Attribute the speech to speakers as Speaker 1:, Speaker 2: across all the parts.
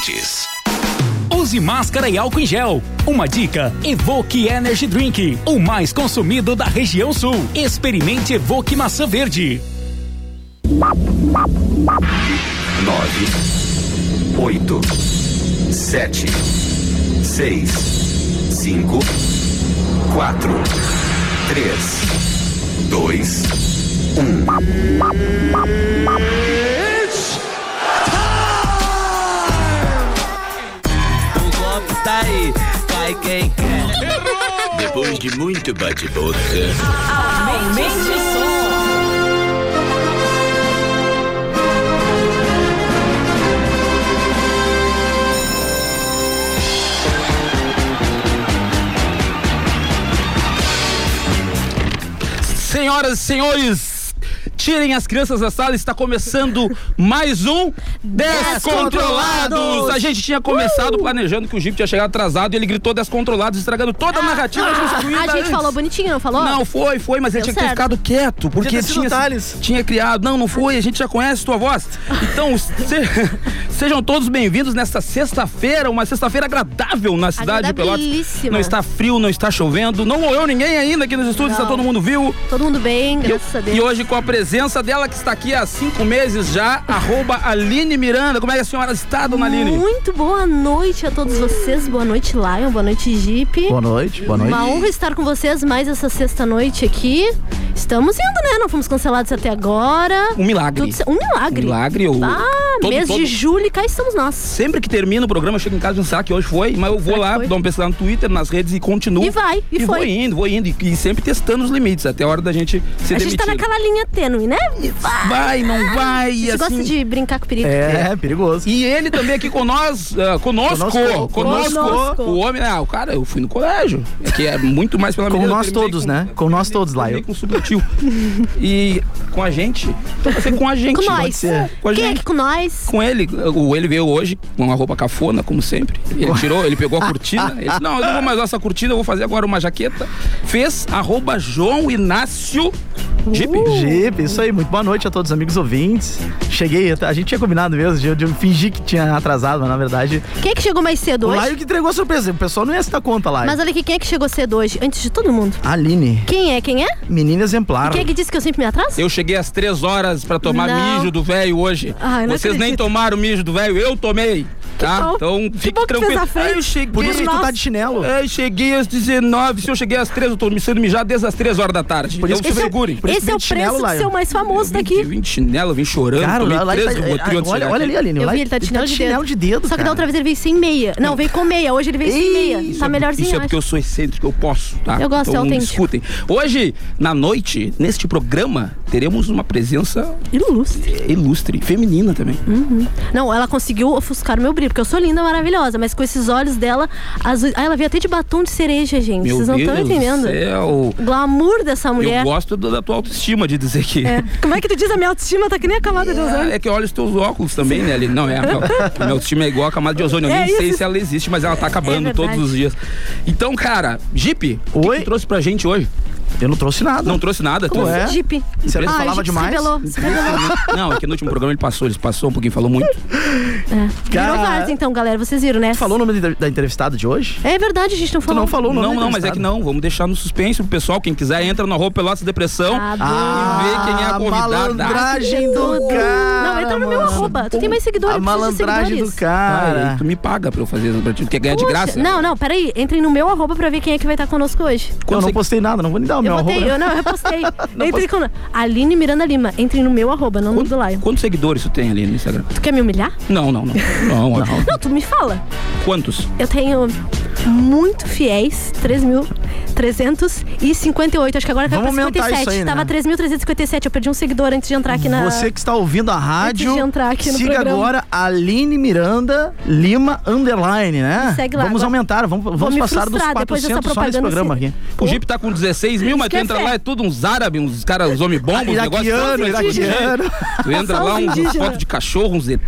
Speaker 1: ouvintes. Use máscara e álcool em gel. Uma dica: Evoque Energy Drink, o mais consumido da região sul. Experimente Evoque Maçã Verde.
Speaker 2: 9, 8, 7, 6, 5, 4, 3, 2, 1.
Speaker 3: tá aí, vai quem quer.
Speaker 4: Depois de muito bate-boca.
Speaker 5: Aumente o som.
Speaker 6: Senhoras e senhores, tirem as crianças da sala, está começando mais um Descontrolados! A gente tinha
Speaker 7: Uh!
Speaker 6: começado planejando que o Jeep tinha chegado atrasado e ele gritou Descontrolados, estragando toda a narrativa construída.
Speaker 7: Ah, A gente
Speaker 6: antes.
Speaker 7: falou bonitinho, não falou?
Speaker 6: Não, foi, foi, mas ele
Speaker 7: Deu
Speaker 6: tinha que ter
Speaker 7: certo.
Speaker 6: ficado quieto, porque
Speaker 8: Podia ter sido
Speaker 6: tinha,
Speaker 8: o Thales.
Speaker 6: tinha criado. Não, não foi, a gente já conhece tua voz. Então, se- sejam todos bem-vindos nesta sexta-feira, uma sexta-feira agradável na cidade de Pelotas.
Speaker 7: Agradabilíssima.
Speaker 6: Não está frio, não está chovendo, não morreu ninguém ainda aqui nos estúdios,
Speaker 7: Não.
Speaker 6: está todo mundo vivo.
Speaker 7: Todo mundo bem,
Speaker 6: E eu-
Speaker 7: graças a Deus.
Speaker 6: E hoje com a presença dela que está aqui há cinco meses já, arroba Aline Miranda. Como é que a senhora está, dona Aline?
Speaker 7: Muito boa noite a todos vocês. Boa noite, Lion. Boa noite, Jeep.
Speaker 8: Boa noite, boa noite.
Speaker 7: Uma honra estar com vocês mais essa sexta-noite aqui. Estamos indo, né? Não fomos cancelados até agora.
Speaker 6: Um milagre.
Speaker 7: Tudo ce- Um milagre.
Speaker 6: Milagre, eu-
Speaker 7: Ah,
Speaker 6: todo-
Speaker 7: mês
Speaker 6: todo-
Speaker 7: de julho e cá estamos nós.
Speaker 6: Sempre que termina o programa, eu chego em casa e não sei que hoje foi, mas eu vou
Speaker 7: Será que
Speaker 6: lá,
Speaker 7: foi?
Speaker 6: dou uma pesquisada no Twitter, nas redes e continuo.
Speaker 7: E vai, e
Speaker 6: vou
Speaker 7: foi.
Speaker 6: indo, vou indo. E, e sempre testando os limites, até a hora da gente ser
Speaker 7: a gente
Speaker 6: demitido.
Speaker 7: tá naquela linha tênue, né?
Speaker 6: Vai, não vai,
Speaker 7: Você
Speaker 6: assim.
Speaker 7: gosta de brincar com perigo?
Speaker 8: É, perigoso.
Speaker 6: E ele também aqui conosco, ah, conosco, conosco,
Speaker 8: Conosco.
Speaker 7: Conosco.
Speaker 6: O homem, ah, o cara, eu fui no colégio. É Que é muito mais pela
Speaker 8: Como
Speaker 6: menina, eu
Speaker 8: nós
Speaker 6: terminei
Speaker 8: todos,
Speaker 6: com-
Speaker 8: né? Como nós todos,
Speaker 6: Terminei
Speaker 8: Laio.
Speaker 6: com subletivo. e com a gente? Então vai ser com a gente.
Speaker 7: Com
Speaker 6: pode
Speaker 7: nós.
Speaker 6: ser. Com a
Speaker 7: Quem é
Speaker 6: gente.
Speaker 7: que com nós?
Speaker 6: Com ele, o ele veio hoje com uma roupa cafona, como sempre. Ele tirou, ele pegou a cortina. Ele disse, não, eu não vou mais usar essa cortina, eu vou fazer agora uma jaqueta. Fez arroba João Inácio
Speaker 7: Uh.
Speaker 6: Jeep.
Speaker 8: Jeep, isso aí, muito boa noite a todos os amigos ouvintes. Cheguei, a gente tinha combinado mesmo, de, de fingir que tinha atrasado, mas na verdade.
Speaker 7: Quem é que chegou mais cedo
Speaker 8: O
Speaker 7: hoje?
Speaker 8: Laio que entregou a surpresa, o pessoal não ia se dar conta, Laio.
Speaker 7: Mas olha aqui, quem é que chegou cedo hoje? Antes de todo mundo.
Speaker 8: Aline,
Speaker 7: Quem é? Quem é?
Speaker 8: menina exemplar.
Speaker 7: Quem é que disse que eu sempre me atraso?
Speaker 6: Eu cheguei às três horas pra tomar
Speaker 7: Não.
Speaker 6: mijo do velho hoje.
Speaker 7: Ah, eu não
Speaker 6: Vocês nem
Speaker 7: acredito.
Speaker 6: tomaram mijo do velho, eu tomei. Tá?
Speaker 7: bom.
Speaker 6: Então
Speaker 7: Que
Speaker 6: fique
Speaker 7: bom que É, fez
Speaker 6: tranquilo.
Speaker 7: à frente.
Speaker 6: Aí eu cheguei.
Speaker 8: Por isso que tu
Speaker 7: Nossa.
Speaker 8: tá de chinelo.
Speaker 6: Ai, cheguei às 19. Se eu cheguei às 3, eu tô me sendo mijado desde as 3 horas da tarde.
Speaker 8: Por isso
Speaker 6: então
Speaker 8: que-
Speaker 6: se
Speaker 7: Esse é,
Speaker 6: segurem.
Speaker 8: Por isso
Speaker 7: esse é o
Speaker 8: vem de chinelo,
Speaker 7: preço de
Speaker 8: Lion.
Speaker 7: ser o mais famoso
Speaker 6: Eu
Speaker 7: daqui.
Speaker 6: vim de chinelo, eu vim chorando.
Speaker 8: Cara,
Speaker 6: tomei
Speaker 8: o Laio
Speaker 6: três
Speaker 8: tá-
Speaker 6: Rivotril antes de
Speaker 8: olha,
Speaker 6: chegar
Speaker 8: olha ali,
Speaker 6: aqui.
Speaker 8: Aline. o
Speaker 7: Eu vi,
Speaker 8: Laio-
Speaker 7: ele tá de chinelo de dedo.
Speaker 8: chinelo de dedo.
Speaker 7: Só que
Speaker 8: cara.
Speaker 7: da outra vez ele veio sem meia. Não, veio com meia. Hoje ele veio sem meia. Tá melhorzinho,
Speaker 6: Isso
Speaker 7: eu
Speaker 6: é porque eu
Speaker 7: acho.
Speaker 6: sou excêntrico, eu posso, tá?
Speaker 7: Eu gosto,
Speaker 6: então,
Speaker 7: é
Speaker 6: não
Speaker 7: autêntico.
Speaker 6: discutem. Hoje, na noite, neste programa, teremos uma presença eh,
Speaker 7: Ilustre.
Speaker 6: ilustre, feminina também.
Speaker 7: Hum, Não, ela conseguiu ofuscar o meu brilho, porque eu sou linda, maravilhosa, mas com esses olhos dela azuis. Ah, ela veio até de batom de cereja, gente.
Speaker 6: Meu
Speaker 7: Vocês não
Speaker 6: Deus
Speaker 7: estão entendendo.
Speaker 6: do céu.
Speaker 7: O glamour dessa
Speaker 6: Eu
Speaker 7: mulher.
Speaker 6: gosto do- da tua autoestima de dizer que.
Speaker 7: É. Como é que tu diz? A minha autoestima tá que nem a camada de
Speaker 6: Ah,
Speaker 7: ozônio.
Speaker 6: É que olha os teus óculos também, né, Aline? Não, é. A, meu time é igual a camada de ozônio. Eu
Speaker 7: É
Speaker 6: nem sei
Speaker 7: isso.
Speaker 6: se ela existe, mas ela tá acabando
Speaker 7: É verdade.
Speaker 6: todos os dias. Então, cara, Jeep, o que,
Speaker 8: Oi?
Speaker 6: que trouxe pra gente hoje?
Speaker 8: Eu não trouxe nada.
Speaker 6: Não trouxe nada?
Speaker 7: Como
Speaker 6: tu-
Speaker 8: é?
Speaker 7: assim, Jeep?
Speaker 8: Será que
Speaker 7: ah,
Speaker 8: falava
Speaker 7: Jeep
Speaker 8: demais?
Speaker 7: Se rebelou, se rebelou.
Speaker 6: Não, é que no último programa ele passou, ele passou um pouquinho, falou muito.
Speaker 7: Virou
Speaker 8: Cara,
Speaker 7: várzea, então, galera. Vocês viram, né?
Speaker 8: Tu falou o nome da- da entrevistada de hoje?
Speaker 7: É verdade, a gente não
Speaker 8: Tu
Speaker 7: falou.
Speaker 8: não falou o nome
Speaker 6: Não,
Speaker 8: da
Speaker 6: não, mas é
Speaker 8: entrevistada.
Speaker 6: que não. Vamos deixar no suspense pro pessoal. Quem quiser, entra no arroba Pelotas Depressão
Speaker 7: Ah,
Speaker 6: e vê quem é a convidada.
Speaker 8: malandragem do cara.
Speaker 7: Não, entra no meu
Speaker 8: mano.
Speaker 7: arroba. Tu tem mais seguidores,
Speaker 8: A
Speaker 7: eu preciso de
Speaker 8: malandragem do
Speaker 7: seguidores.
Speaker 6: Ah, e
Speaker 8: cara.
Speaker 6: tu me paga pra eu fazer isso pra ti. Tu quer ganhar de
Speaker 7: Poxa,
Speaker 6: graça?
Speaker 7: Não, não, peraí. Entrem no meu arroba pra ver quem é que vai estar conosco hoje.
Speaker 8: Eu não
Speaker 6: Consegui-
Speaker 8: postei nada, não vou nem dar o meu
Speaker 7: eu botei,
Speaker 8: arroba.
Speaker 7: eu não, eu repostei. Entrem com. Aline Miranda Lima, entrem no meu arroba, não no do Lion.
Speaker 6: Quantos, quantos seguidores tu tem ali no Instagram?
Speaker 7: Tu quer me humilhar?
Speaker 6: Não, não, não. Não, óbvio.
Speaker 7: Não, tu me fala.
Speaker 6: Quantos?
Speaker 7: Eu tenho muito fiéis, 3.358. Acho que agora tá pra
Speaker 8: Vamos aumentar
Speaker 7: 57.
Speaker 8: isso aí, né?
Speaker 7: Tava 3.357. Eu perdi um seguidor antes de entrar aqui na.
Speaker 8: Você que está ouvindo a rádio,
Speaker 7: de entrar aqui no
Speaker 8: siga
Speaker 7: programa.
Speaker 8: agora Aline Miranda Lima Underline, né?
Speaker 7: Me segue lá.
Speaker 8: Vamos
Speaker 7: Agora-
Speaker 8: aumentar, vamos, vamos
Speaker 7: Vou me
Speaker 8: passar dos
Speaker 7: frustrar depois
Speaker 8: 400
Speaker 7: dessa
Speaker 8: só nesse
Speaker 7: propaganda
Speaker 8: programa aqui.
Speaker 6: O Jeep tá com 16 mil, mas tu
Speaker 7: Esquece.
Speaker 6: entra lá, é tudo uns árabes, uns caras, uns homem bombos, uns negócios.
Speaker 8: Iraquiano, iraquiano.
Speaker 6: né? Tu entra
Speaker 7: Só
Speaker 6: lá,
Speaker 7: os
Speaker 6: uns, uns
Speaker 7: indígenas.
Speaker 6: fotos de cachorro, uns ET,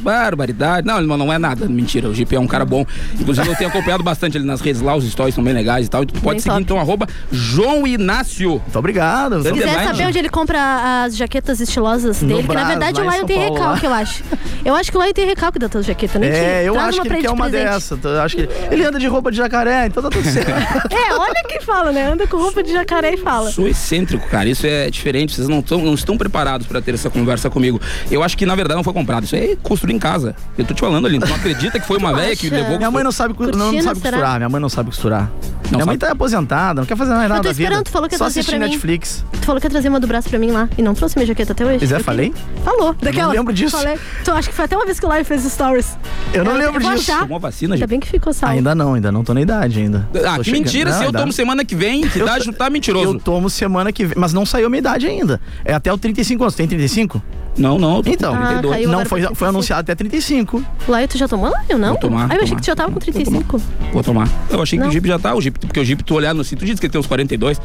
Speaker 6: barbaridade. Não, ele não, não é nada, mentira. O Jeep é um cara bom. Inclusive, eu tenho acompanhado bastante ele nas redes lá, os stories são bem legais e tal. e tu pode seguir,
Speaker 7: top.
Speaker 6: então, arroba João Inácio.
Speaker 8: Muito obrigado.
Speaker 7: Se quiser
Speaker 6: Underline,
Speaker 7: saber onde ele compra as jaquetas estilosas
Speaker 8: é um. No
Speaker 7: dele, que na
Speaker 8: Brás, lá
Speaker 7: verdade o
Speaker 8: em
Speaker 7: Lion
Speaker 8: São
Speaker 7: tem
Speaker 8: Paulo, lá.
Speaker 7: recalque, eu acho. Eu acho que o Lion tem recalque da tua jaqueta, nem
Speaker 8: É,
Speaker 7: te
Speaker 8: eu
Speaker 7: traz
Speaker 8: acho
Speaker 7: uma
Speaker 8: que
Speaker 7: pra
Speaker 8: ele
Speaker 7: ele
Speaker 8: quer
Speaker 7: de
Speaker 8: uma
Speaker 7: presente.
Speaker 8: dessa. Tô- Acho que ele, ele anda de roupa de jacaré, então tá tudo certo.
Speaker 7: É, olha quem fala, né? Anda com roupa de jacaré e fala.
Speaker 6: Sou excêntrico, cara. Isso é diferente. Vocês não, tão, não estão preparados pra ter essa conversa comigo. Eu acho que, na verdade, não foi comprado. Isso é construir em casa. Eu tô te falando ali. Tu não acredita que foi uma velha que
Speaker 7: acha?
Speaker 6: levou.
Speaker 8: minha mãe não sabe, cu- não,
Speaker 7: Cortina,
Speaker 8: sabe
Speaker 7: será?
Speaker 8: costurar, minha mãe não sabe costurar. minha mãe
Speaker 6: sabe?
Speaker 8: tá aposentada, não quer fazer mais nada.
Speaker 7: tô
Speaker 8: da vida.
Speaker 7: esperando, tu falou que ia
Speaker 8: Só
Speaker 7: trazer
Speaker 8: assistir
Speaker 7: pra mim.
Speaker 8: Netflix.
Speaker 7: Tu falou que ia trazer uma do braço pra mim lá e não trouxe minha jaqueta até hoje.
Speaker 8: Pois é,
Speaker 7: Eu que-
Speaker 8: falei?
Speaker 7: Falou, daquela.
Speaker 8: lembro disso.
Speaker 7: Falei. Tu acha que foi até uma vez que o Lion fez stories?
Speaker 8: Eu não
Speaker 7: Eu-
Speaker 8: lembro
Speaker 7: eu vou
Speaker 8: disso.
Speaker 7: achar.
Speaker 6: Tomou a vacina,
Speaker 7: Ainda
Speaker 6: gente.
Speaker 7: bem que ficou salvo.
Speaker 8: Ainda não, ainda não tô na idade ainda.
Speaker 6: Ah,
Speaker 8: Tô
Speaker 6: que
Speaker 8: chegando.
Speaker 6: mentira.
Speaker 8: Não,
Speaker 6: se eu
Speaker 8: ainda-
Speaker 6: tomo semana que vem, que idade tu tá mentiroso.
Speaker 8: Eu tomo semana que vem, mas não saiu a minha idade ainda. É até o 35 anos. Tem 35?
Speaker 6: Não, não. eu tô com
Speaker 8: Então,
Speaker 7: Ah, 32. caiu
Speaker 8: não
Speaker 7: agora pra
Speaker 8: foi,
Speaker 7: 35.
Speaker 8: foi anunciado até 35.
Speaker 7: Lion, tu já tomou Lion, não?
Speaker 6: Vou tomar,
Speaker 7: Aí eu achei
Speaker 6: tomar.
Speaker 7: que tu já tava com 35.
Speaker 6: Vou tomar. Eu achei que
Speaker 7: Ah, tá. Não.
Speaker 6: o Jeep já tá. O Jeep, porque o Jeep, tu olhar no cinto, diz que ele tem uns 42.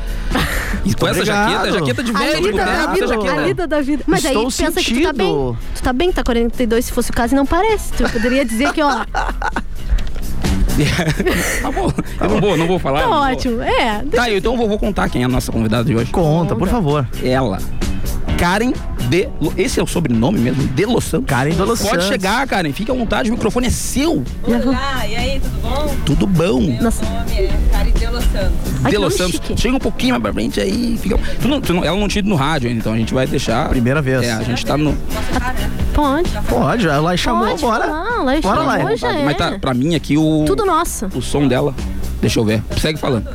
Speaker 6: E com essa
Speaker 8: Obrigado.
Speaker 6: jaqueta, jaqueta de
Speaker 7: A
Speaker 6: velho, de
Speaker 7: lida
Speaker 6: boteco,
Speaker 7: da
Speaker 6: essa
Speaker 7: vida,
Speaker 6: jaqueta.
Speaker 7: a lida da vida. Mas aí
Speaker 8: Estou
Speaker 7: pensa que tu tá bem.
Speaker 8: sentindo.
Speaker 7: Tu tá bem, tá 42 se fosse o caso e não parece. Tu poderia dizer que, ó,
Speaker 6: Tá bom. Eu não vou, não vou falar.
Speaker 7: tá
Speaker 6: não vou.
Speaker 7: ótimo. É.
Speaker 6: Tá, eu então vou, vou contar quem é a nossa convidada de hoje.
Speaker 8: Conta, por favor.
Speaker 6: Ela. Karen de. Lo- Esse é o sobrenome mesmo? De Los Santos.
Speaker 8: Karen do Los
Speaker 6: Pode
Speaker 8: Santos.
Speaker 6: chegar, Karen. Fique à vontade, o microfone é seu.
Speaker 9: Olá, e aí, tudo bom?
Speaker 6: Tudo bom.
Speaker 7: Nossa.
Speaker 9: Meu nome é Caridelo Santos.
Speaker 6: de
Speaker 7: Ai, que
Speaker 6: Los
Speaker 7: nome
Speaker 6: Santos.
Speaker 7: chique.
Speaker 6: Chega um pouquinho mais pra frente aí. Fica... um, Tu não- tu não- ela não tinha ido no rádio ainda, então a gente vai deixar.
Speaker 8: Primeira vez.
Speaker 6: É, a gente tá no.
Speaker 9: Posso falar, né?
Speaker 7: Pode.
Speaker 8: Pode, ela chamou,
Speaker 7: Pode
Speaker 8: bora.
Speaker 7: falar, ela
Speaker 8: bora
Speaker 7: chamou,
Speaker 8: lá.
Speaker 7: já é.
Speaker 6: Mas tá, pra mim aqui o.
Speaker 7: Tudo nosso.
Speaker 6: o som dela. Deixa eu ver. Segue falando.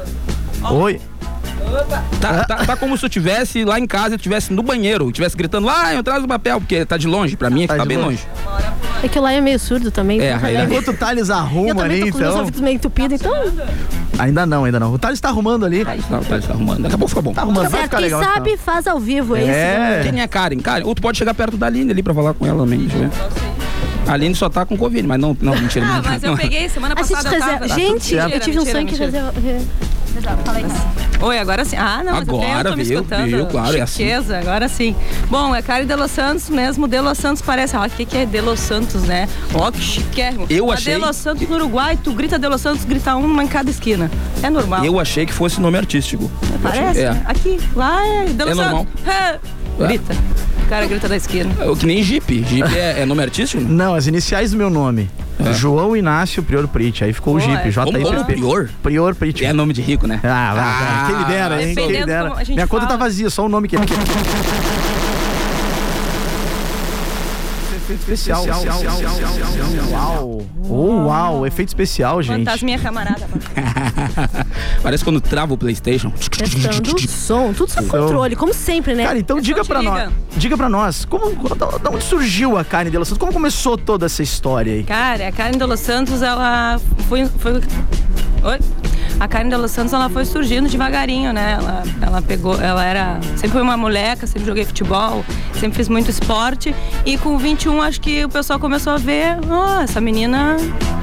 Speaker 8: Oi. Ah.
Speaker 6: Tá, tá, tá como se eu tivesse lá em casa, eu tivesse no banheiro, eu tivesse gritando lá, eu trago o papel, porque tá de longe, pra mim é que
Speaker 8: Tá
Speaker 6: tá,
Speaker 8: de
Speaker 6: bem
Speaker 8: longe.
Speaker 6: longe.
Speaker 7: É que o Lion é meio surdo também.
Speaker 6: É,
Speaker 7: então,
Speaker 6: aí
Speaker 7: né?
Speaker 6: dá-
Speaker 8: Enquanto o Thales
Speaker 7: Eu
Speaker 8: arruma
Speaker 7: também
Speaker 8: ali,
Speaker 7: tô com meus
Speaker 8: então.
Speaker 7: ouvidos meio entupidos, então.
Speaker 8: Ainda não, ainda não. O Thales tá arrumando ali. Tá
Speaker 6: Tá, tá, tá arrumando. Daqui a pouco fica bom.
Speaker 8: arrumando, vai
Speaker 7: Certo,
Speaker 8: ficar
Speaker 7: quem
Speaker 8: legal. então. vai
Speaker 7: sabe faz ao vivo, é, isso.
Speaker 8: ficar- É.
Speaker 6: Quem é a Karen? Karen, ou tu pode chegar perto da Aline ali pra falar com ela também, deixa eu ver. A Aline só tá com Covid, mas não, não, mentira. não,
Speaker 9: Ah, mas eu
Speaker 6: não. é.
Speaker 9: peguei semana
Speaker 7: A gente
Speaker 9: passada. tá? eu tava-
Speaker 7: reserva. Gente,
Speaker 9: Mentira,
Speaker 7: eu tive um
Speaker 9: mentira,
Speaker 7: sonho que
Speaker 9: mentira.
Speaker 7: reserva.
Speaker 9: Oi, agora sim. Ah, não, mas até eu
Speaker 6: Agora
Speaker 9: tô me
Speaker 6: veio,
Speaker 9: escutando.
Speaker 6: veio, claro, é assim.
Speaker 9: Chiqueza, agora sim. Bom, é Cari de Los Santos mesmo. De Los Santos parece. Ó, o que, que é De Los Santos, né? Ó, que chiquérrimo.
Speaker 6: Eu
Speaker 9: A
Speaker 6: achei-
Speaker 9: De Los Santos no Uruguai, tu grita De Los Santos, grita um em cada esquina. É normal.
Speaker 6: Eu achei que fosse nome artístico.
Speaker 9: Parece?
Speaker 6: É.
Speaker 9: né? Aqui, lá é De Los
Speaker 6: normal.
Speaker 9: Santos. É. Grita. O cara grita da esquina.
Speaker 6: Eu que nem Jeep. Jeep é, é nome artístico?
Speaker 8: Não, as iniciais do meu nome. João Inácio Prior Prit. Aí ficou o
Speaker 9: Boa,
Speaker 8: Jeep,
Speaker 9: é.
Speaker 6: Como, como
Speaker 8: JIPP.
Speaker 6: pior?
Speaker 8: Prior Prit.
Speaker 6: É nome de rico, né?
Speaker 8: Ah, vai, vai. Quem me dera, hein? Quem me
Speaker 9: dependendo
Speaker 8: dera.
Speaker 9: como a gente
Speaker 8: Minha conta tá
Speaker 9: fala.
Speaker 8: vazia, só o nome que Especial, uau. Oh, uau, efeito especial, gente.
Speaker 9: Fantasminha camarada. mano.
Speaker 8: É.
Speaker 6: Parece quando trava o Playstation.
Speaker 7: Testando o som, tudo sob controle, como sempre, né?
Speaker 8: Cara, então diga
Speaker 9: te
Speaker 8: pra
Speaker 9: liga.
Speaker 8: nós, diga pra nós, como da da onde surgiu a carne de Los Santos? Como começou toda essa história aí?
Speaker 9: Cara, a Karen de Los Santos, ela foi. foi... Oi? A Karen de Los Santos, ela foi surgindo devagarinho, né? Ela, ela pegou, ela era. Sempre foi uma moleca, sempre joguei futebol, sempre fiz muito esporte. E com 21, acho que o pessoal começou a ver: ó, essa menina.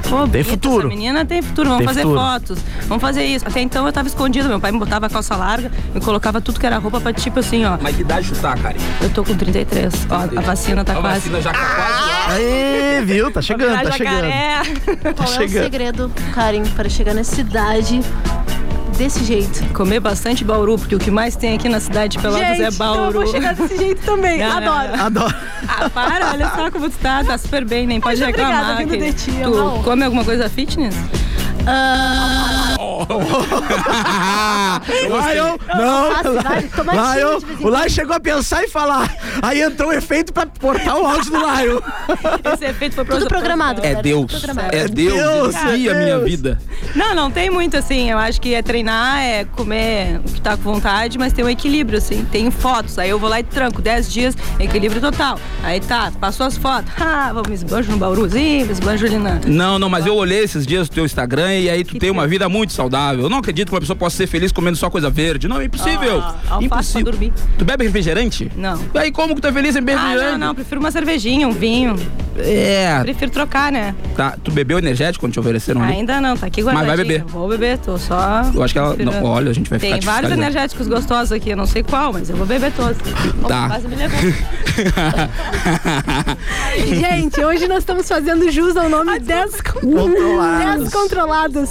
Speaker 9: pô, bonita,
Speaker 8: futuro.
Speaker 9: Essa menina tem futuro, vamos
Speaker 8: Tem
Speaker 9: fazer
Speaker 8: futuro.
Speaker 9: fotos, vamos fazer isso. Até então eu tava escondida, meu pai me botava a calça larga, me colocava tudo que era roupa pra tipo assim, ó.
Speaker 6: Mas que idade tu tá, Karen?
Speaker 9: Eu tô com 33, ó, a vacina tá
Speaker 6: A
Speaker 9: quase.
Speaker 6: vacina já tá quase. lá.
Speaker 8: Aê, viu? Tá chegando, tá
Speaker 9: Virar
Speaker 8: chegando.
Speaker 9: jacaré.
Speaker 7: Qual é o
Speaker 8: chegando.
Speaker 7: segredo, Karen, para chegar nessa cidade desse jeito?
Speaker 9: Comer bastante bauru, porque o que mais tem aqui na cidade de Pelotas é
Speaker 7: então
Speaker 9: bauru.
Speaker 7: desse jeito também.
Speaker 9: Não, não, Adoro.
Speaker 8: Adoro.
Speaker 9: Ah, para, olha só como tu tá, tá super bem, nem pode
Speaker 7: Muito
Speaker 9: reclamar.
Speaker 7: obrigada, vindo
Speaker 9: que-
Speaker 7: de ti, é uma honra.
Speaker 9: tu come alguma coisa fitness?
Speaker 8: Lion, não.
Speaker 7: faço, vai, toma
Speaker 8: Lion,
Speaker 7: tiro de vez em
Speaker 8: o Lion chegou a pensar e falar. Aí entrou o efeito pra cortar o áudio do Lion.
Speaker 9: Esse efeito foi pro-
Speaker 7: Tudo programado.
Speaker 6: É
Speaker 7: galera,
Speaker 6: Deus.
Speaker 9: Tá
Speaker 7: Tudo programado.
Speaker 6: É Deus.
Speaker 8: Deus,
Speaker 6: Ele guia a
Speaker 8: Deus.
Speaker 6: minha vida.
Speaker 9: Não, não tem muito assim. Eu acho que é treinar, é comer o que tá com vontade, mas tem um equilíbrio, assim. Tem fotos. Aí eu vou lá e tranco 10 dias, equilíbrio total. Aí tá, passou as fotos. Ah, vamos esbanjo no bauruzinho, me esbanjo ali na.
Speaker 6: Não, não, mas eu olhei esses dias o teu Instagram e aí tu tem uma vida muito saudável. Eu não acredito que uma pessoa possa ser feliz comendo só coisa verde. Não, é impossível.
Speaker 9: Ah, alface
Speaker 6: impossível.
Speaker 9: pra dormir.
Speaker 6: Tu bebe refrigerante?
Speaker 9: Não.
Speaker 6: E aí como que tu é feliz sem beber
Speaker 9: Ah,
Speaker 6: refrigerante?
Speaker 9: não, não, prefiro uma cervejinha, um vinho.
Speaker 6: É.
Speaker 9: Prefiro trocar, né?
Speaker 6: Tá, tu bebeu energético quando te ofereceram ali?
Speaker 9: Ainda não, tá aqui
Speaker 6: é? Mas vai
Speaker 9: guardadinho.
Speaker 6: beber.
Speaker 9: Vou beber, tô só.
Speaker 6: Eu acho que ela-
Speaker 9: respirando.
Speaker 6: não, olha, a gente vai
Speaker 9: Tem
Speaker 6: ficar te
Speaker 9: vários
Speaker 6: fiscalizando.
Speaker 9: energéticos gostosos aqui, eu não sei qual, mas eu vou beber todos.
Speaker 6: Tá.
Speaker 9: Opa, Quase me levou.
Speaker 7: Gente, hoje nós estamos fazendo jus ao nome descontrolados.
Speaker 8: Controlados.
Speaker 7: Descontrolados.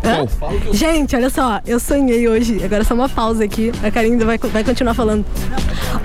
Speaker 6: Qual?
Speaker 7: Gente, olha só, eu sonhei hoje. Agora é só uma pausa aqui. A Karine ainda vai, vai continuar falando.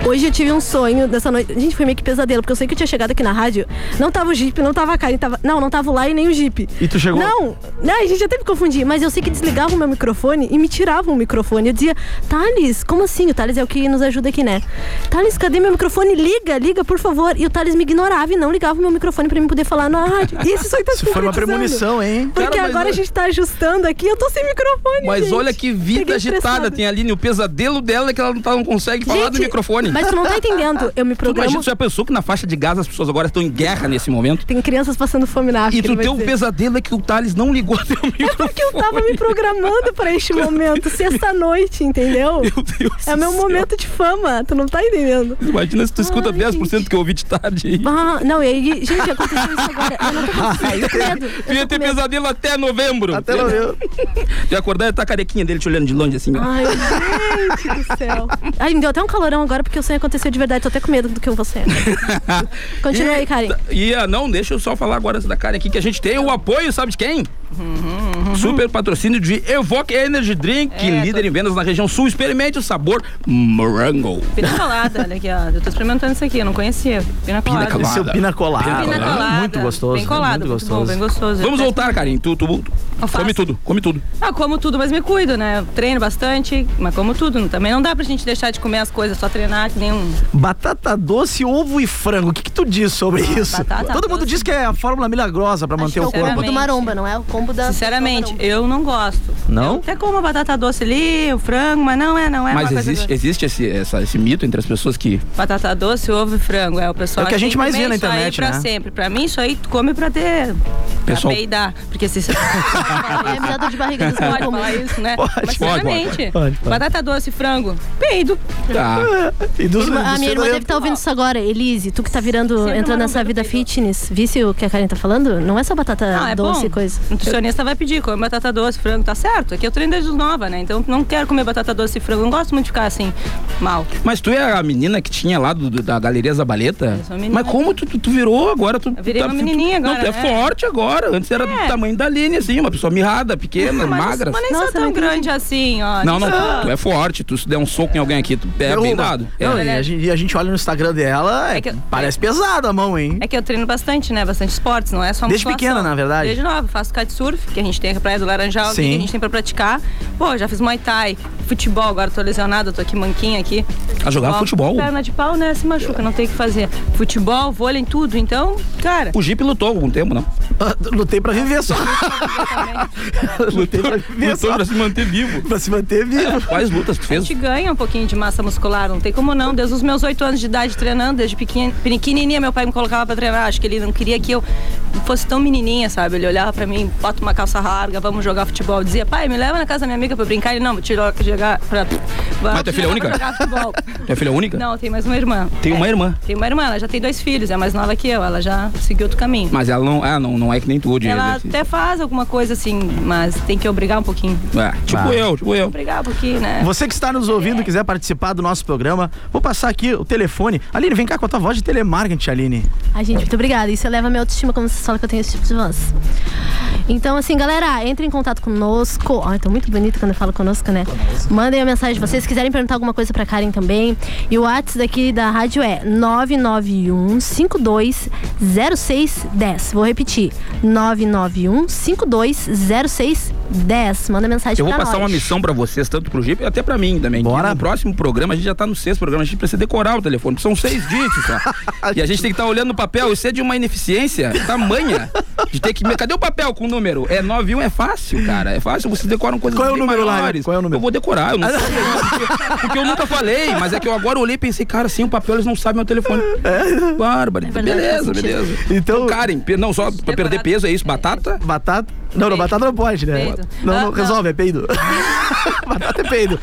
Speaker 7: Hoje eu tive um sonho dessa noite. Gente, foi meio que pesadelo, porque eu sei que eu tinha chegado aqui na rádio. Não tava o Jeep, não tava a Karine, tava. Não, não tava o Lai nem o Jeep.
Speaker 8: E tu chegou?
Speaker 7: Não, não, a gente até me confundi, mas eu sei que desligava o meu microfone e me tirava o microfone. Eu dizia, Thales, como assim? O Thales é o que nos ajuda aqui, né? Thales, cadê meu microfone? Liga, liga, por favor. E o Thales me ignorava e não ligava o meu microfone pra mim poder falar na rádio. E esse sonho tá
Speaker 8: Isso foi uma
Speaker 7: concretizando.
Speaker 8: premonição, hein?
Speaker 7: Porque
Speaker 6: Cara, mas
Speaker 7: agora
Speaker 6: olha-
Speaker 7: a gente tá ajustando aqui, eu tô sem microfone.
Speaker 6: Mas
Speaker 7: gente.
Speaker 6: olha que vida
Speaker 7: Fiquei
Speaker 6: agitada.
Speaker 7: estressada.
Speaker 6: Tem a Aline, o pesadelo dela é que ela não, tá- não consegue falar do
Speaker 7: Gente,
Speaker 6: microfone.
Speaker 7: Mas tu não tá entendendo. Eu me
Speaker 6: Tu imagina,
Speaker 7: programo.
Speaker 6: tu já pensou que na faixa de Gaza as pessoas agora estão em guerra nesse momento?
Speaker 7: Tem crianças passando fome na África.
Speaker 6: E tu
Speaker 7: ele vai
Speaker 6: tem um
Speaker 7: dizer. É
Speaker 6: pesadelo é que o Thales não ligou até o microfone.
Speaker 7: Porque eu tava me programando pra este momento, sexta-noite, entendeu?
Speaker 6: Meu Deus
Speaker 7: É
Speaker 6: do
Speaker 7: meu
Speaker 6: céu.
Speaker 7: momento de fama, tu não tá entendendo.
Speaker 6: Imagina se tu escuta
Speaker 7: Ai,
Speaker 6: 10% que eu ouvi de tarde aí.
Speaker 7: Ah, não, e aí, gente, aconteceu isso agora. Eu não tô com eu tô com medo. Eu
Speaker 6: Devia
Speaker 7: tô
Speaker 6: ter
Speaker 7: com medo.
Speaker 6: pesadelo até novembro.
Speaker 8: Até não viu.
Speaker 6: De acordar e tá a carequinha dele te olhando de longe assim. ó.
Speaker 7: Ai, gente do céu. Ai, me deu até um calorão agora porque o sonho aconteceu de verdade. Tô até com medo do que você. Continua aí, Karen.
Speaker 6: E, ah, não, deixa eu só falar agora da cara aqui que a gente tem o apoio, sabe de quem? Super patrocínio de Evoque Energy
Speaker 9: É,
Speaker 6: Drink, líder em vendas na região sul. Experimente o sabor morango.
Speaker 9: Pina colada, olha aqui, ó. Eu tô experimentando isso aqui, eu não conhecia. Pina colada.
Speaker 6: colada.
Speaker 8: Seu pina colada. Né?
Speaker 9: Pina colada.
Speaker 8: Muito gostoso.
Speaker 9: Bem colado,
Speaker 8: muito
Speaker 9: muito bom,
Speaker 8: gostoso.
Speaker 9: bem gostoso.
Speaker 6: Vamos
Speaker 9: Eu
Speaker 6: voltar, Karim. Tu, tu, tu-
Speaker 9: Alface.
Speaker 6: come tudo, come tudo.
Speaker 9: Ah, como tudo, mas me cuido, né? Eu treino bastante, mas como tudo. Também não dá pra gente deixar de comer as coisas, só treinar que nem um.
Speaker 8: Batata doce, ovo e frango. O que, que tu diz sobre isso?
Speaker 9: Ah, batata
Speaker 8: Todo mundo
Speaker 9: doce.
Speaker 8: diz que é a fórmula milagrosa pra manter o
Speaker 9: que é o
Speaker 8: corpo.
Speaker 9: combo do
Speaker 7: maromba,
Speaker 9: maromba,
Speaker 7: não é? O combo da.
Speaker 9: Sinceramente, eu não gosto.
Speaker 8: Não?
Speaker 9: Eu até como a batata doce ali, o frango, mas não é, não é
Speaker 6: Mas
Speaker 9: uma
Speaker 6: existe,
Speaker 9: coisa.
Speaker 6: existe esse, essa- esse mito entre as pessoas que.
Speaker 9: do- Batata doce, ovo e frango. É o pessoal.
Speaker 8: É o que a
Speaker 9: tem
Speaker 8: gente mais
Speaker 9: comer
Speaker 8: vê na
Speaker 9: isso aí
Speaker 8: internet,
Speaker 9: pra
Speaker 8: né?
Speaker 9: sempre. Pra mim, isso aí tu come pra ter.
Speaker 6: Pessoal-
Speaker 9: Pra peidar. Porque se.
Speaker 7: É minha dor de barriga dos
Speaker 9: Pode falar isso, né?
Speaker 8: Pode,
Speaker 9: Mas,
Speaker 8: pode,
Speaker 9: sinceramente,
Speaker 8: pode, pode, pode.
Speaker 9: batata doce, frango, peido.
Speaker 6: Ah,
Speaker 8: E dos,
Speaker 7: Irmã- a
Speaker 8: dos
Speaker 7: minha irmã deve
Speaker 8: fedorentos.
Speaker 7: estar ouvindo isso agora. Elise, tu que tá virando,
Speaker 9: Sempre
Speaker 7: entrando
Speaker 9: uma
Speaker 7: nessa
Speaker 9: lembrança
Speaker 7: vida
Speaker 9: do
Speaker 7: fitness, visse o que a Karen tá falando? Não é só batata
Speaker 9: Não, é
Speaker 7: doce
Speaker 9: bom.
Speaker 7: e coisa.
Speaker 9: Nutricionista vai pedir, come batata doce, frango, tá certo? Aqui eu treino desde os nova, né? Então não quero comer batata doce e frango. Não gosto muito de ficar assim, mal.
Speaker 6: mas tu é a menina que tinha lá do- do- da Galeria Zabaleta?
Speaker 9: Eu sou menina.
Speaker 6: Mas como tu, tu, tu virou agora? Tu,
Speaker 9: Eu virei
Speaker 6: tá-
Speaker 9: uma menininha
Speaker 6: não,
Speaker 9: agora,
Speaker 6: tu é
Speaker 9: né?
Speaker 6: forte agora. Antes era do
Speaker 9: É.
Speaker 6: tamanho da Aline, assim, uma pessoa mirrada,
Speaker 8: É,
Speaker 6: pequena,
Speaker 9: mas,
Speaker 6: magra.
Speaker 9: Mas nem
Speaker 7: Nossa,
Speaker 9: sou tão
Speaker 7: não entendi.
Speaker 9: grande assim, ó.
Speaker 6: Não, não,
Speaker 9: Sou-
Speaker 6: tu é forte. Tu se der um soco em alguém aqui, tu é bem
Speaker 8: Ah. Derruba.
Speaker 6: dado. É.
Speaker 8: Não, e, a gente, e a gente olha no Instagram dela, é-
Speaker 9: É que eu-
Speaker 8: parece pesada a mão, hein?
Speaker 9: É que eu treino bastante, né? Bastante esportes, não é só
Speaker 8: Desde
Speaker 9: musculação.
Speaker 8: pequena, na verdade.
Speaker 9: Desde nova. Faço kitesurf, que a gente tem aqui a Praia do Laranjal, aqui,
Speaker 8: Sim.
Speaker 9: que a gente tem pra praticar. Pô, já fiz Muay Thai, futebol, agora tô lesionada, tô aqui manquinha aqui.
Speaker 6: Ah, jogava futebol?
Speaker 9: Perna de pau, né? Se machuca, não tem o que fazer. Futebol, vôlei, em tudo. Então, cara...
Speaker 6: O Jeep lutou algum tempo, não?
Speaker 8: Lutei pra viver só.
Speaker 9: É
Speaker 8: Lutei pra viver
Speaker 6: Lutou
Speaker 8: só.
Speaker 6: pra se manter vivo.
Speaker 8: Pra se manter vivo.
Speaker 6: Quais lutas tu
Speaker 9: A
Speaker 6: fez?
Speaker 9: gente ganha um pouquinho de massa muscular, não tem como não. Desde os meus oito anos de idade treinando, desde pequena- pequenininha, meu pai me colocava pra treinar. Acho que ele não queria que eu fosse tão menininha, sabe? Ele olhava pra mim, bota uma calça larga, vamos jogar futebol. Eu dizia, pai, me leva na casa da minha amiga pra eu brincar. Ele, não, vou te lo- jogar pra... Mas
Speaker 6: tu é filha única?
Speaker 9: Jogar futebol.
Speaker 6: Tu é filha única?
Speaker 9: não, tem mais uma irmã. É,
Speaker 6: Tem uma irmã.
Speaker 9: Tem uma irmã, ela já tem dois filhos, é mais nova que eu, ela já seguiu outro caminho.
Speaker 6: Mas ela não, ah, não, não é que nem tu, hoje.
Speaker 9: Ela até faz alguma coisa assim, mas tem que obrigar um pouquinho.
Speaker 6: tipo
Speaker 8: Ah.
Speaker 6: eu, tipo eu.
Speaker 9: Obrigar um pouquinho, né?
Speaker 8: Você que está nos ouvindo e quiser participar do nosso programa, vou passar aqui o telefone. Aline, vem cá com a tua voz de telemarketing, Aline.
Speaker 7: Ai, gente, muito obrigada. Isso eleva a minha autoestima quando vocês falam que eu tenho esse tipo de voz. Então, assim, galera, entre em contato conosco. Ai, tô muito bonito quando eu falo conosco, né? Mandem a mensagem de vocês. Se quiserem perguntar alguma coisa pra Karen também. E o WhatsApp daqui da rádio é 991 520610. Vou repetir: 991 520610. Manda mensagem
Speaker 6: Eu vou
Speaker 7: pra
Speaker 6: passar uma
Speaker 7: nós.
Speaker 6: missão pra vocês, tanto pro Jeep e até pra mim também. que
Speaker 8: Bora.
Speaker 6: No próximo programa, a gente já tá no sexto programa, a gente precisa decorar o telefone, porque são seis dígitos, cara. e a gente tem que estar olhando o papel, isso é de uma ineficiência tamanha. De ter que. Cadê o papel com o número? É 91 é fácil, cara. É fácil, vocês decoram coisas
Speaker 8: Qual é o
Speaker 6: bem
Speaker 8: número lá,
Speaker 6: maiores.
Speaker 8: né? Qual é o número?
Speaker 6: Eu vou decorar, eu não sei. porque, porque eu nunca falei, mas é que eu agora olhei e pensei, cara, sem o papel eles não sabem meu telefone.
Speaker 8: É.
Speaker 6: Bárbara,
Speaker 7: verdade,
Speaker 6: beleza,
Speaker 7: faz sentido.
Speaker 6: beleza.
Speaker 8: Então-
Speaker 6: Karen, pe- não, só pra perder peso, é isso, batata.
Speaker 8: Batata. Não, não,
Speaker 9: Peido.
Speaker 8: batata não pode, né?
Speaker 9: Peido.
Speaker 8: Não, não,
Speaker 9: Ah, não.
Speaker 8: resolve, é peido. batata é peido.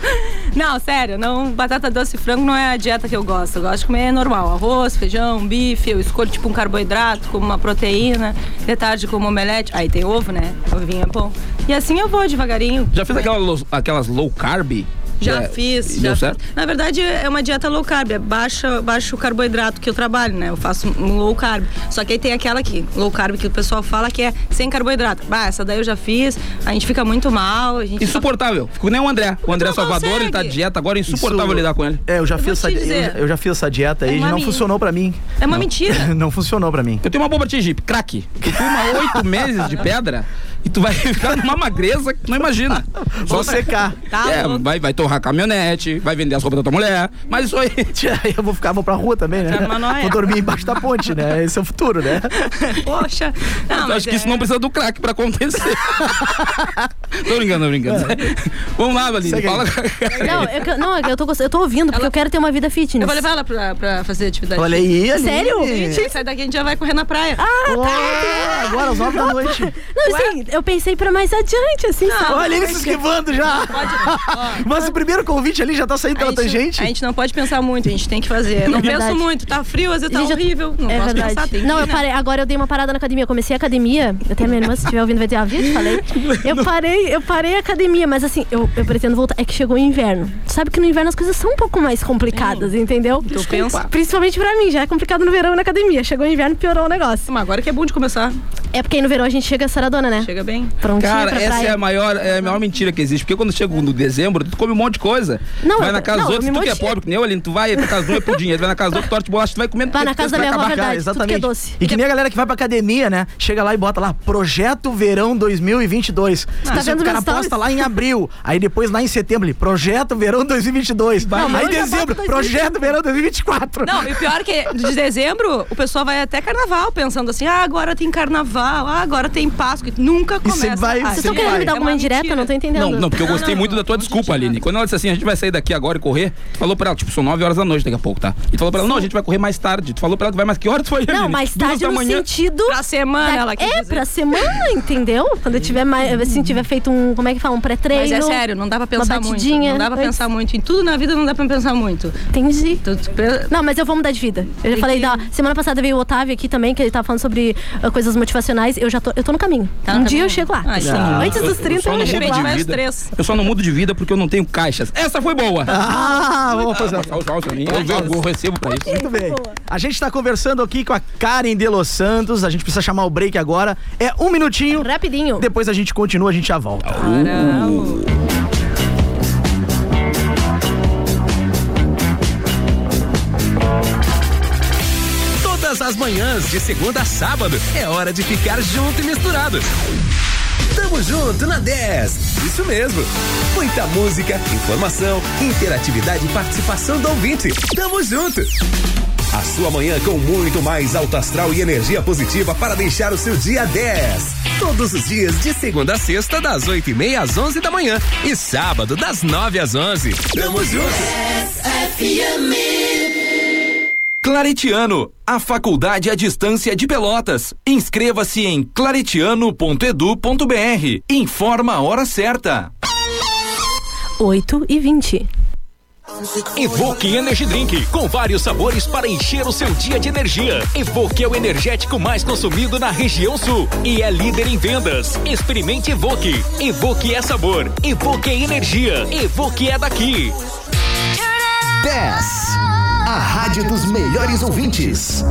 Speaker 9: Não, sério, não, batata doce e frango não é a dieta que eu gosto. Eu gosto de comer normal, arroz, feijão, bife, eu escolho tipo um carboidrato, como uma proteína, de tarde como omelete, aí tem ovo, né? Ovinho é bom. E assim eu vou devagarinho.
Speaker 6: Já fez aquela lo- aquelas low carb?
Speaker 9: Já
Speaker 6: É,
Speaker 9: fiz,
Speaker 6: e
Speaker 9: já
Speaker 6: deu
Speaker 9: fiz.
Speaker 6: certo?
Speaker 9: Na verdade, é uma dieta low carb, é baixa, baixa o carboidrato que eu trabalho, né? Eu faço um low carb. Só que aí tem aquela que, low carb que o pessoal fala que é sem carboidrato. Bah, essa daí eu já fiz, a gente fica muito mal, a gente
Speaker 6: Insuportável. Fico nem o André. O André
Speaker 9: não
Speaker 6: Salvador,
Speaker 9: consegue.
Speaker 6: ele tá de dieta agora, é insuportável
Speaker 8: Isso-
Speaker 6: lidar com ele.
Speaker 8: É, eu já, fiz
Speaker 9: vou
Speaker 8: essa,
Speaker 9: te
Speaker 8: eu,
Speaker 9: dizer.
Speaker 8: já- eu já fiz essa dieta aí
Speaker 9: É
Speaker 8: e
Speaker 9: uma
Speaker 8: não
Speaker 9: mi-
Speaker 8: funcionou pra mim.
Speaker 9: É uma mentira.
Speaker 8: Não funcionou pra mim.
Speaker 6: Eu tenho uma bomba pra ti, Jeep, craque. Tu fuma oito meses de pedra e tu vai ficar numa magreza que tu não imagina.
Speaker 8: Vou secar.
Speaker 9: Tá
Speaker 6: é,
Speaker 9: louco.
Speaker 6: vai, vai torrar caminhonete, vai vender as roupas da tua mulher, mas isso aí.
Speaker 8: Aí eu vou ficar, vou pra rua também, né?
Speaker 9: Tá numa noia.
Speaker 8: Vou dormir embaixo da ponte, né? Esse é o futuro, né?
Speaker 9: Poxa. Não,
Speaker 6: eu
Speaker 9: mas
Speaker 6: acho que isso
Speaker 9: é-
Speaker 6: não precisa do crack pra acontecer. tô brincando, tô brincando. Vamos lá, Valine,
Speaker 8: É. Segue aí.
Speaker 6: fala.
Speaker 7: Não, eu, que- não, eu, tô, gost- eu tô ouvindo, porque
Speaker 9: Ela-
Speaker 7: eu quero ter uma vida fitness.
Speaker 9: Eu vou levar ela pra, pra fazer atividade.
Speaker 8: Olha aí, Aline.
Speaker 7: Sério?
Speaker 9: Gente, aí sai daqui, a gente já vai correr na praia.
Speaker 8: Uau, agora às nove da noite.
Speaker 7: Não, assim, eu pensei pra mais adiante, assim,
Speaker 9: Ah,
Speaker 7: sabe?
Speaker 8: Olha ele se esquivando já.
Speaker 9: Pode, ó,
Speaker 8: Mas o primeiro convite ali já tá saindo pela
Speaker 9: a, gente,
Speaker 8: tangente.
Speaker 9: a gente não pode pensar muito, a gente tem que fazer. Não
Speaker 7: É verdade.
Speaker 9: penso muito, tá frio, às vezes tá
Speaker 7: Gente, eu-
Speaker 9: horrível. Não
Speaker 7: é
Speaker 9: posso
Speaker 7: verdade.
Speaker 9: pensar, tem que
Speaker 7: não, eu
Speaker 9: ir, né?
Speaker 7: parei. Agora eu dei uma parada na academia. Eu comecei a academia. Até minha irmã, se estiver ouvindo, vai ter a vida, falei. Eu parei, eu parei a academia, mas assim, eu, eu pretendo voltar. É que chegou o inverno. Tu sabe que no inverno as coisas são um pouco mais complicadas, entendeu?
Speaker 9: tu pensa.
Speaker 7: Principalmente pra mim, já é complicado no verão e na academia. Chegou o inverno, piorou o negócio.
Speaker 9: Mas agora que é bom de começar.
Speaker 7: É porque aí no verão a gente chega saradona, né?
Speaker 9: Chega bem.
Speaker 7: Prontinha
Speaker 6: Cara,
Speaker 7: pra
Speaker 6: essa
Speaker 7: praia.
Speaker 6: é a, maior, é a maior mentira que existe. Porque quando chega no dezembro, tu come um monte de coisa.
Speaker 7: Não,
Speaker 6: vai
Speaker 7: eu-
Speaker 6: na casa
Speaker 7: não,
Speaker 6: dos
Speaker 7: eu um
Speaker 6: outros,
Speaker 7: me
Speaker 6: tu que é
Speaker 7: motivei.
Speaker 6: pobre, que nem eu, Aline, tu vai pra casa do outro por dinheiro, tu vai na casa do outro, torte de bolacha, tu vai comendo.
Speaker 7: Vai na
Speaker 6: porque
Speaker 7: casa
Speaker 6: tu
Speaker 7: da minha
Speaker 6: vai
Speaker 7: avó,
Speaker 6: acabar.
Speaker 7: verdade. Tudo que é doce.
Speaker 8: E que nem a galera que vai pra academia, né? Chega lá e bota lá, Projeto Verão 2022.
Speaker 7: tá
Speaker 8: Isso,
Speaker 7: vendo
Speaker 8: o cara
Speaker 7: meus stories?
Speaker 8: posta lá em abril. Aí depois lá em setembro, ele, Projeto Verão 2022.
Speaker 7: mas é
Speaker 8: aí
Speaker 7: eu já
Speaker 8: dezembro,
Speaker 7: boto
Speaker 8: Projeto Verão 2024.
Speaker 9: Não, e o pior é que de dezembro o pessoal vai até carnaval pensando assim: ah, agora tem carnaval, ah, agora tem Páscoa. E nunca começa.
Speaker 8: você vai- vocês
Speaker 7: Vocês
Speaker 9: Ah,
Speaker 8: tão
Speaker 7: estão
Speaker 9: gente,
Speaker 7: querendo me
Speaker 9: é
Speaker 7: dar alguma
Speaker 9: uma
Speaker 7: indireta?
Speaker 9: mentira.
Speaker 7: Não tô entendendo.
Speaker 6: Não, não, porque eu
Speaker 9: Não,
Speaker 6: gostei
Speaker 9: não,
Speaker 6: muito
Speaker 9: não,
Speaker 6: da tua
Speaker 9: não
Speaker 6: desculpa,
Speaker 9: justifica.
Speaker 6: Aline. Quando ela disse assim, a gente vai sair daqui agora e correr, tu falou pra ela, tipo, são 9 horas da noite daqui a pouco, tá? E tu falou pra ela, não, a gente vai correr mais tarde. Tu falou pra ela que vai mais que horas tu foi,
Speaker 7: Não,
Speaker 6: Aline?
Speaker 7: mais
Speaker 6: um Duas
Speaker 7: tarde
Speaker 6: da
Speaker 7: no
Speaker 6: manhã.
Speaker 7: sentido.
Speaker 9: Pra semana, ela quis
Speaker 7: É,
Speaker 9: dizer.
Speaker 7: pra semana, entendeu? Quando eu tiver mais. Assim, tiver feito um. Como é que fala? Um pré-treino.
Speaker 9: Mas é sério, não dá pra pensar
Speaker 7: uma
Speaker 9: muito.
Speaker 7: batidinha
Speaker 9: Não dá pra
Speaker 7: antes.
Speaker 9: pensar muito. Em tudo na vida não dá pra pensar muito.
Speaker 7: Entendi.
Speaker 9: Tu- tu pe-
Speaker 7: Não, mas eu vou mudar de vida. Eu já falei da. Semana passada veio o Otávio aqui também, que ele tava falando sobre ah, coisas motivacionais. Eu já tô. Eu tô no caminho.
Speaker 9: Tá
Speaker 7: um
Speaker 9: no
Speaker 7: dia
Speaker 9: caminho?
Speaker 7: eu chego lá.
Speaker 9: Ah,
Speaker 7: Assim,
Speaker 9: então.
Speaker 7: Antes dos 30
Speaker 6: só
Speaker 7: eu,
Speaker 6: não
Speaker 7: chego
Speaker 6: mudo
Speaker 7: lá.
Speaker 9: chegar lá.
Speaker 6: de
Speaker 9: Vai os
Speaker 6: vida.
Speaker 9: três.
Speaker 6: Eu só não mudo de vida porque eu não tenho caixas. Essa foi boa.
Speaker 8: Ah, vamos fazer.
Speaker 6: Tchau, tchau, tchau, Aline. Eu, eu, eu recebo pra isso.
Speaker 8: Muito bem. A gente tá conversando aqui com a Karen de Los Santos. A gente precisa chamar o break agora. É um minutinho.
Speaker 7: Então, Rapidinho.
Speaker 8: Depois a gente continua, a gente já volta.
Speaker 10: Todas as manhãs, de segunda a sábado, é hora de ficar junto e misturado. Tamo junto na 10. Isso mesmo. Muita música, informação, interatividade e participação do ouvinte. Tamo junto. A sua manhã com muito mais alto astral e energia positiva para deixar o seu dia 10. Todos os dias, de segunda a sexta, das 8h30 às 11 da manhã. E sábado, das 9 às 11. Tamo junto.
Speaker 11: Claretiano, a faculdade à distância de Pelotas. Inscreva-se em claretiano.edu.br. Informa a hora certa.
Speaker 7: 8 e É 20.
Speaker 1: Evoque Energy Drink, com vários sabores para encher o seu dia de energia. Evoque é o energético mais consumido na região sul e é líder em vendas. Experimente Evoque. Evoque é sabor, Evoque é energia, Evoque é daqui.
Speaker 10: 10. A rádio dos melhores ouvintes.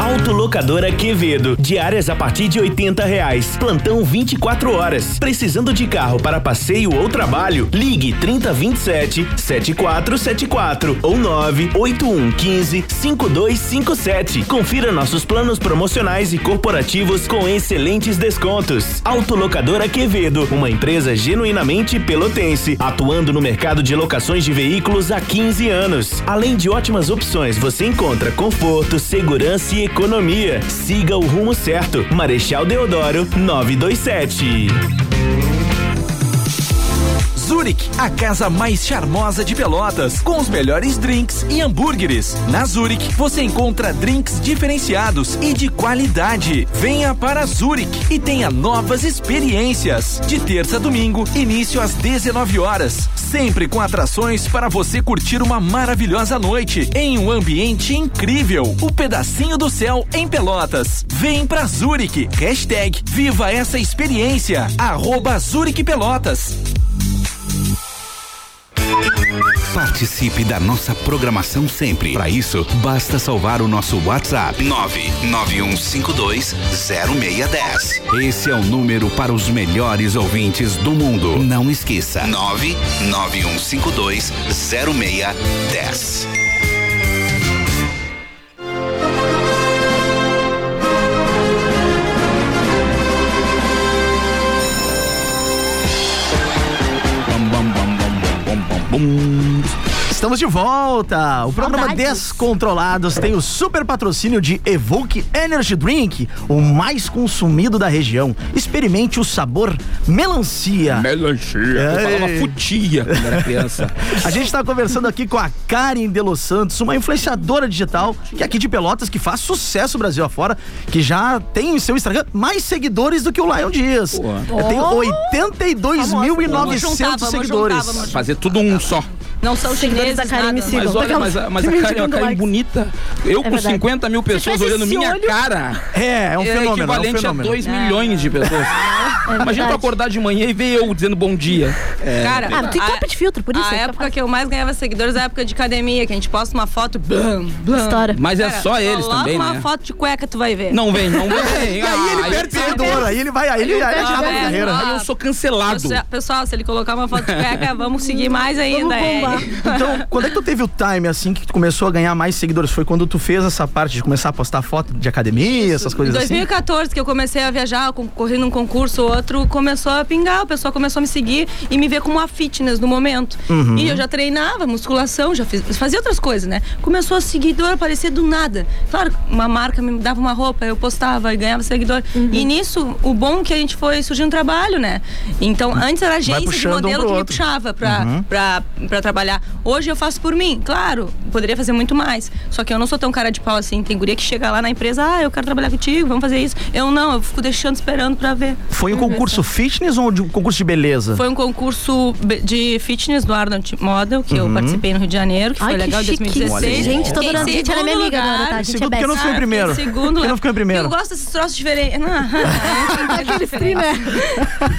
Speaker 12: Autolocadora Quevedo. Diárias a partir de 80 reais. Plantão 24 horas. Precisando de carro para passeio ou trabalho? Ligue 3027 7474 ou 98115 5257. Confira nossos planos promocionais e corporativos com excelentes descontos. Autolocadora Quevedo, uma empresa genuinamente pelotense, atuando no mercado de locações de veículos há 15 anos. Além de ótimas opções, você encontra conforto, segurança e economia. Siga o rumo certo. Marechal Deodoro 927.
Speaker 11: Zurich, a casa mais charmosa de Pelotas, com os melhores drinks e hambúrgueres. Na Zurich, você encontra drinks diferenciados e de qualidade. Venha para Zurich e tenha novas experiências. De terça a domingo, início às 19 horas, sempre com atrações para você curtir uma maravilhosa noite em um ambiente incrível. O pedacinho do céu em Pelotas. Vem pra Zurich. Hashtag Viva essa experiência. Arroba Zurich Pelotas. Participe da nossa programação sempre. Para isso, basta salvar o nosso WhatsApp 991520610. Esse é o número para os melhores ouvintes do mundo. Não esqueça 991520610.
Speaker 8: Estamos de volta! O programa
Speaker 13: Saudades.
Speaker 8: Descontrolados tem o super patrocínio de Evoque Energy Drink, o mais consumido da região. Experimente o sabor melancia.
Speaker 6: Melancia. Eu falava futia quando era criança.
Speaker 8: a gente está conversando aqui com a Karen de Los Santos, uma influenciadora digital que é aqui de Pelotas, que faz sucesso Brasil afora, que já tem em seu Instagram mais seguidores do que o Lion Dias.
Speaker 9: Boa.
Speaker 8: Tem
Speaker 9: Oh. Vamos
Speaker 8: 82.900
Speaker 9: juntar, vamos
Speaker 8: seguidores.
Speaker 9: juntar, vamos
Speaker 6: Fazer tudo um só.
Speaker 9: Não são
Speaker 7: Seguidores
Speaker 9: chineses,
Speaker 7: da Karen
Speaker 9: nada.
Speaker 7: me sigam.
Speaker 6: Mas olha, mas, a- mas a Karen, é uma Karen bonita. Eu
Speaker 7: É
Speaker 6: com
Speaker 7: verdade.
Speaker 6: 50 mil
Speaker 7: Se
Speaker 6: pessoas
Speaker 7: tivesse
Speaker 6: olhando
Speaker 7: esse
Speaker 6: minha
Speaker 7: olho-
Speaker 6: cara.
Speaker 8: É, é um fenômeno, é um
Speaker 6: equivalente
Speaker 8: fenômeno.
Speaker 6: a 2
Speaker 8: É.
Speaker 6: milhões de pessoas. Imagina tu
Speaker 9: verdade.
Speaker 6: acordar de manhã e ver eu dizendo bom dia. É.
Speaker 9: Cara,
Speaker 7: Ah,
Speaker 9: a-
Speaker 7: de filtro, por isso
Speaker 9: A
Speaker 7: é
Speaker 9: época que eu mais ganhava seguidores é a época de academia, que a gente posta uma foto, blam, blam.
Speaker 6: História. Mas é só eles
Speaker 9: coloca
Speaker 6: também,
Speaker 9: uma
Speaker 6: né?
Speaker 9: foto de cueca, tu vai ver.
Speaker 6: Não vem, não vem.
Speaker 9: aí ele perde
Speaker 8: seguidor, aí ele vai- aí ele- aí ele acaba a carreira.
Speaker 6: Aí eu sou cancelado.
Speaker 9: Pessoal, pessoal, se ele colocar uma foto de cueca, vamos seguir mais ainda. é.
Speaker 8: Então, quando é que tu teve o time, assim, que tu começou a ganhar mais seguidores? Foi quando tu fez essa parte de começar a postar foto de academia, essas
Speaker 9: Em
Speaker 8: coisas assim?
Speaker 9: 2014, que eu comecei a viajar, con- corri num concurso, outro começou a pingar, o pessoal começou a me seguir e me ver como uma fitness no momento.
Speaker 14: Uhum.
Speaker 9: E eu já treinava, musculação, já fiz- fazia outras coisas, né? Começou a seguidor aparecer do nada. Claro, uma marca me dava uma roupa, eu postava e ganhava seguidor. E nisso, o bom é que a gente foi surgindo trabalho, né? Então, antes era agência de
Speaker 14: puxando um
Speaker 9: modelo
Speaker 14: pro
Speaker 9: que me
Speaker 14: outro.
Speaker 9: puxava pra,
Speaker 14: Uhum.
Speaker 9: pra, pra trabalhar. Hoje eu faço por mim, claro, poderia fazer muito mais. Só que eu não sou tão cara de pau assim. Tem guria que chega lá na empresa, ah, eu quero trabalhar contigo, vamos fazer isso. Eu não, eu fico deixando esperando pra ver.
Speaker 8: Foi um concurso fitness ou de- um concurso de beleza?
Speaker 9: Foi um concurso be- de fitness do Arnold Model, que eu
Speaker 8: Uhum.
Speaker 9: participei no Rio de Janeiro, que
Speaker 7: Ai,
Speaker 9: foi
Speaker 7: que
Speaker 9: legal em
Speaker 7: chique.
Speaker 9: 2016.
Speaker 7: Gente, tô adorando. Gente, ela é minha amiga agora, tá? A gente é
Speaker 9: porque
Speaker 7: Segundo, porque eu não best. fui em primeiro.
Speaker 9: Segundo,
Speaker 7: Porque eu não fiquei em primeiro.
Speaker 9: Eu gosto desses troços diferentes. Aquele
Speaker 7: stream, né?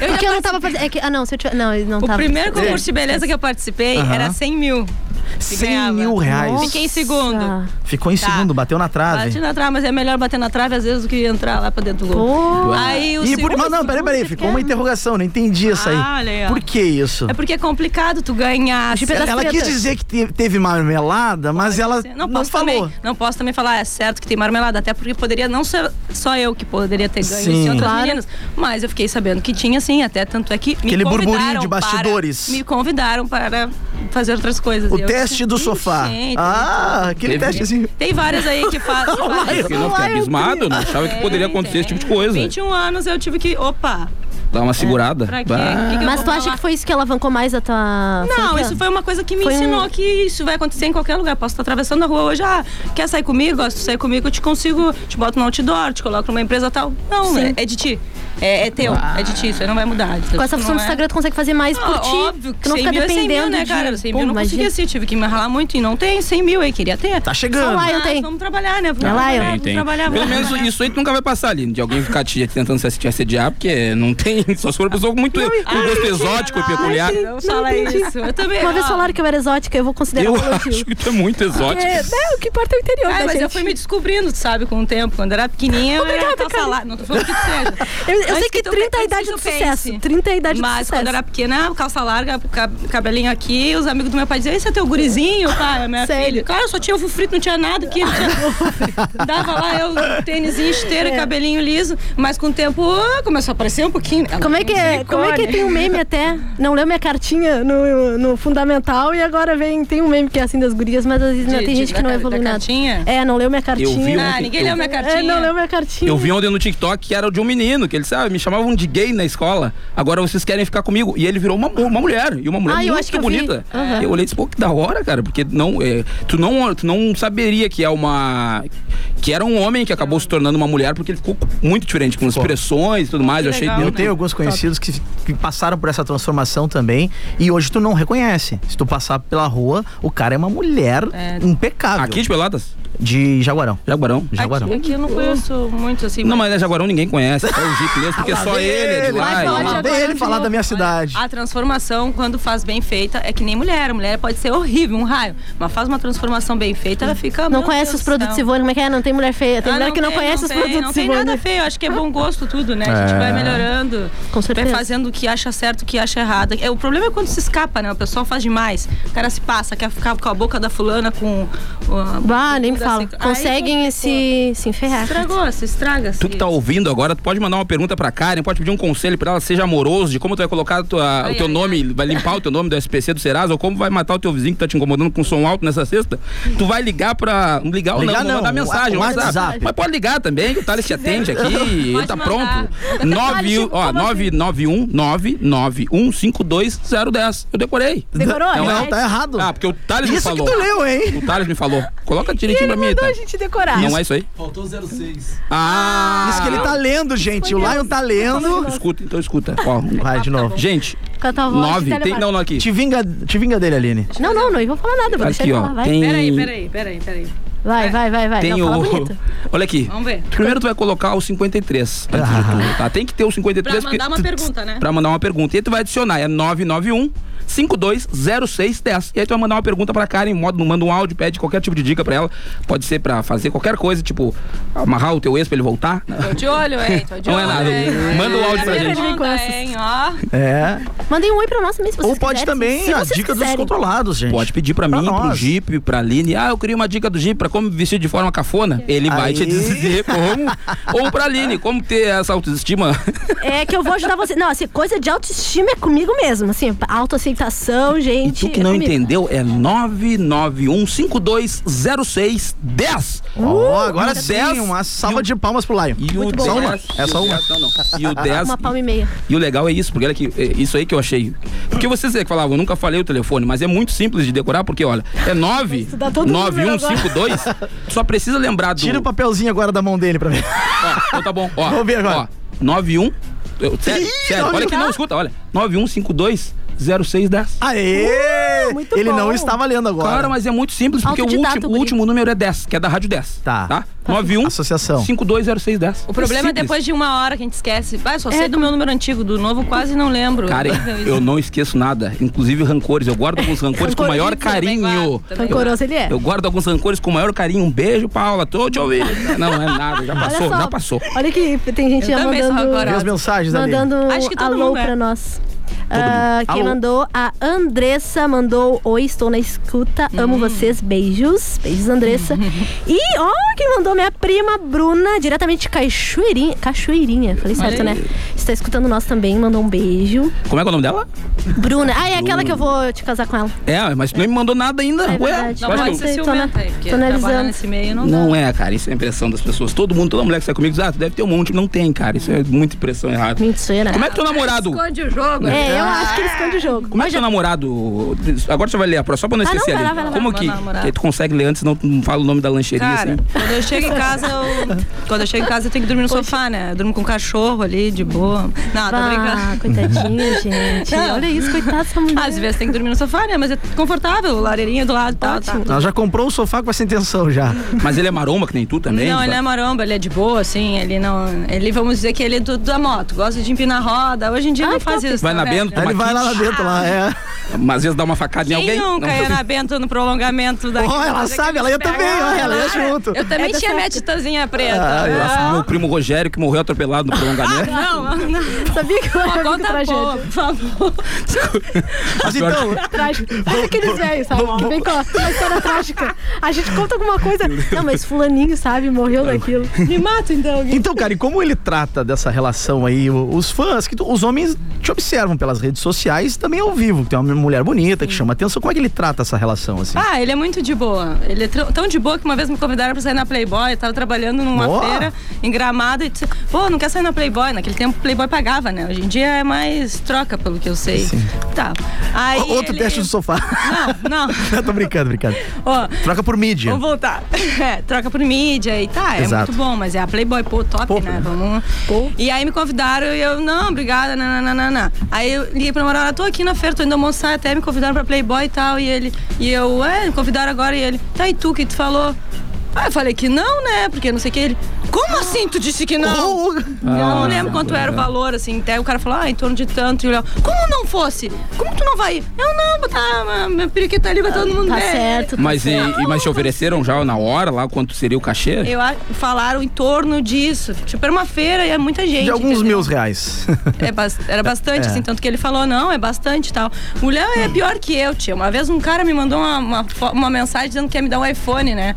Speaker 7: Porque eu não tava participando. É que, ah, não, se eu tiver. Não, ele não
Speaker 9: O
Speaker 7: tava.
Speaker 9: primeiro concurso de beleza que eu participei
Speaker 8: Aham.
Speaker 9: era 100 mil. que
Speaker 8: 100
Speaker 9: ganhava.
Speaker 8: mil reais.
Speaker 9: Fiquei em segundo.
Speaker 8: Ficou em
Speaker 9: Tá.
Speaker 8: segundo, bateu na
Speaker 9: Bati
Speaker 8: trave.
Speaker 9: na trave, mas é melhor bater na trave às vezes do que entrar lá pra dentro do gol. Aí o
Speaker 8: e por,
Speaker 9: segundo-
Speaker 8: mas não, peraí, peraí, ficou uma interrogação, não entendi isso aí.
Speaker 9: Ah, olha aí, ó.
Speaker 8: por que isso?
Speaker 9: É porque é complicado tu ganhar.
Speaker 8: ela quis dizer que te- teve marmelada, mas ela não,
Speaker 9: Não posso,
Speaker 8: falou.
Speaker 9: Também, não posso também falar, é certo que tem marmelada, até porque poderia não ser só eu que poderia ter ganho,
Speaker 8: Sim.
Speaker 9: sim outras
Speaker 8: Claro.
Speaker 9: meninas. Mas eu fiquei sabendo que tinha sim, até tanto é que me
Speaker 8: Aquele burburinho
Speaker 9: convidaram
Speaker 8: de bastidores.
Speaker 9: Para, me convidaram para fazer outras coisas.
Speaker 8: O
Speaker 9: E eu- um
Speaker 8: teste do
Speaker 9: Ih,
Speaker 8: sofá.
Speaker 9: gente,
Speaker 8: Ah, aquele
Speaker 9: Teve-
Speaker 8: teste assim.
Speaker 9: Tem várias aí que É, faz.
Speaker 6: Não,
Speaker 9: faz.
Speaker 6: eu fiquei- não, fiquei abismado, não achava que poderia acontecer esse tipo de coisa.
Speaker 9: 21 anos eu tive que. Opa!
Speaker 6: Dá uma segurada.
Speaker 9: Pra quê?
Speaker 6: Bah.
Speaker 9: Que que eu
Speaker 7: Mas
Speaker 9: vou
Speaker 7: tu acha que foi isso que alavancou mais a tua.
Speaker 9: Não,
Speaker 7: franquia?
Speaker 9: isso foi uma coisa que me
Speaker 7: Foi um-
Speaker 9: ensinou que isso vai acontecer em qualquer lugar. Posso estar atravessando a rua hoje, ah, quer sair comigo? Ah, Se tu sair comigo, eu te consigo, te boto no outdoor, te coloco numa empresa tal. Não, é, é de ti. É, é teu, é de ti, isso aí não vai mudar.
Speaker 7: Com essa função do Instagram, tu consegue fazer mais por ti.
Speaker 9: Óbvio que
Speaker 7: tu não
Speaker 9: 100
Speaker 7: fica
Speaker 9: mil é 100 mil,
Speaker 7: dependendo.
Speaker 9: né,
Speaker 7: de-
Speaker 9: cara? 100
Speaker 7: Pô,
Speaker 9: mil eu não
Speaker 7: imagina.
Speaker 9: conseguia assim, tive que me ralar muito e não tem 100 mil aí, queria ter. Tá
Speaker 8: chegando.
Speaker 7: Ah,
Speaker 6: lá, eu
Speaker 9: Mas vamos trabalhar, né?
Speaker 7: É
Speaker 9: Vamos
Speaker 6: Tem,
Speaker 9: trabalhar, vamos
Speaker 6: tem.
Speaker 9: trabalhar.
Speaker 6: Pelo
Speaker 9: vamos
Speaker 6: menos um
Speaker 9: trabalhar.
Speaker 6: isso aí tu nunca vai passar ali, de alguém ficar te tentando se te assediar, porque não tem. Só se for uma pessoa com muito com gosto exótico e peculiar.
Speaker 9: Não fala
Speaker 7: entendi.
Speaker 9: isso. Eu também.
Speaker 7: Uma vez
Speaker 9: ó.
Speaker 7: falaram que eu era exótica, eu vou considerar
Speaker 6: Eu
Speaker 7: um elogio.
Speaker 6: acho que tu é muito exótico.
Speaker 7: É, não, o que importa é o interior,
Speaker 9: Ah,
Speaker 7: né,
Speaker 9: mas eu
Speaker 7: gente?
Speaker 9: fui me descobrindo, tu sabe, com o tempo. Quando eu era pequenininha, eu era
Speaker 7: Obrigada,
Speaker 9: calça
Speaker 7: Karen.
Speaker 9: larga. Não tô falando que seja.
Speaker 7: Eu- eu
Speaker 9: Antes
Speaker 7: sei que
Speaker 9: tu
Speaker 7: 30 é a
Speaker 9: pense,
Speaker 7: idade
Speaker 9: tu
Speaker 7: do
Speaker 9: pense.
Speaker 7: sucesso, 30 é a idade do
Speaker 9: Mas quando
Speaker 7: sucesso.
Speaker 9: eu era pequena, calça larga, ca- cabelinho aqui, os amigos do meu pai diziam, esse é teu gurizinho, pai, é minha
Speaker 7: Sério?
Speaker 9: filha. Claro, eu só tinha ovo frito, não tinha nada. Que Dava lá eu tênisinho esteira,
Speaker 7: É.
Speaker 9: cabelinho liso. Mas com o tempo, ah, começou a aparecer um pouquinho. Ela
Speaker 7: Como é que é?
Speaker 9: misericórdia.
Speaker 7: Como é que tem um meme até? Não leu minha cartinha no, no fundamental e agora vem tem um meme que é assim das gurias, mas às vezes ainda
Speaker 9: De-
Speaker 7: tem
Speaker 9: de-
Speaker 7: gente que não
Speaker 9: da car- da
Speaker 7: evolui nada.
Speaker 9: cartinha?
Speaker 7: É, não leu minha cartinha.
Speaker 6: vi Ah, ontem, ninguém eu- leu minha
Speaker 7: É, não leu minha cartinha.
Speaker 6: Eu vi ontem no TikTok que era de um menino, que ele sabe, me chamavam de gay na escola. Agora vocês querem ficar comigo. E ele virou uma, mu- uma mulher. E uma mulher
Speaker 7: Ah, eu
Speaker 6: muito
Speaker 7: acho que eu vi.
Speaker 6: bonita.
Speaker 7: Aham.
Speaker 6: Eu olhei e disse, pô, que da hora, cara. Porque não, é, tu, não, tu não saberia que é uma. Que era um homem que acabou se tornando uma mulher, porque ele ficou muito diferente, com expressões e tudo mais. Eu achei
Speaker 8: eu
Speaker 9: né?
Speaker 8: tenho alguns conhecidos que, que passaram por essa transformação também e hoje tu não reconhece. Se tu passar pela rua, o cara é uma mulher impecável.
Speaker 6: Aqui de Pelotas?
Speaker 8: De Jaguarão.
Speaker 6: Jaguarão.
Speaker 8: Jaguarão.
Speaker 9: Aqui eu não conheço muito assim.
Speaker 6: Não, mas é Jaguarão ninguém conhece. É o Jeep mesmo, porque
Speaker 8: Ah, Lá
Speaker 6: só
Speaker 8: vem
Speaker 6: ele é de lá.
Speaker 9: Mas
Speaker 6: e-
Speaker 9: olha, agora
Speaker 8: ele
Speaker 9: de
Speaker 8: falar
Speaker 9: novo. Ah,
Speaker 8: da minha cidade.
Speaker 9: A transformação, quando faz bem feita, é que nem mulher. A mulher pode ser horrível, um raio. Mas faz uma transformação bem feita, ela fica.
Speaker 7: Não conhece os produtos Ivone, como é que é? Não tem mulher feia. Tem mulher que não conhece os produtos
Speaker 9: Ah, Não tem
Speaker 7: Ivone.
Speaker 9: nada feio, acho que é bom gosto tudo, né? A gente
Speaker 7: É.
Speaker 9: vai melhorando.
Speaker 7: Com certeza.
Speaker 9: Vai fazendo o que acha certo, o que acha errado. É, o problema é quando se escapa, né? O pessoal faz demais. O cara se passa, quer ficar com a boca da fulana, com. uh,
Speaker 7: Ah, nem me fala.
Speaker 9: assim. Aí
Speaker 7: Conseguem se, se enferrar.
Speaker 9: Estragou, se estraga.
Speaker 6: Tu que tá ouvindo agora, tu pode mandar uma pergunta pra Karen, pode pedir um conselho pra ela, seja amoroso, de como tu vai colocar a tua- o teu nome, vai limpar o teu nome do SPC do Serasa, ou como vai matar o teu vizinho que tá te incomodando com som alto nessa sexta. Tu vai ligar pra. Ligar ou
Speaker 8: Ligar
Speaker 6: não,
Speaker 8: não,
Speaker 6: mandar
Speaker 8: o-
Speaker 6: mensagem,
Speaker 8: o
Speaker 6: WhatsApp.
Speaker 8: WhatsApp.
Speaker 6: Mas pode ligar também, que o Thales te atende aqui, ele tá
Speaker 9: mandar.
Speaker 6: pronto.
Speaker 9: Thales,
Speaker 6: 9,
Speaker 8: assim?
Speaker 6: ó, 991 991 52010. Eu decorei.
Speaker 9: Decorou?
Speaker 8: Não, tá errado.
Speaker 6: Ah, porque o Thales me
Speaker 8: Isso que
Speaker 6: falou.
Speaker 8: tu leu, hein?
Speaker 6: O Thales me falou. Coloca direitinho pra mim,
Speaker 13: mandou
Speaker 6: tá?
Speaker 13: a gente decorar.
Speaker 6: Não é isso aí?
Speaker 13: Faltou 06.
Speaker 6: Ah!
Speaker 8: Isso que ele tá lendo, gente. O Lion tá lendo.
Speaker 6: Escuta, então escuta. Ó, vai
Speaker 8: de novo.
Speaker 6: Gente,
Speaker 7: Canta a voz
Speaker 6: é
Speaker 7: de
Speaker 6: nove. Tem,
Speaker 7: telemarketing.
Speaker 6: não, não, aqui.
Speaker 8: Te vinga, te vinga dele, Aline.
Speaker 7: Não, não, não vou falar nada, vou deixar
Speaker 6: Aqui,
Speaker 7: ele
Speaker 6: ó,
Speaker 7: falar. Vai.
Speaker 6: tem- Peraí,
Speaker 9: peraí, peraí, peraí.
Speaker 7: Vai, vai, vai, vai.
Speaker 6: Tem
Speaker 7: não, fala
Speaker 6: o.
Speaker 7: bonito.
Speaker 6: Olha aqui.
Speaker 9: Vamos ver.
Speaker 6: Primeiro tu vai colocar o 53
Speaker 8: Ah.
Speaker 6: antes de tudo, tá? Tem que ter o 53
Speaker 9: Pra mandar uma pergunta, né?
Speaker 6: Pra mandar uma pergunta. E aí tu vai adicionar, é 991 520610. E aí tu vai mandar uma pergunta pra Karen, modo, manda um áudio, pede qualquer tipo de dica pra ela. Pode ser pra fazer qualquer coisa, tipo amarrar o teu ex pra ele voltar. né?
Speaker 9: Tô de olho, hein? Tô de
Speaker 6: Não é
Speaker 9: olho.
Speaker 6: nada.
Speaker 9: hein?
Speaker 6: Manda o áudio pra
Speaker 9: Primeira
Speaker 6: gente.
Speaker 9: pergunta, hein? Ó.
Speaker 8: É.
Speaker 7: Mandem um oi pra nós também, se vocês
Speaker 8: Ou pode
Speaker 7: quiserem,
Speaker 8: também
Speaker 7: se
Speaker 8: a
Speaker 7: vocês
Speaker 8: dica dos
Speaker 7: quiserem.
Speaker 8: controlados, gente.
Speaker 6: Pode pedir pra, mim, pro
Speaker 8: nós.
Speaker 6: Jeep, pra Aline. Ah, eu queria uma dica do Jeep pra como vestir de forma cafona. Ele vai te
Speaker 8: Aí.
Speaker 6: dizer como. Ou pra Aline, como ter essa autoestima.
Speaker 7: É que eu vou ajudar você. Não, assim, coisa de autoestima é comigo mesmo. Assim, autoaceitação, gente.
Speaker 6: Tu que
Speaker 7: é
Speaker 6: não
Speaker 7: comigo.
Speaker 6: entendeu é 991520610. Uh,
Speaker 8: Ó, agora sim,
Speaker 6: 10.
Speaker 8: uma salva de palmas pro Lion.
Speaker 6: E o
Speaker 8: Só uma.
Speaker 6: 10,
Speaker 8: É só
Speaker 6: e o
Speaker 8: uma.
Speaker 6: 10, não, não. E o 10.
Speaker 7: Uma palma e meia.
Speaker 6: E o legal é isso, porque olha que, é isso aí que eu achei. Porque vocês é que falavam, eu nunca falei o telefone, mas é muito simples de decorar, porque olha, é 9
Speaker 8: estudar todo o número agora.
Speaker 6: 9152. Só precisa lembrar do.
Speaker 8: Tira o papelzinho agora da mão dele pra ver.
Speaker 6: Ó, então tá bom. Ó,
Speaker 8: Vamos ver agora.
Speaker 6: Ó, 91. Eu, sério,
Speaker 8: Ih,
Speaker 6: sério. Olha
Speaker 8: 91.
Speaker 6: aqui, não, escuta, olha. 9152 0610.
Speaker 8: Aê!
Speaker 6: muito
Speaker 8: Uh, Ele não
Speaker 6: bom.
Speaker 8: estava lendo agora.
Speaker 6: Claro, mas é muito simples, porque o
Speaker 8: Autodidata,
Speaker 6: último, o
Speaker 8: guri.
Speaker 6: último número é 10, que é da Rádio 10. Tá. tá? 91
Speaker 8: Associação.
Speaker 6: 520610.
Speaker 9: O problema é depois de uma hora que a gente esquece. Vai, só sei do meu número antigo, do novo quase não lembro.
Speaker 6: Cara,
Speaker 9: Horrível isso.
Speaker 6: eu não esqueço nada, inclusive rancores. Eu guardo alguns rancores com o maior
Speaker 9: Rancoroso,
Speaker 6: carinho.
Speaker 9: também
Speaker 6: Eu-
Speaker 9: guardo, também. Rancoroso
Speaker 7: ele é.
Speaker 6: Eu guardo alguns rancores com o maior carinho. Um beijo, Paula. Tô te ouvindo. Não, não é nada. Já
Speaker 7: Olha
Speaker 6: passou,
Speaker 7: só,
Speaker 6: já passou.
Speaker 7: Olha que tem gente
Speaker 9: Eu
Speaker 7: já
Speaker 9: também sou
Speaker 7: mandando.
Speaker 9: rancorosa. Vê as
Speaker 8: mensagens ali.
Speaker 7: Mandando
Speaker 9: Acho que todo
Speaker 7: alô
Speaker 9: mundo é.
Speaker 7: pra nós. Ah,
Speaker 9: mundo.
Speaker 7: quem
Speaker 9: Alô.
Speaker 7: mandou? A Andressa mandou Oi, estou na escuta,
Speaker 9: Hum.
Speaker 7: amo vocês, beijos. Beijos, Andressa. e ó, quem mandou? Minha prima Bruna, diretamente de Cachoeirinha. Cachoeirinha, falei
Speaker 6: Olha
Speaker 7: certo,
Speaker 6: aí.
Speaker 7: né? Está escutando nós também, mandou um beijo.
Speaker 6: Como é que é o nome dela?
Speaker 7: Bruna, ah, é aquela
Speaker 6: Bruna.
Speaker 7: que eu vou te casar com ela.
Speaker 6: É, mas tu nem me mandou nada ainda.
Speaker 7: É
Speaker 6: Ué,
Speaker 7: verdade.
Speaker 6: eu acho que eu-
Speaker 9: ser ciumenta aí, porque trabalhar nesse meio não
Speaker 6: Não é, cara, isso é impressão das pessoas. Todo mundo, toda mulher que sai comigo diz, ah, tu deve ter um monte. Não tem, cara. Isso é muita impressão errada.
Speaker 7: Mentira.
Speaker 6: Como é que teu namorado.
Speaker 9: Esconde o jogo.
Speaker 7: É, eu acho que ele esconde o jogo.
Speaker 6: Como é que teu namorado. Agora você vai ler a próxima, só pra não
Speaker 9: Ah, não,
Speaker 6: esquecer
Speaker 9: vai lá,
Speaker 6: ali.
Speaker 9: vai lá,
Speaker 6: Como
Speaker 9: vai
Speaker 6: que,
Speaker 9: lá, namorado.
Speaker 6: que aí tu consegue ler antes, senão tu não fala o nome da lancheria,
Speaker 9: Cara,
Speaker 6: assim.
Speaker 9: quando eu chego em casa, eu. Quando eu chego em casa, eu tenho que dormir no sofá, né? Eu durmo com o cachorro ali, de boa. Não, tô
Speaker 7: Ah,
Speaker 9: Tá brincando. Ah,
Speaker 7: coitadinha, gente. Olha isso, coitada essa mulher.
Speaker 9: Às vezes tem que dormir no sofá, né? Mas é confortável, lareirinha do lado e tal, tá.
Speaker 8: Ela já comprou o sofá com essa intenção já.
Speaker 6: Mas ele é maromba, que nem tu também?
Speaker 9: Não, ele é maromba, ele é de boa, assim, ele não. Ele, vamos dizer que ele é do, da moto, gosta de empinar roda. Hoje em dia não faz isso.
Speaker 6: Vai
Speaker 9: tá
Speaker 6: na
Speaker 9: velho.
Speaker 6: Bento, toma É kit.
Speaker 8: é.
Speaker 6: Mas às vezes dá uma facada em alguém.
Speaker 9: Quem nunca ia na Bento no prolongamento da. né?
Speaker 8: Ó, ela sabe, ela ia também, ó, ela ia junto.
Speaker 9: Eu também
Speaker 8: É, tá
Speaker 9: tinha minha
Speaker 8: certo.
Speaker 9: titazinha preta.
Speaker 6: Ah, eu acho que
Speaker 9: Ah,
Speaker 6: meu primo Rogério, que morreu atropelado no prolongamento.
Speaker 9: não, não.
Speaker 7: Sabia que eu
Speaker 9: Uma
Speaker 7: era é muito
Speaker 9: conta
Speaker 7: tragédia.
Speaker 9: boa, por favor. Ah,
Speaker 8: Mas então,
Speaker 7: Trágico. Olha aqueles velhos, sabe? Que vem com a história trágica. A gente conta alguma coisa. Não, mas fulaninho, sabe? Morreu daquilo. Me mata então. alguém.
Speaker 8: Então, cara, e como ele trata dessa relação aí, o- os fãs, que tu- os homens te observam pelas redes sociais também ao vivo, que tem uma mulher bonita que chama atenção. Como é que ele trata essa relação, assim?
Speaker 9: Ah, ele é muito de boa. Ele é tr- tão de boa que uma vez me convidaram pra sair na Playboy. Eu tava trabalhando numa
Speaker 8: Boa.
Speaker 9: feira em Gramado e disse, pô, não quer sair na Playboy? Naquele tempo Playboy pagava, né? Hoje em dia é mais troca, pelo que eu sei. Tá. Aí
Speaker 8: O- Outro
Speaker 9: ele-
Speaker 8: teste do sofá.
Speaker 9: Não, não.
Speaker 8: Tô brincando, brincando.
Speaker 9: Ó,
Speaker 8: Troca por mídia.
Speaker 9: Vamos voltar. É, troca por mídia e tá,
Speaker 8: Exato.
Speaker 9: é muito bom, mas é a Playboy, pô, top, né? Vamos. E aí me convidaram e eu, não, obrigada, nananana. Aí eu liguei pra namorada, tô aqui na feira, tô indo almoçar, até me convidaram pra Playboy e tal, e ele, e eu, é, me convidaram agora e ele, tá, e tu, o que tu falou? Ah, eu falei que não, né? Porque não sei o que. Ele, como assim tu disse que não? eu não
Speaker 13: Ah,
Speaker 9: lembro quanto era o
Speaker 13: cara.
Speaker 9: valor, assim. Até o cara falou, ah, em torno de tanto. E o Léo, como não fosse? Como tu não vai? ir?" Eu não, botar minha periquita ali, vai todo mundo
Speaker 7: tá
Speaker 9: ver.
Speaker 7: certo,
Speaker 6: Mas, e, e- mas te ofereceram já na hora lá quanto seria o cachê?
Speaker 9: Eu a- falaram em torno disso. Tipo, era uma feira e é muita gente.
Speaker 8: De alguns
Speaker 9: entendeu?
Speaker 8: meus reais.
Speaker 9: É bas- era bastante,
Speaker 8: É.
Speaker 9: assim, tanto que ele falou, não, é bastante e tal. O Léo é pior que eu, tia. Uma vez um cara me mandou uma, uma, fo- uma mensagem dizendo que ia me dar um iPhone, né?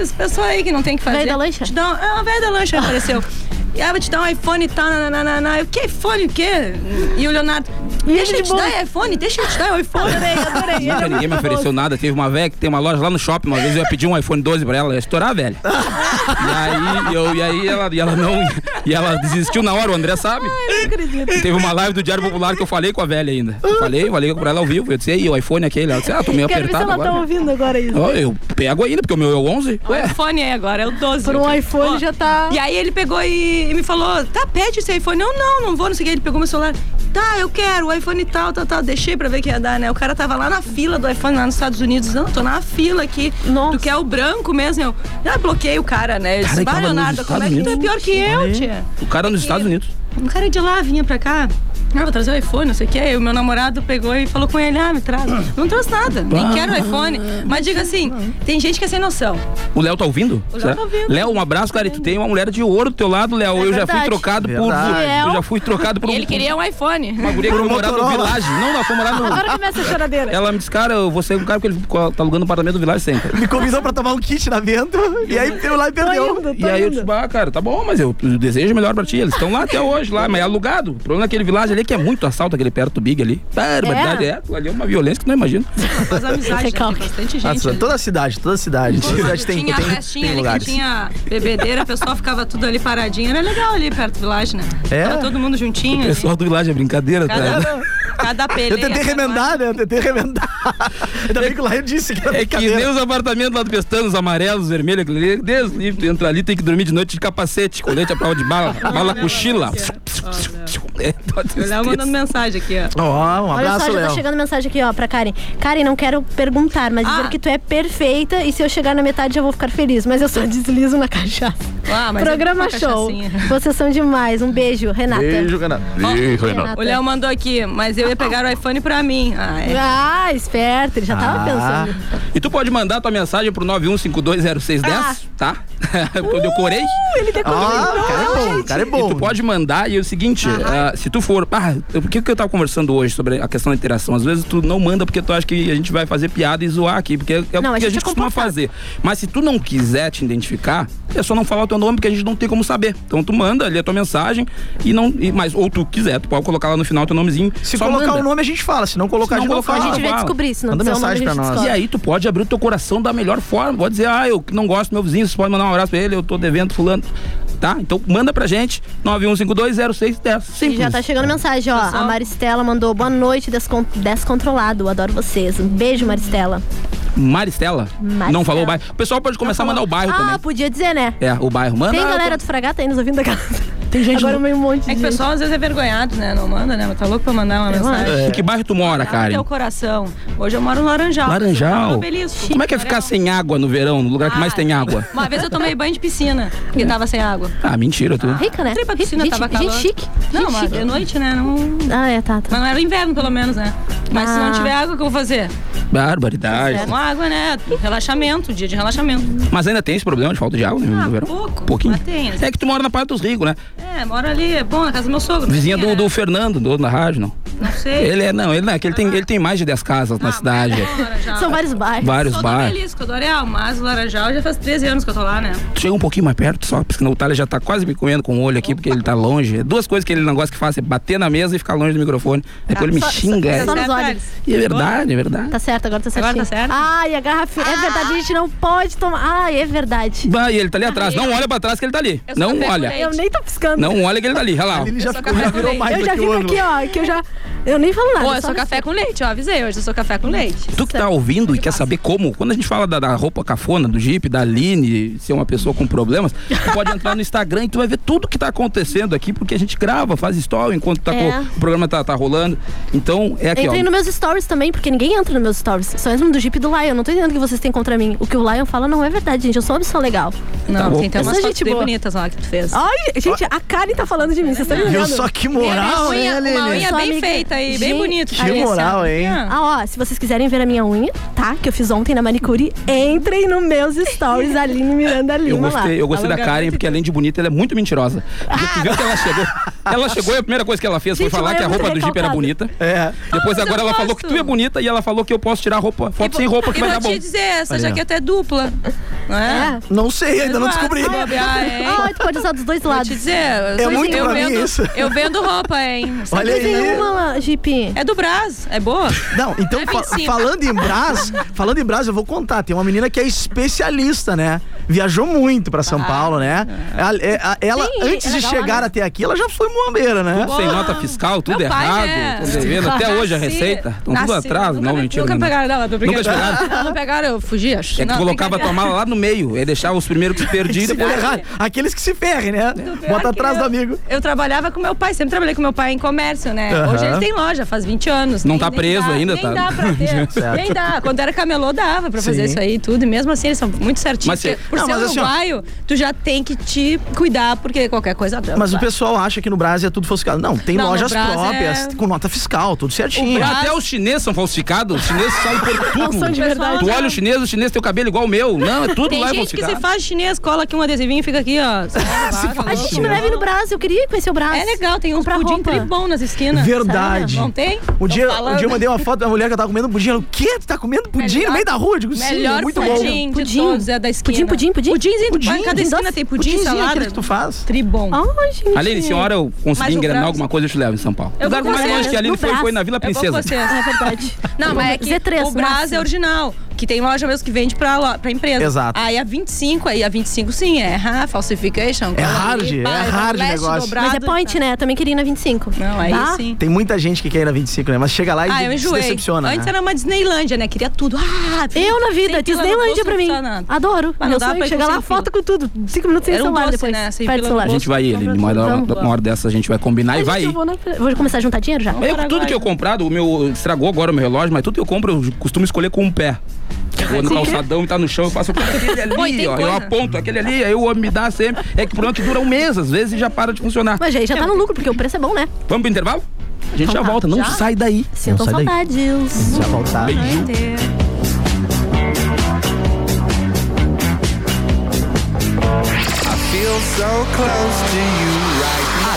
Speaker 9: Essas pessoas aí que não tem o que fazer.
Speaker 7: Velho da
Speaker 9: lancha? Te dá um, é, uma velha da lancha apareceu. E ela vai te dar um iPhone e tal, nananana. Eu, que iPhone, o quê? E o Leonardo, deixa eu te dar iPhone, deixa eu te dar o iPhone. Hum, Adorei, adorei.
Speaker 6: Nunca ninguém me ofereceu nada. Teve uma velha que tem uma loja lá no shopping. Uma vez eu ia pedir um iPhone 12 pra ela, ia estourar, velho. E aí, eu, e aí ela, e ela não. E ela desistiu na hora, o André sabe. Teve uma live do Diário Popular que eu falei com a velha ainda. Eu falei, falei pra ela ao vivo. Eu disse, e aí, o iPhone é aquele? Ela disse, ah, tô meio
Speaker 7: Quero ver se
Speaker 6: apertado
Speaker 7: ela
Speaker 6: agora.
Speaker 7: tá ouvindo agora isso.
Speaker 6: Ó, eu pego ainda, porque o meu é o 11.
Speaker 9: O iPhone é agora, é o 12. Por um iPhone já tá. E aí ele pegou e, e me falou: tá, pede esse iPhone. Não, não, não vou, não sei o que. Ele pegou meu celular. Tá, eu quero, o iPhone tal, tal, tal. Deixei pra ver que ia dar, né? O cara tava lá na fila do iPhone, lá nos Estados Unidos. Não, tô na fila aqui. Nossa. Tu quer o branco mesmo? Eu ah, bloqueei o cara, né? Eu
Speaker 6: Cara,
Speaker 9: disse,
Speaker 6: ele
Speaker 9: vai,
Speaker 6: tava nos
Speaker 9: Leonardo, como é que
Speaker 6: Estados
Speaker 9: tu é pior
Speaker 6: Unidos? né?"
Speaker 9: que eu, tia?
Speaker 6: O cara é nos Estados Unidos.
Speaker 9: Um cara de lá vinha pra cá. Ah, vou trazer o iPhone, não sei o quê. E o meu namorado pegou e falou com ele: ah, me traz. Não trouxe nada, nem
Speaker 6: Ah.
Speaker 9: quero o iPhone. Mas diga assim: tem gente que é sem noção.
Speaker 6: O Léo tá ouvindo?
Speaker 9: O Léo
Speaker 6: Será?
Speaker 9: tá ouvindo.
Speaker 6: Léo, um abraço, cara. E tu tem uma mulher de ouro do teu lado, Léo.
Speaker 7: É
Speaker 6: eu já fui
Speaker 9: verdade.
Speaker 6: trocado por. um.
Speaker 9: Verdade.
Speaker 6: Eu já fui trocado por um.
Speaker 9: Ele queria um iPhone.
Speaker 6: Uma guria que foi morar no Village. Não, não, foi morar no.
Speaker 9: Agora começa a choradeira.
Speaker 6: Ela me disse, cara, eu vou ser um cara que ele tá alugando um apartamento do Village sempre.
Speaker 9: Tá
Speaker 8: Me convidou pra tomar um kit lá dentro. E aí eu lá e perdeu.
Speaker 7: um
Speaker 6: e aí eu disse, bah, cara, tá bom, mas eu desejo o melhor pra ti. Eles estão lá até hoje, lá, mas é alugado. O problema daquele Village ali é que é muito assalto, aquele perto do Big ali. Barbaridade, é. Ali é uma violência que tu não imagina.
Speaker 9: Faz
Speaker 6: É
Speaker 9: amizade, né? Tem bastante gente.
Speaker 8: Nossa, toda a cidade, toda a cidade. Toda a cidade tem,
Speaker 9: tinha
Speaker 8: tem,
Speaker 9: a
Speaker 8: tem,
Speaker 9: festinha ali
Speaker 8: lugares.
Speaker 9: que tinha bebedeira, o pessoal ficava tudo ali paradinho. Era legal ali perto do Village, né?
Speaker 6: É?
Speaker 9: Tava todo mundo
Speaker 6: O
Speaker 9: juntinho. assim.
Speaker 6: pessoal do Village é brincadeira, tá?
Speaker 9: Cada, um, cada peleia.
Speaker 8: Eu tentei remendar, né? Eu tentei remendar. Ainda bem que lá eu disse que era
Speaker 6: É que nem os apartamentos lá do Pestano, os amarelos, os vermelhos, aquele ali, Deus livre, tu entra ali, tem que dormir de noite de capacete, colete à prova de bala, bala cochila. É, tô
Speaker 9: um. O Léo mandando mensagem aqui, ó.
Speaker 8: Ó, um
Speaker 7: Olha só, já tá chegando mensagem aqui, ó, pra Karen. Karen, não quero perguntar, mas
Speaker 9: Ah.
Speaker 7: dizer que tu é perfeita e se eu chegar na metade já vou ficar feliz, mas eu só deslizo na cachaça.
Speaker 9: Ah, mas
Speaker 7: Programa
Speaker 9: é uma
Speaker 7: show.
Speaker 9: cachaçinha.
Speaker 7: Vocês são demais. Um beijo, Renata.
Speaker 8: Renato.
Speaker 4: Beijo,
Speaker 9: O Léo mandou aqui, mas eu ia pegar o iPhone pra mim. Ah, é.
Speaker 7: Ah, esperto, ele já tava
Speaker 6: Ah.
Speaker 7: pensando.
Speaker 6: E tu pode mandar tua mensagem pro 91520610,
Speaker 7: Ah.
Speaker 6: tá? Porque eu decorei.
Speaker 7: ele decorou. Ah, o cara é bom,
Speaker 6: o cara é
Speaker 8: Uh.
Speaker 6: bom. E tu pode mandar, e é o seguinte, ah, se tu for... Ah, eu- por que que eu tava conversando hoje sobre a questão da interação? Às vezes tu não manda porque tu acha que a gente vai fazer piada e zoar aqui, porque é o
Speaker 7: Não, a
Speaker 6: que a
Speaker 7: gente
Speaker 6: gente
Speaker 7: é
Speaker 6: costuma fazer. Mas se tu não quiser te identificar, é só não falar o teu nome, porque a gente não tem como saber. Então tu manda ali a tua mensagem, e não... E, mas, ou tu quiser, tu pode colocar lá no final teu nomezinho.
Speaker 8: Se colocar o nome, a gente fala. Se não colocar,
Speaker 6: Se
Speaker 8: a gente
Speaker 6: não
Speaker 8: não
Speaker 6: colocar,
Speaker 8: fala.
Speaker 6: a gente vai descobrir, se não
Speaker 8: Manda
Speaker 6: disser o nome,
Speaker 8: mensagem
Speaker 6: a
Speaker 8: pra
Speaker 6: gente
Speaker 8: nós.
Speaker 6: descobre. E aí tu pode abrir o teu coração da melhor forma. Pode dizer, ah, eu não gosto do meu vizinho, você pode mandar um abraço pra ele, eu tô devendo fulano. Tá? Então manda pra gente, 91520610.
Speaker 7: E
Speaker 6: Simples.
Speaker 7: já tá chegando mensagem, ó. A Maristela mandou boa noite, descon- descontrolado. Adoro vocês. Um beijo, Maristela.
Speaker 6: Maristela,
Speaker 7: Maristela.
Speaker 6: não falou o bairro. O pessoal pode começar a mandar o bairro
Speaker 7: ah,
Speaker 6: também.
Speaker 7: podia dizer, né?
Speaker 6: É, o bairro. Manda.
Speaker 7: Tem galera do Fragata aí nos ouvindo da casa.
Speaker 6: Tem gente
Speaker 7: Agora meio um monte de
Speaker 9: É que o
Speaker 7: gente.
Speaker 9: pessoal às vezes é vergonhado, né? Não manda, né? Mas tá louco pra mandar
Speaker 7: É,
Speaker 9: uma mensagem.
Speaker 6: Em É. que bairro tu
Speaker 7: Ah,
Speaker 6: mora,
Speaker 9: Até
Speaker 6: Karen?
Speaker 9: o coração. Hoje eu moro no Laranjal. Eu moro no
Speaker 7: tá
Speaker 6: Laranjal.
Speaker 9: Obelisco.
Speaker 6: Como é que é ficar sem água no verão, no lugar que
Speaker 7: Ah.
Speaker 6: mais tem água?
Speaker 9: Uma vez eu tomei banho de piscina,
Speaker 7: Hum.
Speaker 9: porque tava sem água.
Speaker 6: Ah, mentira, tu.
Speaker 7: Rica, né?
Speaker 9: Entrei pra piscina,
Speaker 7: Gente-
Speaker 9: tava
Speaker 7: gente
Speaker 9: calor.
Speaker 7: chique,
Speaker 9: Não,
Speaker 7: gente
Speaker 9: mas
Speaker 7: chique.
Speaker 9: de noite, né? Não...
Speaker 7: Ah, é, tá.
Speaker 9: Mas não era inverno, pelo menos, né? Mas se não
Speaker 7: Ah. É.
Speaker 9: tiver água, o que eu vou fazer?
Speaker 6: Barbaridade.
Speaker 9: Tomo água, né? Relaxamento, dia de relaxamento.
Speaker 6: Mas ainda tem esse problema de falta de água né,
Speaker 7: Ah,
Speaker 6: no verão?
Speaker 9: pouco,
Speaker 6: Pouquinho.
Speaker 9: mas tem.
Speaker 6: É que tu mora na Parte dos Ricos, né?
Speaker 9: É, moro ali, é bom, na casa do meu sogro. né?
Speaker 6: Vizinha
Speaker 7: né?
Speaker 6: do, do Fernando, do dono da rádio, não.
Speaker 9: Não sei.
Speaker 6: Ele é, não, ele não é, que ele tem,
Speaker 7: Ah.
Speaker 6: ele tem mais de 10 casas na cidade.
Speaker 9: Já-
Speaker 7: São vários bairros.
Speaker 6: Vários
Speaker 9: Sou
Speaker 6: bairros.
Speaker 9: do Belisco, do Areal, mas o Laranjal já faz 13 anos que eu tô lá, né?
Speaker 6: Tu Chega um pouquinho mais perto só, porque senão o Thales já tá quase me comendo com o olho aqui, porque ele tá longe. Duas coisas que ele não gosta que faça, é bater na mesa e ficar longe do microfone. Depois ele me
Speaker 7: Só-
Speaker 6: xinga.
Speaker 7: Só, só
Speaker 6: é.
Speaker 7: nos olhos.
Speaker 6: E é verdade, é verdade.
Speaker 7: Tá certo, agora tá certo.
Speaker 9: Agora tá certo? Ah!
Speaker 7: Ai, a garrafinha. É verdade, a gente não pode tomar. Ai, é verdade.
Speaker 6: Bah, e ele tá ali atrás. Não olha pra trás que ele tá ali. Não olha.
Speaker 7: Eu nem tô piscando.
Speaker 6: Não olha que ele tá ali. Olha lá. ó.
Speaker 7: Eu já fico aqui, ó, que eu já. Eu nem falo nada.
Speaker 9: Pô, eu sou café com leite, eu avisei hoje, eu sou café com leite.
Speaker 6: Tu que tá ouvindo e quer saber como, quando a gente fala da, da roupa cafona, do Jeep, da Aline, ser uma pessoa com problemas, tu pode entrar no Instagram e tu vai ver tudo que tá acontecendo aqui, porque a gente grava, faz story enquanto tá
Speaker 7: É.
Speaker 6: co- o programa tá, tá rolando. Então, é aqui,
Speaker 7: Entrei
Speaker 6: ó.
Speaker 7: nos meus stories também, porque ninguém entra nos meus stories. Só entram do Jeep e do Lion. Não tô entendendo o que vocês têm contra mim. O que o Lion fala não é verdade, gente. Eu sou uma pessoa legal.
Speaker 9: Não,
Speaker 7: Eu
Speaker 9: tem até
Speaker 7: sou
Speaker 9: umas fotos
Speaker 7: gente
Speaker 9: bem
Speaker 7: é boa. Ah,
Speaker 9: bonitas lá que tu fez.
Speaker 7: Ai, gente, a Karen tá falando de mim, vocês estão me
Speaker 9: Viu
Speaker 7: olhando.
Speaker 9: só que moral, Uma unha- hein, Aline? uma unha
Speaker 7: Sua
Speaker 9: bem feita aí, bem bonito, Que Clarissa. moral, hein?
Speaker 7: Ah, ó, se vocês quiserem ver a minha unha, tá? Que eu fiz ontem na manicure, entrem nos meus stories, Aline Miranda Lima
Speaker 6: Eu
Speaker 7: lá.
Speaker 6: gostei, eu gostei da Karen, porque além de bonita, ela é muito mentirosa. Porque tu viu que ela chegou. Ela chegou e a primeira coisa que ela fez
Speaker 7: Gente,
Speaker 6: foi falar
Speaker 7: mas
Speaker 6: que a
Speaker 7: eu
Speaker 6: roupa
Speaker 7: tô
Speaker 6: do Jeep era
Speaker 7: recalcada.
Speaker 6: bonita. É. Depois
Speaker 9: mas
Speaker 6: agora
Speaker 9: eu
Speaker 6: ela falou que
Speaker 9: gosto.
Speaker 6: tu é bonita e ela falou que eu posso tirar roupa, foto sem roupa é que
Speaker 9: e
Speaker 6: vai
Speaker 9: vou
Speaker 6: dar bom.
Speaker 9: te dizer, essa jaqueta é dupla. Não é?
Speaker 8: Não sei, ainda não
Speaker 9: Eduardo,
Speaker 8: descobri. É
Speaker 9: se bobear, hein?
Speaker 7: Ai, tu pode usar dos dois lados.
Speaker 9: ah, é. Vou te dizer, eu- eu vendo, Eu vendo roupa, hein? Sabe
Speaker 8: Olha
Speaker 9: que tem
Speaker 8: aí.
Speaker 9: uma-
Speaker 7: Jeep.
Speaker 9: É do Brás, é boa?
Speaker 8: Não, então
Speaker 9: É
Speaker 8: fa-
Speaker 9: 25.
Speaker 8: falando em Brás, falando em Brás, eu vou contar. Tem uma menina que é especialista, né? Viajou muito pra São Paulo, né? A- é- a- Ela,
Speaker 6: Sim,
Speaker 8: antes
Speaker 6: é
Speaker 8: de
Speaker 6: legal,
Speaker 8: chegar
Speaker 6: né?
Speaker 8: até aqui, ela já foi muambeira, né?
Speaker 6: Tudo Tá sem nota fiscal, tudo
Speaker 8: Meu pai,
Speaker 6: errado.
Speaker 8: né?
Speaker 6: tão devendo até hoje a
Speaker 8: Nasci-
Speaker 6: receita. Estão tudo
Speaker 8: nasci-
Speaker 6: atrás. Não, mentira.
Speaker 9: é. Nunca
Speaker 6: não.
Speaker 9: pegaram dela, tô
Speaker 6: Nunca te
Speaker 9: brincando.
Speaker 6: pegaram?
Speaker 9: Não pegaram, eu fugi, acho.
Speaker 6: É que
Speaker 9: Não,
Speaker 6: colocava a tua mala lá no meio. Aí deixava os primeiros que se perdiam e
Speaker 9: Se
Speaker 6: depois.
Speaker 9: der errado,
Speaker 8: Aqueles que se ferrem, né?
Speaker 9: Pior que eu- Eu trabalhava com meu pai, sempre trabalhei com meu pai em comércio, né?
Speaker 6: Aham.
Speaker 9: Hoje ele tem loja, faz 20 anos.
Speaker 6: Não
Speaker 9: nem-
Speaker 6: tá
Speaker 9: nem
Speaker 6: preso
Speaker 9: dá-
Speaker 6: ainda,
Speaker 9: nem
Speaker 6: tá?
Speaker 9: Dá pra ter,
Speaker 6: Certo.
Speaker 9: nem dá. Quando era camelô, dava pra fazer
Speaker 6: Sim.
Speaker 9: isso aí e tudo. E mesmo assim, eles são muito certinhos.
Speaker 6: Mas se-
Speaker 9: porque Por
Speaker 8: Não,
Speaker 9: ser
Speaker 8: mas assim, ó.
Speaker 9: uruguaio, tu já tem que te cuidar, porque qualquer coisa dá.
Speaker 8: Mas o pessoal acha que no Brasil é tudo falsificado. Não, tem
Speaker 9: Não, no
Speaker 8: lojas
Speaker 9: Brás
Speaker 8: próprias,
Speaker 9: é-
Speaker 8: com nota fiscal, tudo certinho.
Speaker 6: Até os chineses são falsificados. Os chineses saem por tudo.
Speaker 9: são de verdade.
Speaker 6: Ah, Tu é olha o chinês, o chinês tem o cabelo igual o meu. Não, é tudo
Speaker 9: tem
Speaker 6: lá é
Speaker 9: gente que
Speaker 6: falsificado.
Speaker 9: se faz chinês, cola aqui um adesivinho e fica aqui, ó.
Speaker 7: A gente me leve no Brasil, eu queria conhecer o Brasil.
Speaker 9: É legal, tem uns pudim tri bom nas esquinas.
Speaker 8: Verdade.
Speaker 9: Não tem?
Speaker 8: Um
Speaker 9: Tô
Speaker 8: dia, um
Speaker 9: falando.
Speaker 8: dia eu mandei uma foto da mulher que eu tava comendo pudim. Ela, o quê? Tu tá comendo pudim no meio da rua? Eu digo, sim, é
Speaker 9: melhor
Speaker 8: muito
Speaker 9: pudim
Speaker 8: bom.
Speaker 9: de todos, é da esquina. Pudim, pudim,
Speaker 7: pudim?
Speaker 9: Pudimzinho,
Speaker 8: Pudim,
Speaker 9: pudim, cada
Speaker 8: pudim
Speaker 9: esquina
Speaker 8: doce.
Speaker 9: tem pudim,
Speaker 8: Pudimzinho,
Speaker 9: salada.
Speaker 8: aquele que tu faz.
Speaker 9: Tribom.
Speaker 7: Ai, gente.
Speaker 6: Aline, se uma hora eu
Speaker 9: Mas
Speaker 6: conseguir
Speaker 9: o
Speaker 6: engrenar
Speaker 9: Brás-
Speaker 6: alguma coisa, eu te levo em São Paulo.
Speaker 9: Eu
Speaker 6: Lugar
Speaker 9: vou
Speaker 6: mais
Speaker 9: com
Speaker 6: longe que a Aline
Speaker 9: vocês,
Speaker 6: foi
Speaker 9: no
Speaker 6: foi na
Speaker 9: Brás.
Speaker 6: Vila
Speaker 9: Eu vou com
Speaker 6: Princesa.
Speaker 7: Ah,
Speaker 9: vocês. É
Speaker 7: verdade.
Speaker 9: Não, mas é que
Speaker 7: Z3,
Speaker 9: o Brás
Speaker 7: máximo.
Speaker 9: é original, que tem loja mesmo que vende pra, lo- pra empresa.
Speaker 8: Exato.
Speaker 9: Aí a 25, aí a 25 sim, é ha,
Speaker 8: É
Speaker 9: falsification. cola ali, pá, leste dobrado.
Speaker 7: Mas é point, né? Eu também queria ir na 25.
Speaker 9: Não, aí
Speaker 7: tá?
Speaker 9: sim.
Speaker 8: Tem muita gente que quer ir na 25, né? Mas chega lá e
Speaker 9: Ah, eu
Speaker 8: se
Speaker 9: enjoei.
Speaker 8: decepciona.
Speaker 9: Antes
Speaker 8: né?
Speaker 9: era uma Disneylândia, né? Queria tudo. Ah,
Speaker 7: Eu na vida, Disneylândia pra mim. Adoro.
Speaker 9: Mas não
Speaker 7: Meu
Speaker 9: dá
Speaker 7: sonho é
Speaker 9: pra ir
Speaker 7: chegar
Speaker 9: com
Speaker 7: lá,
Speaker 9: sem
Speaker 7: foto com tudo. Cinco minutos sem
Speaker 9: Era um
Speaker 7: celular
Speaker 9: doce,
Speaker 7: depois.
Speaker 9: né? Sem
Speaker 7: Perde o
Speaker 9: fila
Speaker 7: celular.
Speaker 6: A gente vai, Aline. Uma hora, uma hora dessa a gente vai combinar e vai ir.
Speaker 7: Eu vou, na... vou começar a juntar dinheiro já.
Speaker 6: Eu, tudo que eu comprado, o meu estragou agora o meu relógio, mas tudo que eu compro, eu costumo escolher com um pé. Eu Vou no
Speaker 9: Sim.
Speaker 6: calçadão e tá no chão, eu faço aquele
Speaker 9: Pô, e
Speaker 6: ali,
Speaker 9: tem
Speaker 6: ó, eu
Speaker 9: coisa.
Speaker 6: aponto aquele ali, aí o homem me dá sempre. É que pronto, dura um mês, às vezes, e já para de funcionar.
Speaker 7: Mas aí já tá no lucro, porque o preço é bom, né?
Speaker 6: Vamos pro intervalo? A
Speaker 9: Então
Speaker 6: gente
Speaker 9: tá,
Speaker 6: já volta, não sai daí.
Speaker 7: Sintam
Speaker 6: Não sai daí.
Speaker 7: saudades.
Speaker 8: Já voltar.
Speaker 15: A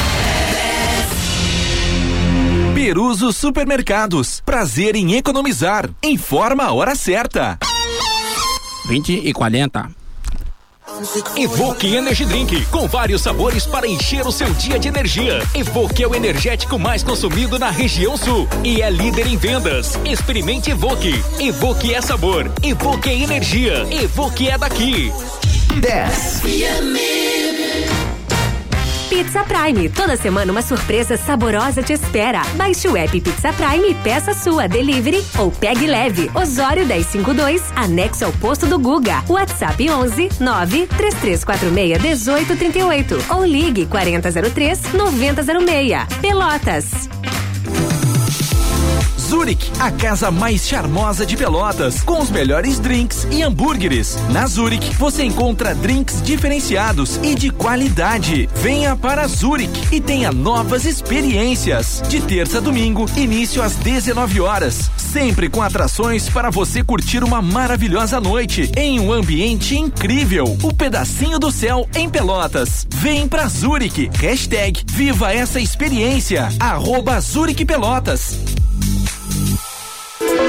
Speaker 12: Peruso Supermercados. Prazer em economizar. Informa a hora certa.
Speaker 6: 20 e 40.
Speaker 1: Evoque Energy Drink, com vários sabores para encher o seu dia de energia. Evoque é o energético mais consumido na região sul e é líder em vendas. Experimente Evoque. Evoque é sabor, Evoque é energia, Evoque é daqui.
Speaker 15: 10.
Speaker 16: Pizza Prime. Toda semana uma surpresa saborosa te espera. Baixe o app Pizza Prime e peça sua delivery ou pegue leve. Osório 1052, anexo ao posto do Guga. WhatsApp 11 9 3346 1838 ou ligue 4003 9006. Pelotas.
Speaker 12: Zurich, a casa mais charmosa de Pelotas, com os melhores drinks e hambúrgueres. Na Zurich, você encontra drinks diferenciados e de qualidade. Venha para Zurich e tenha novas experiências. De terça a domingo, início às 19 horas, sempre com atrações para você curtir uma maravilhosa noite em um ambiente incrível. O pedacinho do céu em Pelotas. Vem pra Zurich. Hashtag Viva essa experiência. Arroba Zurich Pelotas.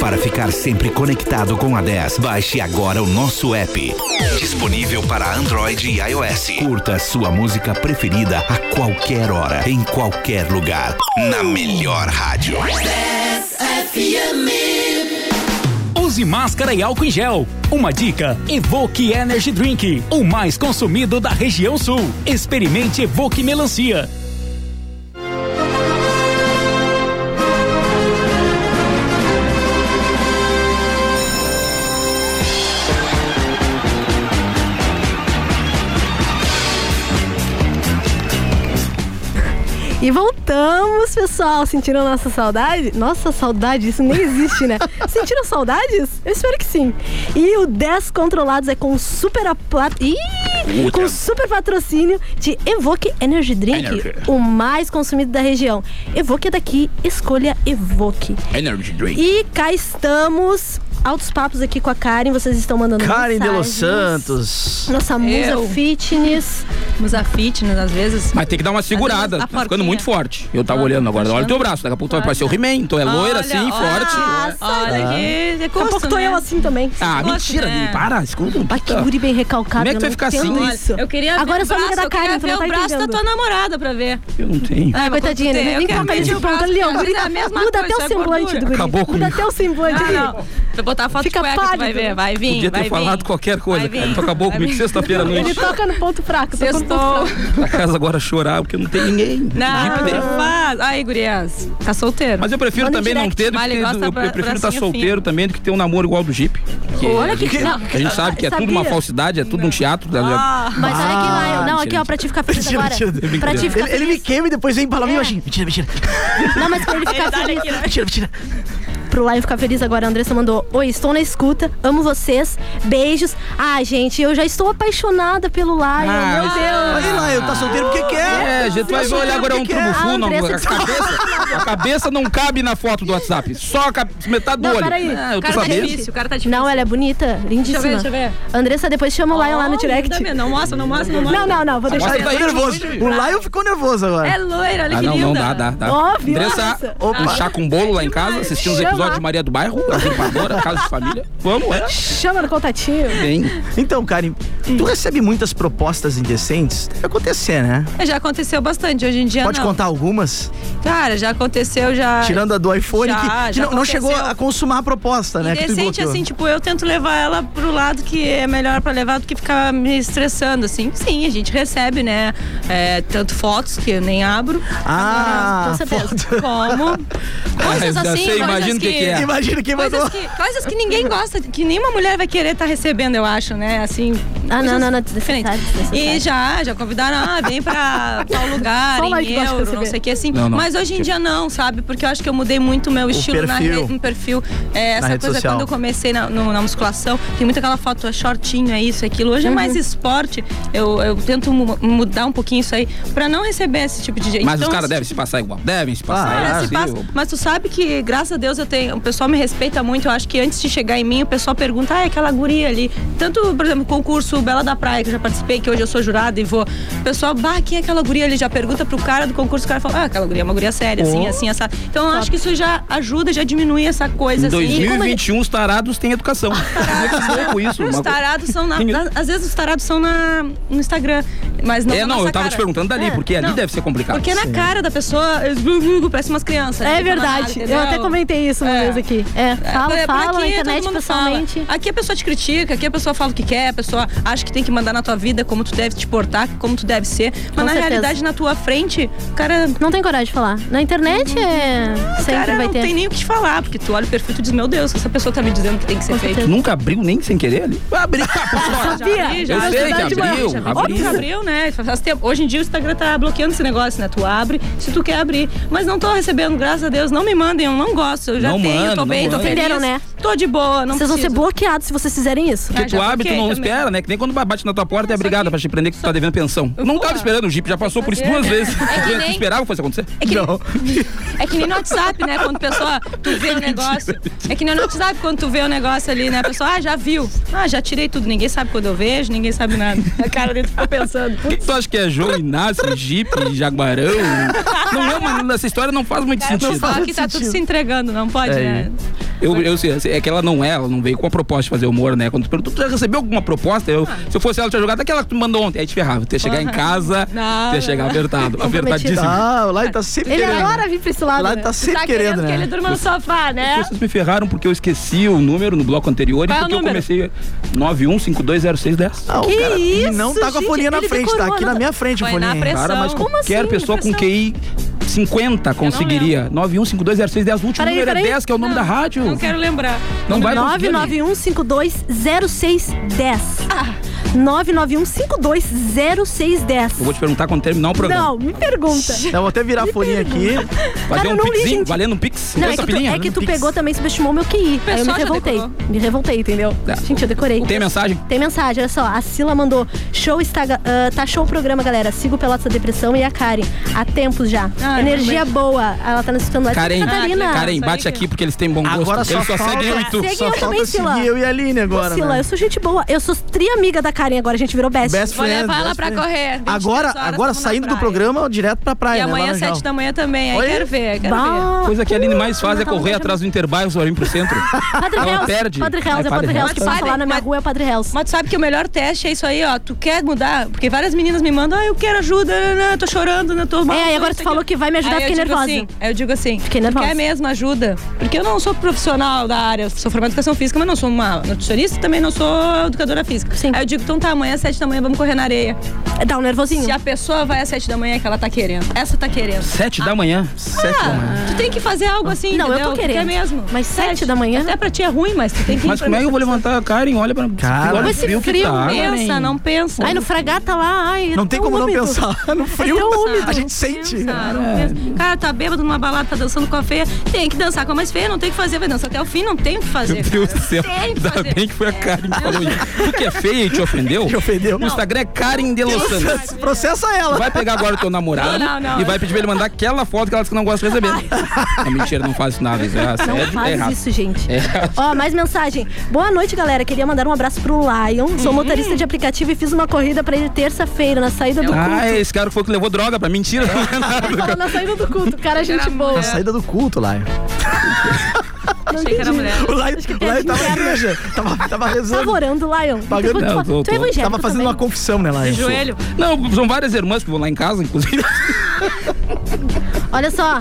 Speaker 11: Para ficar sempre conectado com a 10, baixe agora o nosso app. Disponível para Android e iOS. Curta sua música preferida a qualquer hora, em qualquer lugar. Na melhor rádio.
Speaker 1: Use máscara e álcool em gel. Uma dica: Evoque Energy Drink, o mais consumido da região sul. Experimente Evoque Melancia.
Speaker 7: E voltamos, pessoal. Sentiram nossa saudade? Nossa saudade, isso nem existe, né? Sentiram saudades? Eu espero que sim. E o 10 Controlados é com super aplat... Ih! Com super patrocínio de Evoque Energy Drink,
Speaker 17: Energy.
Speaker 7: o mais consumido da região. Evoque é daqui, escolha Evoque.
Speaker 17: Energy drink.
Speaker 7: E cá estamos. Altos papos aqui com a Karen, vocês estão mandando
Speaker 8: Karen de Los
Speaker 7: mensagens.
Speaker 8: Santos.
Speaker 7: Nossa musa
Speaker 9: Eu.
Speaker 7: fitness.
Speaker 9: Musa fitness, às vezes.
Speaker 6: Mas tem que dar uma segurada,
Speaker 9: vezes a
Speaker 6: tá ficando muito forte. Eu tava olhando agora,
Speaker 9: tá
Speaker 6: olha o teu braço, daqui a pouco tu vai parecer o He-Man, então é loira assim, forte.
Speaker 9: Olha que é
Speaker 7: Daqui a pouco tô eu assim também.
Speaker 9: né?
Speaker 6: Ah, mentira, Gui, para, escuta.
Speaker 7: Ai, que guri bem recalcado.
Speaker 6: Como é que
Speaker 7: eu
Speaker 6: tu vai
Speaker 7: não
Speaker 6: ficar
Speaker 7: entendo
Speaker 6: assim?
Speaker 7: Isso.
Speaker 9: Eu queria um
Speaker 7: Agora
Speaker 9: ver
Speaker 7: eu sou amiga da Karen,
Speaker 9: eu
Speaker 7: tu não
Speaker 9: queria
Speaker 7: tá
Speaker 9: ver o braço da
Speaker 7: entendendo.
Speaker 9: tua namorada pra ver.
Speaker 6: Eu não tenho.
Speaker 9: Ah, mas
Speaker 7: Coitadinha,
Speaker 9: tu tem,
Speaker 7: né?
Speaker 9: eu
Speaker 7: Nem
Speaker 9: quero
Speaker 7: tá mais
Speaker 9: ver
Speaker 7: de
Speaker 9: o
Speaker 7: pronto
Speaker 9: braço
Speaker 7: ali,
Speaker 9: do
Speaker 7: ó.
Speaker 9: cara,
Speaker 7: Guri,
Speaker 9: é a mesma
Speaker 7: Muda
Speaker 9: coisa,
Speaker 7: até o
Speaker 9: é
Speaker 7: semblante
Speaker 9: gordura.
Speaker 7: do guri.
Speaker 6: Acabou
Speaker 7: Muda
Speaker 6: comigo.
Speaker 7: até o semblante
Speaker 9: Ah,
Speaker 7: ali.
Speaker 9: não. Vou botar foto de cueca, tu vai
Speaker 7: pálido.
Speaker 9: ver, vai vir,
Speaker 6: Podia
Speaker 9: vai
Speaker 6: ter
Speaker 9: vir.
Speaker 6: falado qualquer coisa,
Speaker 9: Vai
Speaker 6: cara.
Speaker 9: vir.
Speaker 6: Tu acabou comigo sexta-feira à
Speaker 7: Ele
Speaker 6: noite.
Speaker 7: toca no ponto fraco. tá toca no ponto
Speaker 9: Sextou.
Speaker 7: fraco.
Speaker 6: Na casa agora chorar, porque não tem ninguém.
Speaker 9: Não,
Speaker 6: Jeep, né?
Speaker 9: não faz. Aí, gurias, tá solteiro.
Speaker 6: Mas eu prefiro também não ter do que
Speaker 9: Vale,
Speaker 6: ter-
Speaker 9: gosta
Speaker 6: eu,
Speaker 9: bra-
Speaker 6: prefiro estar
Speaker 9: bracinho
Speaker 6: solteiro
Speaker 9: fino.
Speaker 6: também do que ter um namoro igual ao do Jeep.
Speaker 7: Olha
Speaker 6: a
Speaker 7: que-
Speaker 6: gente-
Speaker 7: não,
Speaker 6: a gente sabe que é tudo
Speaker 7: sabia?
Speaker 6: uma falsidade, é tudo um teatro.
Speaker 7: Ah, Mas olha aqui lá, eu- não, aqui ó, pra te ficar feliz agora. Pra te ficar
Speaker 8: Ele, ele me queima e depois vem pra mim,
Speaker 9: É.
Speaker 8: eu achei. Mentira, mentira.
Speaker 7: Não, mas pra ele ficar
Speaker 9: tá
Speaker 7: feliz.
Speaker 9: né?
Speaker 8: Mentira, mentira.
Speaker 7: Pro Lion ficar feliz agora, a Andressa mandou: Oi, estou na escuta, amo vocês, beijos. Ah, gente, eu já estou apaixonada pelo Lion,
Speaker 6: Ah,
Speaker 7: meu Deus.
Speaker 8: Olha lá, eu tá solteiro porque quer.
Speaker 6: É, gente, tu vai
Speaker 8: Tá
Speaker 6: olhar agora um
Speaker 8: solteiro porque
Speaker 6: trubufu,
Speaker 8: quer.
Speaker 6: não,
Speaker 8: Ah,
Speaker 6: a
Speaker 8: Andressa,
Speaker 6: cabeça, a cabeça não cabe na foto do WhatsApp, só a cabe- metade do
Speaker 7: Não,
Speaker 6: olho.
Speaker 7: peraí.
Speaker 6: Ah, eu
Speaker 7: O
Speaker 6: tô
Speaker 7: cara tá
Speaker 6: sabendo.
Speaker 7: difícil,
Speaker 9: o cara tá
Speaker 7: difícil. Não, ela é bonita, lindíssima.
Speaker 9: Deixa eu ver, deixa eu ver.
Speaker 7: Andressa, depois chama o Lion lá no direct.
Speaker 9: Olha, Não mostra, não mostra, não mostra.
Speaker 7: Não, não, não, vou deixar.
Speaker 8: Ele ficou nervoso. O Lion ficou nervoso agora.
Speaker 9: É loira, olha
Speaker 6: tá Ah,
Speaker 9: que
Speaker 6: não,
Speaker 9: linda.
Speaker 6: não, dá, dá, dá.
Speaker 9: Óbvio,
Speaker 6: Andressa,
Speaker 9: nossa.
Speaker 6: um chá com bolo lá em casa, assistindo os
Speaker 7: Chama.
Speaker 6: episódios de Maria do Bairro, a Usurpadora, Casa de Família. Vamos, é.
Speaker 7: Chama no contatinho.
Speaker 9: Ah.
Speaker 8: Então, Karen, tu recebe muitas propostas indecentes? Deve acontecer, né?
Speaker 9: É, Já aconteceu bastante, hoje em dia
Speaker 8: Pode
Speaker 9: não.
Speaker 8: contar algumas?
Speaker 9: Cara, já aconteceu, já...
Speaker 8: Tirando a do iPhone,
Speaker 9: já,
Speaker 8: que, que
Speaker 9: já
Speaker 8: não, não chegou
Speaker 9: aconteceu.
Speaker 8: a consumar a proposta, né? que tu
Speaker 9: Indecente,
Speaker 8: bloqueou.
Speaker 9: assim, tipo, eu tento levar ela pro lado que é melhor pra levar do que ficar me estressando, assim. Sim, a gente recebe, né? é, tanto fotos que eu nem abro.
Speaker 8: Ah,
Speaker 9: Agora, tô sabendo. como. Coisas
Speaker 6: Ah, eu
Speaker 9: assim,
Speaker 6: sei,
Speaker 9: coisas
Speaker 6: imagino o que que é. Imagino quem
Speaker 9: coisas
Speaker 6: mandou.
Speaker 9: que, coisas que ninguém gosta, que nenhuma mulher vai querer estar recebendo, eu acho, né? Assim.
Speaker 7: Ah, não,
Speaker 9: coisas
Speaker 7: não, não.
Speaker 9: diferentes. E já, já convidaram, ah, vem pra tal lugar,
Speaker 7: Só lá que
Speaker 9: em
Speaker 7: gosta de
Speaker 9: euro, não
Speaker 7: receber.
Speaker 9: sei o que, assim.
Speaker 7: Não, não.
Speaker 9: Mas hoje em dia não, sabe? Porque eu acho que eu mudei muito o meu
Speaker 7: O
Speaker 9: estilo na
Speaker 7: perfil.
Speaker 9: rede, no perfil. É,
Speaker 7: Na
Speaker 9: essa
Speaker 7: rede
Speaker 9: coisa
Speaker 7: social.
Speaker 9: quando eu comecei na, no- na musculação, tem muito aquela foto é shortinho, é isso, é aquilo. Hoje
Speaker 7: Uhum.
Speaker 9: é mais esporte. Eu, eu tento mu- mudar um pouquinho isso aí pra não receber esse tipo de gente.
Speaker 6: Mas os
Speaker 9: Então,
Speaker 6: caras devem se passar igual. Devem se passar.
Speaker 9: Cara,
Speaker 6: é
Speaker 9: se
Speaker 6: assim,
Speaker 9: passa-
Speaker 6: eu-
Speaker 9: Mas tu sabe que, graças a Deus, eu tenho, o pessoal me respeita muito. Eu acho que antes de chegar em mim, o pessoal pergunta, ah, é aquela guria ali. Tanto, por exemplo, concurso Bela da Praia, que eu já participei, que hoje eu sou jurada e vou. O pessoal, bah, quem é aquela guria ali? Já pergunta pro cara do concurso, o cara fala, ah, aquela guria é uma guria séria, assim,
Speaker 6: Oh.
Speaker 9: assim, essa. Então eu acho que isso já ajuda, já diminui essa coisa,
Speaker 6: Em
Speaker 9: assim.
Speaker 6: 2021, os tarados têm educação. Como é que é louco isso?
Speaker 9: Ah, Os
Speaker 6: Uma coisa-
Speaker 9: tarados são na.
Speaker 6: Tem-
Speaker 9: Às vezes os tarados são na, no Instagram. Mas não
Speaker 6: É,
Speaker 9: na
Speaker 6: não,
Speaker 9: nossa
Speaker 6: eu tava
Speaker 9: cara.
Speaker 6: te perguntando dali,
Speaker 9: É,
Speaker 6: porque ali
Speaker 9: não. é-
Speaker 6: deve ser complicado.
Speaker 9: Porque na cara da pessoa, eles parecem umas crianças. né,
Speaker 7: É verdade. Eu até comentei isso uma vez aqui. É, fala,
Speaker 9: por- por
Speaker 7: fala na
Speaker 9: aqui,
Speaker 7: internet,
Speaker 9: todo mundo fala.
Speaker 7: pessoalmente.
Speaker 9: Aqui a pessoa te critica, aqui a pessoa fala o que quer, a pessoa acha que tem que mandar na tua vida como tu deve te portar, como tu deve ser. Mas
Speaker 7: Com
Speaker 9: na
Speaker 7: certeza.
Speaker 9: realidade, na tua frente, o cara.
Speaker 7: Não tem coragem de falar. Na internet é. Sempre
Speaker 9: cara,
Speaker 7: vai
Speaker 9: não
Speaker 7: ter.
Speaker 9: tem nem o que te falar, porque tu olha o perfil e tu diz, meu Deus, essa pessoa tá me dizendo que tem que ser feito.
Speaker 6: Tu nunca abriu nem sem querer ali? Abri, papo
Speaker 9: Ah, Já abri, já
Speaker 6: Eu
Speaker 9: abri,
Speaker 6: sei
Speaker 9: já
Speaker 6: que
Speaker 9: abri,
Speaker 6: abriu,
Speaker 9: já abri.
Speaker 6: abriu.
Speaker 9: Óbvio que abriu, né? Faz tempo. Hoje em dia o Instagram tá bloqueando esse negócio, né? Tu abre se tu quer abrir. Mas não tô recebendo, graças a Deus. Não me mandem, eu não gosto. Eu já
Speaker 6: Não
Speaker 9: tenho,
Speaker 6: manda,
Speaker 9: tô
Speaker 6: não
Speaker 9: bem, tô
Speaker 6: manda.
Speaker 9: feliz.
Speaker 7: Entenderam, né?
Speaker 9: Tô de boa, não
Speaker 7: Vocês vão ser
Speaker 9: preciso.
Speaker 7: bloqueados se vocês fizerem isso.
Speaker 6: Porque tu abre, tu tipo, não espera, né? Que nem quando bate na tua porta é obrigada pra te prender que tu tá devendo pensão. Eu não tava esperando, o Jeep já passou por isso duas vezes.
Speaker 9: É que
Speaker 6: Tu
Speaker 9: nem-
Speaker 6: esperava que fosse acontecer?
Speaker 9: É que-
Speaker 6: Não.
Speaker 9: É que nem no WhatsApp, né? Quando a pessoa, tu vê o negócio. É que nem no WhatsApp, quando tu vê o negócio ali, né? A pessoa, ah, já viu. Ah, já tirei tudo. Ninguém sabe quando eu vejo, ninguém sabe nada. A cara dele ficou pensando.
Speaker 6: O que que tu acha que é João Inácio, Jeep, Jaguarão? Não, não, mas essa história não faz muito
Speaker 9: Cara,
Speaker 6: sentido.
Speaker 9: Só que tá tudo se entregando, não pode,
Speaker 6: É.
Speaker 9: né?
Speaker 6: Eu, eu, sei, é que ela não é, ela não veio com a proposta de fazer humor, né? Quando tu perguntou, tu já recebeu alguma proposta? Eu,
Speaker 7: Ah.
Speaker 6: Se eu fosse ela, eu tinha jogado aquela que tu mandou ontem. Aí te ferrava. Tu ia chegar em casa, tu ia chegar apertado. Apertadíssimo.
Speaker 8: Ah, o Lai tá sempre
Speaker 7: Ele
Speaker 8: querendo.
Speaker 7: adora vir pra esse lado.
Speaker 8: Lá ele
Speaker 7: né?
Speaker 8: tá sempre querendo, né?
Speaker 7: que ele durma no sofá, né?
Speaker 6: As pessoas me ferraram porque eu esqueci o número no bloco anterior
Speaker 7: Qual é
Speaker 6: e
Speaker 7: o
Speaker 6: porque eu
Speaker 7: número?
Speaker 6: comecei 91520610.
Speaker 8: Ah, o Que cara isso, não tá com a folhinha gente, na ele frente, decorou, tá aqui na não- minha frente a Foi na folhinha. pressão.
Speaker 6: Cara, mas
Speaker 8: Como
Speaker 6: qualquer
Speaker 8: assim,
Speaker 6: pessoa com
Speaker 8: pressão?
Speaker 6: QI 50 conseguiria. 91520610, o último
Speaker 7: Peraí,
Speaker 6: número é
Speaker 7: peraí.
Speaker 6: 10, que é o nome da rádio.
Speaker 9: Não quero lembrar.
Speaker 6: Não vai conseguir.
Speaker 7: 991520610. 991520610.
Speaker 6: Eu vou te perguntar quando terminar o programa.
Speaker 7: Não, me pergunta.
Speaker 8: Eu vou até virar a folhinha aqui.
Speaker 6: Fazer
Speaker 7: Cara, eu
Speaker 6: um
Speaker 7: não li,
Speaker 6: pixinho,
Speaker 7: gente.
Speaker 6: valendo um pix.
Speaker 7: Não, é
Speaker 6: Essa
Speaker 7: que tu,
Speaker 6: pilinha,
Speaker 7: é que
Speaker 6: né?
Speaker 7: tu
Speaker 6: Pix.
Speaker 7: pegou também e subestimou meu QI. Aí eu me
Speaker 9: pessoal já
Speaker 7: revoltei.
Speaker 9: decorou.
Speaker 7: Me revoltei, entendeu? Gente, eu decorei.
Speaker 6: Tá. Tem mensagem?
Speaker 7: Tem mensagem, olha só. A Sila mandou: show está. ga- ah, tá show o programa, galera. Sigo Pelotas da Depressão e a Karen. Há tempos já.
Speaker 9: Ah,
Speaker 7: Energia
Speaker 9: realmente.
Speaker 7: boa. Ela tá nos escutando lá de
Speaker 6: Karen,
Speaker 7: Santa Catarina.
Speaker 6: Karen, bate aqui porque eles têm bom gosto.
Speaker 8: Agora só
Speaker 6: eles só
Speaker 8: falta-
Speaker 6: seguem eu e tu.
Speaker 7: Ah, Segue
Speaker 8: Só
Speaker 7: eu também,
Speaker 8: falta
Speaker 7: Sila.
Speaker 8: seguir eu e a Aline agora,
Speaker 7: Ô, Sila,
Speaker 8: né?
Speaker 7: eu sou gente boa. Eu sou triamiga da Karen agora. A gente virou best.
Speaker 8: Best friend, best friend. Agora, agora saindo do programa, direto pra praia.
Speaker 9: E
Speaker 8: né,
Speaker 9: amanhã,
Speaker 8: Laranjal?
Speaker 9: sete da manhã também. Aí
Speaker 8: Oi?
Speaker 9: quero ver, quero
Speaker 7: Bah. Uh,
Speaker 9: ver.
Speaker 6: Coisa que a Aline mais faz é correr atrás do interbairro pra vir pro centro.
Speaker 7: Padre
Speaker 6: Ela
Speaker 7: Hells.
Speaker 6: perde.
Speaker 7: Padre
Speaker 6: Ai,
Speaker 7: Hells, é Padre Hells que
Speaker 9: Hells.
Speaker 7: passa lá na minha
Speaker 9: Mas-
Speaker 7: rua, é Padre Hells.
Speaker 9: Mas tu sabe que o melhor teste é isso aí, ó. Tu quer mudar? Porque várias meninas me mandam, ah, eu quero ajuda, né, tô chorando, né, tô mal.
Speaker 7: É, e agora
Speaker 9: isso,
Speaker 7: tu falou
Speaker 9: aquilo.
Speaker 7: que vai me ajudar,
Speaker 9: Aí eu
Speaker 7: fiquei
Speaker 9: digo
Speaker 7: nervosa.
Speaker 9: assim, aí eu digo assim, fiquei
Speaker 7: nervosa.
Speaker 9: quer mesmo ajuda? Porque eu não sou profissional da área, eu sou formada em educação física, mas não sou uma nutricionista, também não sou educadora física. Aí eu digo, então tá, amanhã às sete da manhã vamos correr na areia.
Speaker 7: Dá um nervosinho.
Speaker 9: Se a pessoa vai às sete da manhã é que ela tá querendo. Essa tá querendo. Ah,
Speaker 6: Sete da manhã. Sete da manhã.
Speaker 9: Tu tem que fazer algo assim,
Speaker 7: Ah, Não, eu tô
Speaker 9: entendeu? Tu
Speaker 7: querendo.
Speaker 9: Quer mesmo.
Speaker 7: Mas sete da manhã.
Speaker 9: Até pra ti é ruim, mas tu tem que ir
Speaker 6: Mas
Speaker 9: pra
Speaker 6: como é
Speaker 9: mim.
Speaker 6: que eu vou levantar a Karen? Olha pra.
Speaker 8: Cara,
Speaker 6: olha
Speaker 8: com
Speaker 6: o
Speaker 8: esse
Speaker 6: que
Speaker 9: frio,
Speaker 6: tá.
Speaker 9: pensa, não pensa.
Speaker 7: Ai, no fragata lá, ai. é
Speaker 8: Não tem
Speaker 7: tão
Speaker 8: como não
Speaker 7: úmido.
Speaker 8: pensar no frio.
Speaker 7: tão úmido.
Speaker 8: A gente sente.
Speaker 9: Ah,
Speaker 8: É.
Speaker 9: Cara, pensa. Cara, tá bêbado numa balada, tá dançando com a feia. Tem que dançar com a mais feia, não tem o que fazer. Vai dançar até o fim, não tem o que fazer.
Speaker 6: Meu Deus do
Speaker 9: cara.
Speaker 6: céu.
Speaker 9: Tem que
Speaker 6: Ainda
Speaker 9: fazer.
Speaker 6: bem que foi a Karen que falou isso. Tu que é feia e te ofendeu? Te
Speaker 8: ofendeu.
Speaker 6: O Instagram é Karen de Los Santos.
Speaker 8: Processa- Processa ela.
Speaker 6: Tu vai pegar agora o teu
Speaker 8: Não,
Speaker 6: namorado
Speaker 8: não, não.
Speaker 6: e vai pedir pra ele mandar aquela foto que ela disse que não gosta de receber. É mentira, não faz isso nada. Isso é,
Speaker 7: Não
Speaker 6: assédio, é
Speaker 7: faz
Speaker 6: errado.
Speaker 7: isso, gente.
Speaker 6: É errado.
Speaker 7: Ó, mais mensagem. Boa noite, galera. Queria mandar um abraço pro Lion.
Speaker 6: Uhum.
Speaker 7: Sou motorista de aplicativo e fiz uma corrida pra ele terça-feira, na saída do
Speaker 6: Ah,
Speaker 7: culto.
Speaker 6: esse cara que foi que levou droga pra mentira. Não é nada.
Speaker 7: Na saída do culto. Cara, gente boa.
Speaker 8: Na saída do culto, Laio. O Laio, o Laio tava na igreja. Tava, tava
Speaker 7: Tava
Speaker 8: rezando.
Speaker 7: orando, Lion.
Speaker 8: Pagando-
Speaker 7: Tu, tu,
Speaker 6: Não, tô-
Speaker 7: tu é
Speaker 6: tô.
Speaker 7: evangélico
Speaker 8: Tava fazendo
Speaker 7: também.
Speaker 8: uma confissão, né, Laio?
Speaker 6: Não, são várias irmãs que vão lá em casa, inclusive.
Speaker 7: Olha só,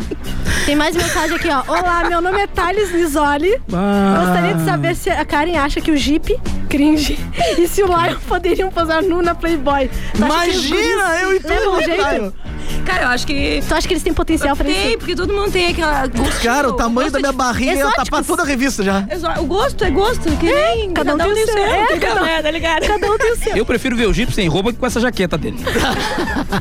Speaker 7: tem mais mensagem aqui, ó. Olá, meu nome é Thales Nisoli.
Speaker 6: Ah.
Speaker 7: Gostaria de saber se a Karen acha que o Jeep cringe e se o Lion poderiam posar nu na Playboy. Tu acha que os
Speaker 8: Imagina,
Speaker 7: guris
Speaker 8: eu e tu,
Speaker 7: levam
Speaker 8: né,
Speaker 7: jeito?
Speaker 8: Lion?
Speaker 9: Cara, eu acho que.
Speaker 7: Tu acha que eles têm potencial pra
Speaker 9: Tem,
Speaker 7: isso?
Speaker 9: porque todo mundo tem aquela. Gosto,
Speaker 8: Cara, o tamanho
Speaker 9: gosto
Speaker 8: da minha
Speaker 9: de-
Speaker 8: barriga ia
Speaker 9: Exóticos.
Speaker 8: tapar toda a revista já.
Speaker 9: Exó- O gosto é gosto, que nem.
Speaker 7: cada um tem o seu. É,
Speaker 9: tem
Speaker 7: cada um-
Speaker 9: é, tá ligado?
Speaker 7: Cada um tem o seu.
Speaker 6: Eu prefiro ver o Jeep sem roupa que com essa jaqueta dele.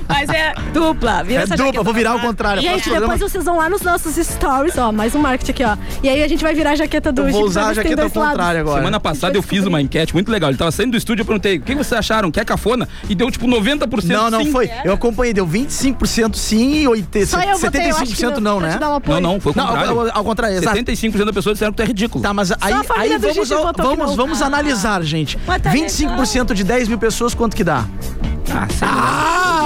Speaker 9: Mas é dupla, vira
Speaker 8: É
Speaker 9: essa
Speaker 8: dupla,
Speaker 9: jaqueta
Speaker 8: vou virar
Speaker 9: pra
Speaker 8: ao
Speaker 9: lá.
Speaker 8: contrário.
Speaker 7: Gente,
Speaker 8: faço programa-
Speaker 7: depois vocês vão lá nos nossos stories, ó, mais um marketing aqui, ó. E aí a gente vai virar a jaqueta do
Speaker 8: Eu vou
Speaker 7: Jeep,
Speaker 8: usar a
Speaker 7: pra ver se tem
Speaker 8: jaqueta ao
Speaker 7: dois lados.
Speaker 8: contrário agora.
Speaker 6: Semana passada eu fiz uma enquete muito legal. Ele tava saindo do estúdio, eu perguntei, o que vocês acharam? Quer cafona? E deu tipo 90%
Speaker 8: Não, não
Speaker 6: sim. É.
Speaker 8: foi. Eu acompanhei, deu 25% sim e 80,
Speaker 7: Só eu botei, eu acho que
Speaker 8: 75% não,
Speaker 7: pra
Speaker 8: né?
Speaker 7: te dar um apoio.
Speaker 6: Não, não, foi o
Speaker 8: Não,
Speaker 6: contrário.
Speaker 8: ao- ao contrário, exato.
Speaker 6: 75% das pessoas disseram que tu é ridículo.
Speaker 8: Tá, mas aí,
Speaker 7: a família
Speaker 8: aí
Speaker 7: do
Speaker 8: vamos,
Speaker 7: Gigi
Speaker 8: ao-
Speaker 7: botou que
Speaker 8: vamos,
Speaker 7: não.
Speaker 8: vamos analisar, gente.
Speaker 9: Mas tá
Speaker 8: 25% de 10 mil pessoas, quanto que dá?
Speaker 6: Ah, sei lá.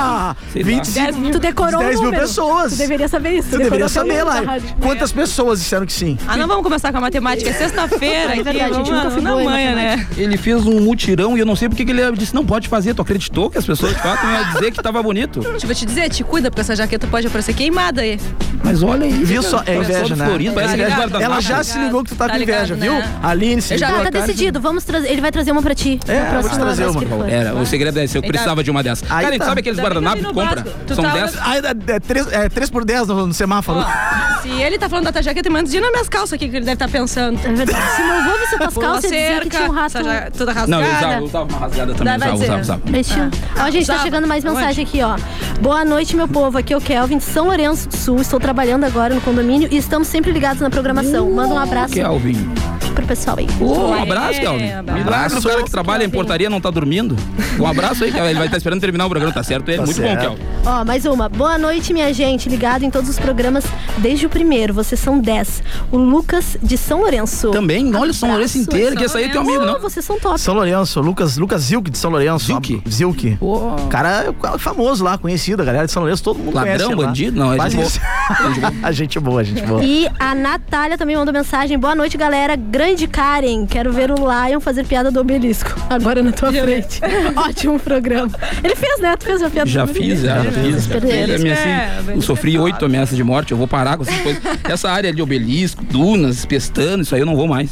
Speaker 8: Ah!
Speaker 6: Sei lá.
Speaker 8: 25
Speaker 7: Tu decorou
Speaker 8: 10
Speaker 7: o
Speaker 8: mil
Speaker 7: número.
Speaker 8: pessoas.
Speaker 7: Tu deveria saber isso.
Speaker 8: Tu
Speaker 7: decorou
Speaker 8: deveria
Speaker 7: o
Speaker 8: saber
Speaker 7: número da
Speaker 8: lá.
Speaker 7: rádio.
Speaker 8: Quantas pessoas disseram que sim?
Speaker 9: Ah, não vamos começar com a matemática. É sexta-feira,
Speaker 7: É
Speaker 9: aqui,
Speaker 7: verdade, a gente nunca
Speaker 9: vamos
Speaker 7: foi
Speaker 9: na
Speaker 7: boa em
Speaker 9: manhã, né?
Speaker 7: matemática.
Speaker 6: Ele fez um mutirão e eu não sei porque que ele disse, não pode fazer. Tu acreditou que as pessoas de fato iam dizer que tava bonito?
Speaker 9: Eu vou te dizer, te cuida, porque essa jaqueta pode aparecer queimada aí.
Speaker 6: Mas olha aí.
Speaker 8: Viu
Speaker 6: cara,
Speaker 8: só? É
Speaker 6: o pessoal
Speaker 8: inveja,
Speaker 6: do
Speaker 8: né?
Speaker 6: Florido, parece
Speaker 8: É
Speaker 6: que é
Speaker 8: inveja.
Speaker 6: guardanapo.
Speaker 8: Ela já se ligou que tu tá com
Speaker 9: Tá ligado,
Speaker 8: inveja, viu?
Speaker 9: né?
Speaker 8: Aline se
Speaker 9: Eu já-
Speaker 8: ligou.
Speaker 7: Tá, tá
Speaker 8: a Karen.
Speaker 7: decidido. Vamos trazer. Ele vai trazer uma pra ti.
Speaker 8: É,
Speaker 7: na
Speaker 8: eu vou te
Speaker 7: próxima
Speaker 8: trazer
Speaker 7: vez
Speaker 8: uma.
Speaker 7: que ele for.
Speaker 6: Era, o segredo é esse, eu
Speaker 9: Aí
Speaker 6: precisava
Speaker 9: tá.
Speaker 6: de uma dessas.
Speaker 8: Aí
Speaker 6: Cara,
Speaker 8: tá.
Speaker 6: sabe aqueles
Speaker 9: Ainda bem
Speaker 6: guardanapos
Speaker 9: que eu
Speaker 6: que
Speaker 9: vi
Speaker 6: compra?
Speaker 9: Então, no Vasco. Tu
Speaker 6: São
Speaker 9: tá
Speaker 6: 10.
Speaker 9: olhando-
Speaker 8: Ah, é 3 é, três por 10 no, no semáforo.
Speaker 9: Ó, se ele tá falando da tua jaqueta, manda dizer nas minhas calças aqui que ele deve estar pensando.
Speaker 7: É verdade. Se não vou ver se tuas
Speaker 9: Pulou a
Speaker 7: calças dizer que tinha um rato.
Speaker 9: essa ja- toda rasgada.
Speaker 6: Não, eu usava, eu usava uma rasgada também,
Speaker 9: Vai, vai
Speaker 6: usava,
Speaker 9: dizer.
Speaker 6: usava, usava.
Speaker 7: Mexeu. Ó, gente, tá
Speaker 9: Usava.
Speaker 7: chegando mais
Speaker 9: Aonde?
Speaker 7: mensagem aqui, ó. Boa noite, meu povo. Aqui é o Kelvin de São Lourenço do Sul. Estou trabalhando agora no condomínio e estamos sempre ligados na programação. Manda um abraço
Speaker 6: Kelvin.
Speaker 7: pro pessoal aí.
Speaker 6: Ô, um
Speaker 7: é,
Speaker 6: abraço, Kelvin. Milagre, o cara que trabalha em portaria não tá dormindo. Um abraço aí, Kelvin. Ele vai estar esperando terminar o programa, tá certo? É
Speaker 7: Tá
Speaker 6: muito bom,
Speaker 7: certo.
Speaker 6: Kelvin.
Speaker 7: Ó, mais uma. Boa noite, minha gente. Ligado em todos os programas desde o primeiro. Vocês são 10. O Lucas de São Lourenço.
Speaker 6: Também? Olha o São Lourenço inteiro, que esse
Speaker 7: sair
Speaker 6: aí é teu amigo, não?
Speaker 7: vocês são top.
Speaker 8: São Lourenço, Lucas, Lucas Zilk de São Lourenço. Zilk? Zilk. O cara é famoso lá, conhecido, a galera de São Lourenço, todo mundo
Speaker 6: Ladrão,
Speaker 8: conhece.
Speaker 6: bandido? Não, é
Speaker 8: a
Speaker 6: gente
Speaker 8: gente boa. A gente boa, gente boa.
Speaker 7: E a Natália também mandou mensagem. Boa noite, galera. Grande Karen. Quero ver o Lion fazer piada do obelisco. Agora na tua frente. Ótimo programa. Ele fez, né? Tu fez a piada
Speaker 6: Já
Speaker 7: do
Speaker 6: fiz,
Speaker 7: obelisco.
Speaker 6: já fiz. já fiz.
Speaker 7: perderam.
Speaker 6: A minha, assim, eu sofri oito ameaças de morte, eu vou parar com essas coisas. Essa área de obelisco, dunas, pestando, isso aí eu não vou mais.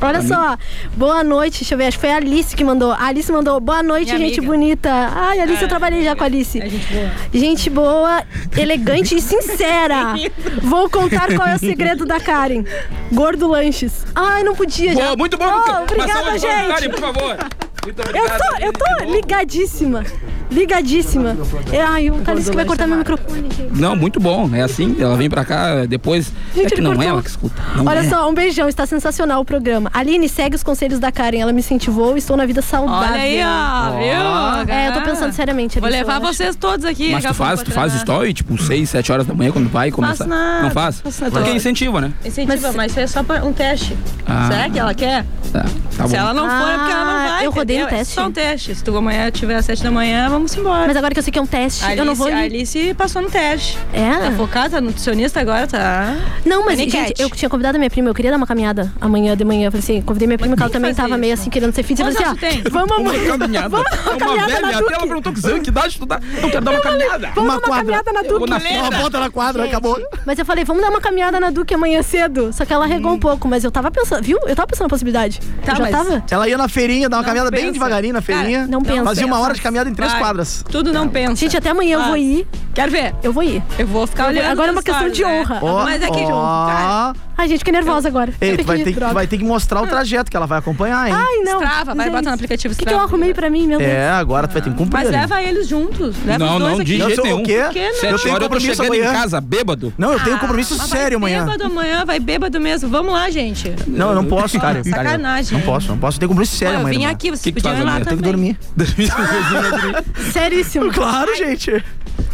Speaker 7: Olha
Speaker 6: Pra
Speaker 7: só, boa noite, deixa eu ver, acho que foi a Alice que mandou. A Alice mandou, boa noite,
Speaker 9: Minha
Speaker 7: gente
Speaker 9: amiga.
Speaker 7: bonita. Ai, Alice, eu trabalhei já com Ah, a Alice. gente boa. elegante e sincera. Vou contar qual é o segredo da Karen. Gordo lanches. Ai, não podia já.
Speaker 6: Boa, muito bom,
Speaker 7: Oh,
Speaker 6: Lucas. Uma
Speaker 7: Obrigada,
Speaker 6: salva de palmas,
Speaker 7: gente.
Speaker 6: Karen, por favor. Muito
Speaker 7: Eu
Speaker 6: obrigado.
Speaker 7: tô, eu tô ligadíssima. Ligadíssima. É, Ai, o Thales que vai cortar meu microfone, gente.
Speaker 6: Não, muito bom. É assim, ela vem pra cá depois.
Speaker 7: Gente,
Speaker 6: é que
Speaker 7: ele
Speaker 6: não é
Speaker 7: cortou.
Speaker 6: ela que escuta. não
Speaker 7: Olha
Speaker 6: é.
Speaker 7: só, um beijão, está sensacional o programa. Aline, segue os conselhos da Karen, ela me incentivou, estou na vida saudável.
Speaker 9: Olha aí, ó, viu?
Speaker 7: É, eu tô pensando seriamente.
Speaker 9: Vou
Speaker 7: Alice, eu
Speaker 9: levar
Speaker 7: acho.
Speaker 9: vocês todos aqui.
Speaker 6: Mas
Speaker 9: daqui a
Speaker 6: tu faz,
Speaker 9: pouco
Speaker 6: tu
Speaker 9: pra
Speaker 6: faz
Speaker 9: treinar.
Speaker 6: story, tipo, 6, 7 horas da manhã quando vai começar.
Speaker 9: nada,
Speaker 6: não faz?
Speaker 9: faço nada.
Speaker 6: Porque incentiva, né?
Speaker 13: Incentiva, mas, é só pra um teste.
Speaker 6: Ah.
Speaker 13: Será que ela quer?
Speaker 6: Tá
Speaker 9: Se
Speaker 6: bom.
Speaker 9: ela não for, é porque ela
Speaker 7: Ah,
Speaker 9: não vai. Eu rodei o teste. É só um teste. Se tu amanhã tiver às sete da manhã, vamos embora.
Speaker 7: Mas agora que eu sei que é um teste,
Speaker 9: Alice,
Speaker 7: eu não vou ir.
Speaker 9: A Alice passou no teste.
Speaker 7: É?
Speaker 9: Tá focada, tá nutricionista agora, tá?
Speaker 7: Não, mas,
Speaker 9: Paniquete.
Speaker 7: gente, eu tinha convidado a minha prima, eu queria dar uma caminhada amanhã de manhã. Eu falei assim, convidei minha prima, que ela também tava meio assim, querendo ser fit. Eu
Speaker 9: Quantos
Speaker 7: falei assim,
Speaker 9: anos
Speaker 7: ó,
Speaker 9: tu tem?
Speaker 7: vamos
Speaker 6: Uma
Speaker 7: amanhã.
Speaker 6: caminhada. É
Speaker 7: Vamos dar uma
Speaker 6: uma velha,
Speaker 7: caminhada na
Speaker 6: até ela
Speaker 7: Duque.
Speaker 6: perguntou que Zan, que idade tu dá? Eu quero dar uma caminhada.
Speaker 7: Vamos dar uma caminhada na
Speaker 6: Eu vou
Speaker 7: Duque.
Speaker 6: na fila, uma volta na quadra, acabou.
Speaker 7: Mas eu falei, vamos dar uma caminhada na Duque amanhã cedo. Só que ela regou
Speaker 9: Hum.
Speaker 7: um pouco, mas eu tava pensando, viu? Eu tava pensando na possibilidade.
Speaker 8: Tá,
Speaker 7: eu já
Speaker 8: mas
Speaker 7: tava.
Speaker 8: Ela ia na feirinha, dava uma caminhada bem
Speaker 7: pensa.
Speaker 8: devagarinho na feirinha.
Speaker 7: Cara, não pensa.
Speaker 8: Fazia uma hora de caminhada em três
Speaker 7: Vai.
Speaker 8: quadras.
Speaker 9: Tudo não pensa.
Speaker 7: Gente, até amanhã eu vou ir.
Speaker 9: Quero ver.
Speaker 7: Eu vou ir.
Speaker 9: Eu vou ficar
Speaker 7: Eu vou-
Speaker 9: olhando.
Speaker 7: agora é uma
Speaker 9: teus
Speaker 7: questão
Speaker 9: stories,
Speaker 7: de honra.
Speaker 9: né?
Speaker 8: Ó,
Speaker 9: Mas é que
Speaker 8: ó.
Speaker 9: cara.
Speaker 7: Ai, gente, fiquei nervosa agora.
Speaker 8: Ei,
Speaker 7: Sabe
Speaker 8: tu vai
Speaker 7: que
Speaker 8: ter, que, tu
Speaker 7: droga.
Speaker 8: vai ter que mostrar o trajeto que ela vai acompanhar, hein?
Speaker 7: Ai, não.
Speaker 9: Strava, vai,
Speaker 7: Gente,
Speaker 9: bota no aplicativo
Speaker 7: O que, que eu
Speaker 9: Strava.
Speaker 7: arrumei pra mim, meu Deus?
Speaker 8: É, agora tu vai ter
Speaker 7: Ah.
Speaker 8: que cumprir.
Speaker 9: Mas leva eles juntos. Leva
Speaker 6: Não,
Speaker 9: os dois
Speaker 6: não,
Speaker 9: aqui.
Speaker 6: de jeito nenhum.
Speaker 8: o quê? um
Speaker 9: Por que não?
Speaker 6: Sete horas eu tô
Speaker 8: compromisso
Speaker 6: chegando
Speaker 8: amanhã.
Speaker 6: em casa bêbado.
Speaker 8: Não, eu
Speaker 7: Ah,
Speaker 8: tenho um compromisso sério amanhã.
Speaker 9: Bêbado amanhã, vai bêbado mesmo. Vamos lá, gente.
Speaker 8: Não, eu não posso, cara.
Speaker 9: Sacanagem.
Speaker 8: Não posso, não posso. Eu tenho compromisso sério
Speaker 9: Pô, eu
Speaker 8: amanhã.
Speaker 9: vim
Speaker 8: irmã.
Speaker 9: aqui, vocês Que que podiam tu faz ir lá amanhã?
Speaker 8: Eu tenho que dormir.
Speaker 7: Seríssimo.
Speaker 8: Claro, gente.
Speaker 9: Dorme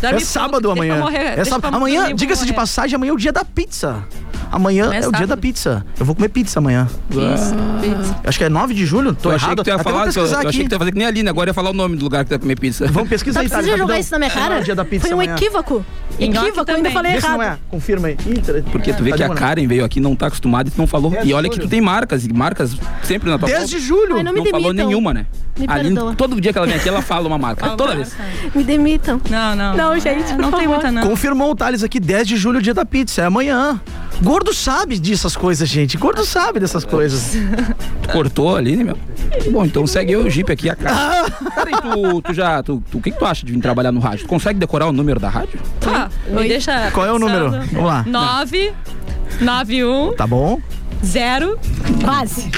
Speaker 8: é
Speaker 9: pouco,
Speaker 8: sábado
Speaker 9: deixa
Speaker 8: amanhã.
Speaker 9: pra morrer,
Speaker 8: é
Speaker 9: deixa
Speaker 8: sábado.
Speaker 9: pra
Speaker 8: Amanhã,
Speaker 9: dormir,
Speaker 8: diga-se
Speaker 9: vou
Speaker 8: de
Speaker 9: morrer.
Speaker 8: passagem, amanhã é o dia da pizza. Amanhã
Speaker 9: É
Speaker 8: é, o dia
Speaker 9: sábado.
Speaker 8: da pizza. Eu vou comer pizza amanhã.
Speaker 9: Pizza,
Speaker 8: Ah.
Speaker 9: pizza.
Speaker 8: Acho que é 9 de julho, tô
Speaker 6: eu achei
Speaker 8: errado.
Speaker 6: que tu ia
Speaker 8: Até vou
Speaker 6: falar, eu, eu
Speaker 8: pesquisar
Speaker 6: achei
Speaker 8: aqui.
Speaker 6: que tu ia fazer que nem a Lina, agora ia falar o nome do lugar que tu ia comer pizza.
Speaker 8: Vamos pesquisar
Speaker 7: Tá
Speaker 8: aí, tá?
Speaker 7: precisando jogar
Speaker 8: rapidão.
Speaker 7: isso na minha cara?
Speaker 8: É o dia da pizza
Speaker 7: Foi um
Speaker 8: amanhã.
Speaker 7: equívoco. Equívoco, eu ainda falei
Speaker 8: Vê se não
Speaker 7: errado.
Speaker 8: é. Confirma aí. Ih,
Speaker 6: Porque tu vê
Speaker 8: tá
Speaker 6: que a
Speaker 8: demorando.
Speaker 6: Karen veio aqui, não tá acostumada e tu não falou.
Speaker 8: Desde
Speaker 6: E olha que
Speaker 8: julho.
Speaker 6: tu tem marcas, e marcas sempre na tua
Speaker 8: Desde
Speaker 6: pauta.
Speaker 8: julho. Ai,
Speaker 6: não
Speaker 8: não me
Speaker 6: falou
Speaker 8: demitam.
Speaker 6: nenhuma, né?
Speaker 7: Me
Speaker 6: A Aline,
Speaker 7: perdoa.
Speaker 6: todo dia que ela vem aqui, ela fala uma marca. toda vez.
Speaker 8: é.
Speaker 7: Me demitam.
Speaker 9: Não, não.
Speaker 7: Não, gente,
Speaker 9: não
Speaker 7: por
Speaker 9: tem
Speaker 7: favor.
Speaker 9: muita, não.
Speaker 8: Confirmou o Thales aqui, 10 de julho, dia da pizza. É amanhã. Gordo sabe dessas coisas, gente. Gordo sabe dessas coisas.
Speaker 6: Tu cortou ali, né, meu? Bom, então segue eu e o Jeep aqui, a cara. Cara, e tu, tu já. Tu, tu- o que, que tu acha de vir trabalhar no rádio? Tu consegue decorar o número da rádio?
Speaker 9: Tá, me deixa.
Speaker 6: Qual é o número?
Speaker 9: pensando.
Speaker 6: Vamos lá.
Speaker 9: Nove, nove, um,
Speaker 8: Tá bom?
Speaker 9: zero.
Speaker 7: Quase.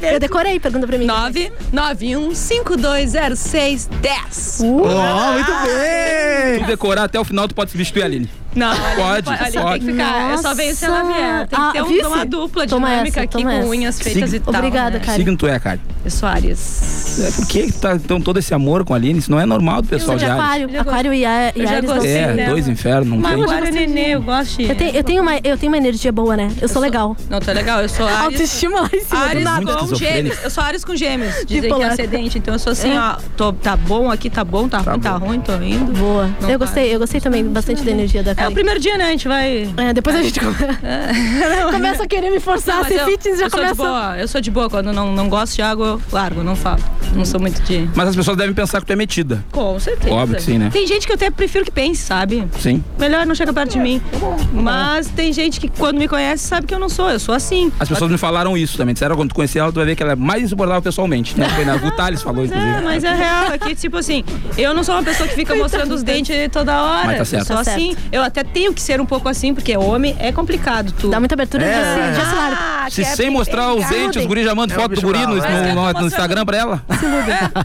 Speaker 9: Né?
Speaker 7: Eu decorei, pergunta pra mim.
Speaker 9: 9 9 1 5 2 0 6 10.
Speaker 8: Ó, muito bem!
Speaker 6: Se tu decorar até o final, tu pode substituir a Aline.
Speaker 9: Não, olha,
Speaker 6: Pode,
Speaker 9: olha,
Speaker 6: pode.
Speaker 9: Tem que ficar, é só vencer ela vier. Tem que
Speaker 7: Ah,
Speaker 9: ter um-
Speaker 7: vice?
Speaker 9: uma dupla
Speaker 7: Toma
Speaker 9: dinâmica
Speaker 7: essa,
Speaker 9: aqui com
Speaker 7: toma essa.
Speaker 9: unhas feitas
Speaker 6: Sig-
Speaker 9: e tal.
Speaker 7: Obrigada,
Speaker 9: né?
Speaker 7: cara.
Speaker 6: Signo tu é, cara.
Speaker 9: Eu sou Ares.
Speaker 6: É, por que que tá então, todo esse amor com a Aline? Isso não é normal do pessoal
Speaker 7: Sou de
Speaker 6: de Ares.
Speaker 7: aquário, aquário e, a, e
Speaker 9: Eu já
Speaker 7: Ares não
Speaker 9: gostei
Speaker 7: sei.
Speaker 6: É, dois infernos, não
Speaker 9: Mas
Speaker 6: tem.
Speaker 9: agora, nenê, eu gosto.
Speaker 7: Eu tenho, eu, tenho uma, eu tenho uma energia boa, né? Eu, sou, legal.
Speaker 9: Não, tá legal, eu sou Ares.
Speaker 7: Autoestima lá em cima do
Speaker 9: Ares
Speaker 7: nada.
Speaker 9: com gêmeos. Eu sou Ares com gêmeos. Dizem que é
Speaker 7: Bipolar. É.
Speaker 9: acidente. Então eu sou assim, ó. Tô, tá bom aqui, tá bom, tá, ruim, tá ruim, tô indo.
Speaker 7: Boa.
Speaker 9: Não
Speaker 7: eu gostei, eu gostei também bastante da energia da
Speaker 9: É
Speaker 7: Karen.
Speaker 9: o primeiro dia, né? A gente vai.
Speaker 7: É, depois a gente come- começa a querer me
Speaker 9: É. Não,
Speaker 7: forçar,
Speaker 9: mas
Speaker 7: ser
Speaker 9: eu-
Speaker 7: Ah, fitness já
Speaker 9: eu sou de
Speaker 7: começa.
Speaker 9: boa, eu sou de boa. Quando não, não gosto de água, eu largo, não falo. Não sou muito de.
Speaker 6: Mas as pessoas devem pensar que tu é metida.
Speaker 9: Com certeza.
Speaker 6: Óbvio que sim, né?
Speaker 9: Tem gente que eu até prefiro que pense, sabe?
Speaker 6: Sim.
Speaker 9: Melhor não chega perto de mim.
Speaker 6: Tá
Speaker 9: Mas tem gente que quando me conhece sabe que eu não sou, eu sou assim.
Speaker 6: As pessoas me falaram isso também. Disseram quando tu conhecer ela, tu vai ver que ela é mais insuportável pessoalmente. Né? Foi na- O Thales falou, inclusive.
Speaker 9: É, mas é real, aqui, tipo assim, eu não sou uma pessoa que fica mostrando os dentes toda hora.
Speaker 6: Mas tá certo.
Speaker 9: Eu sou
Speaker 6: Tá certo.
Speaker 9: assim. Eu, até tenho que ser um pouco assim, porque homem é complicado tu. Ah, Dá
Speaker 7: muita abertura
Speaker 6: de assim, de celular. Se
Speaker 9: é
Speaker 6: sem mostrar os dentes, os guri já manda foto do guri no, no- no Instagram pra ela.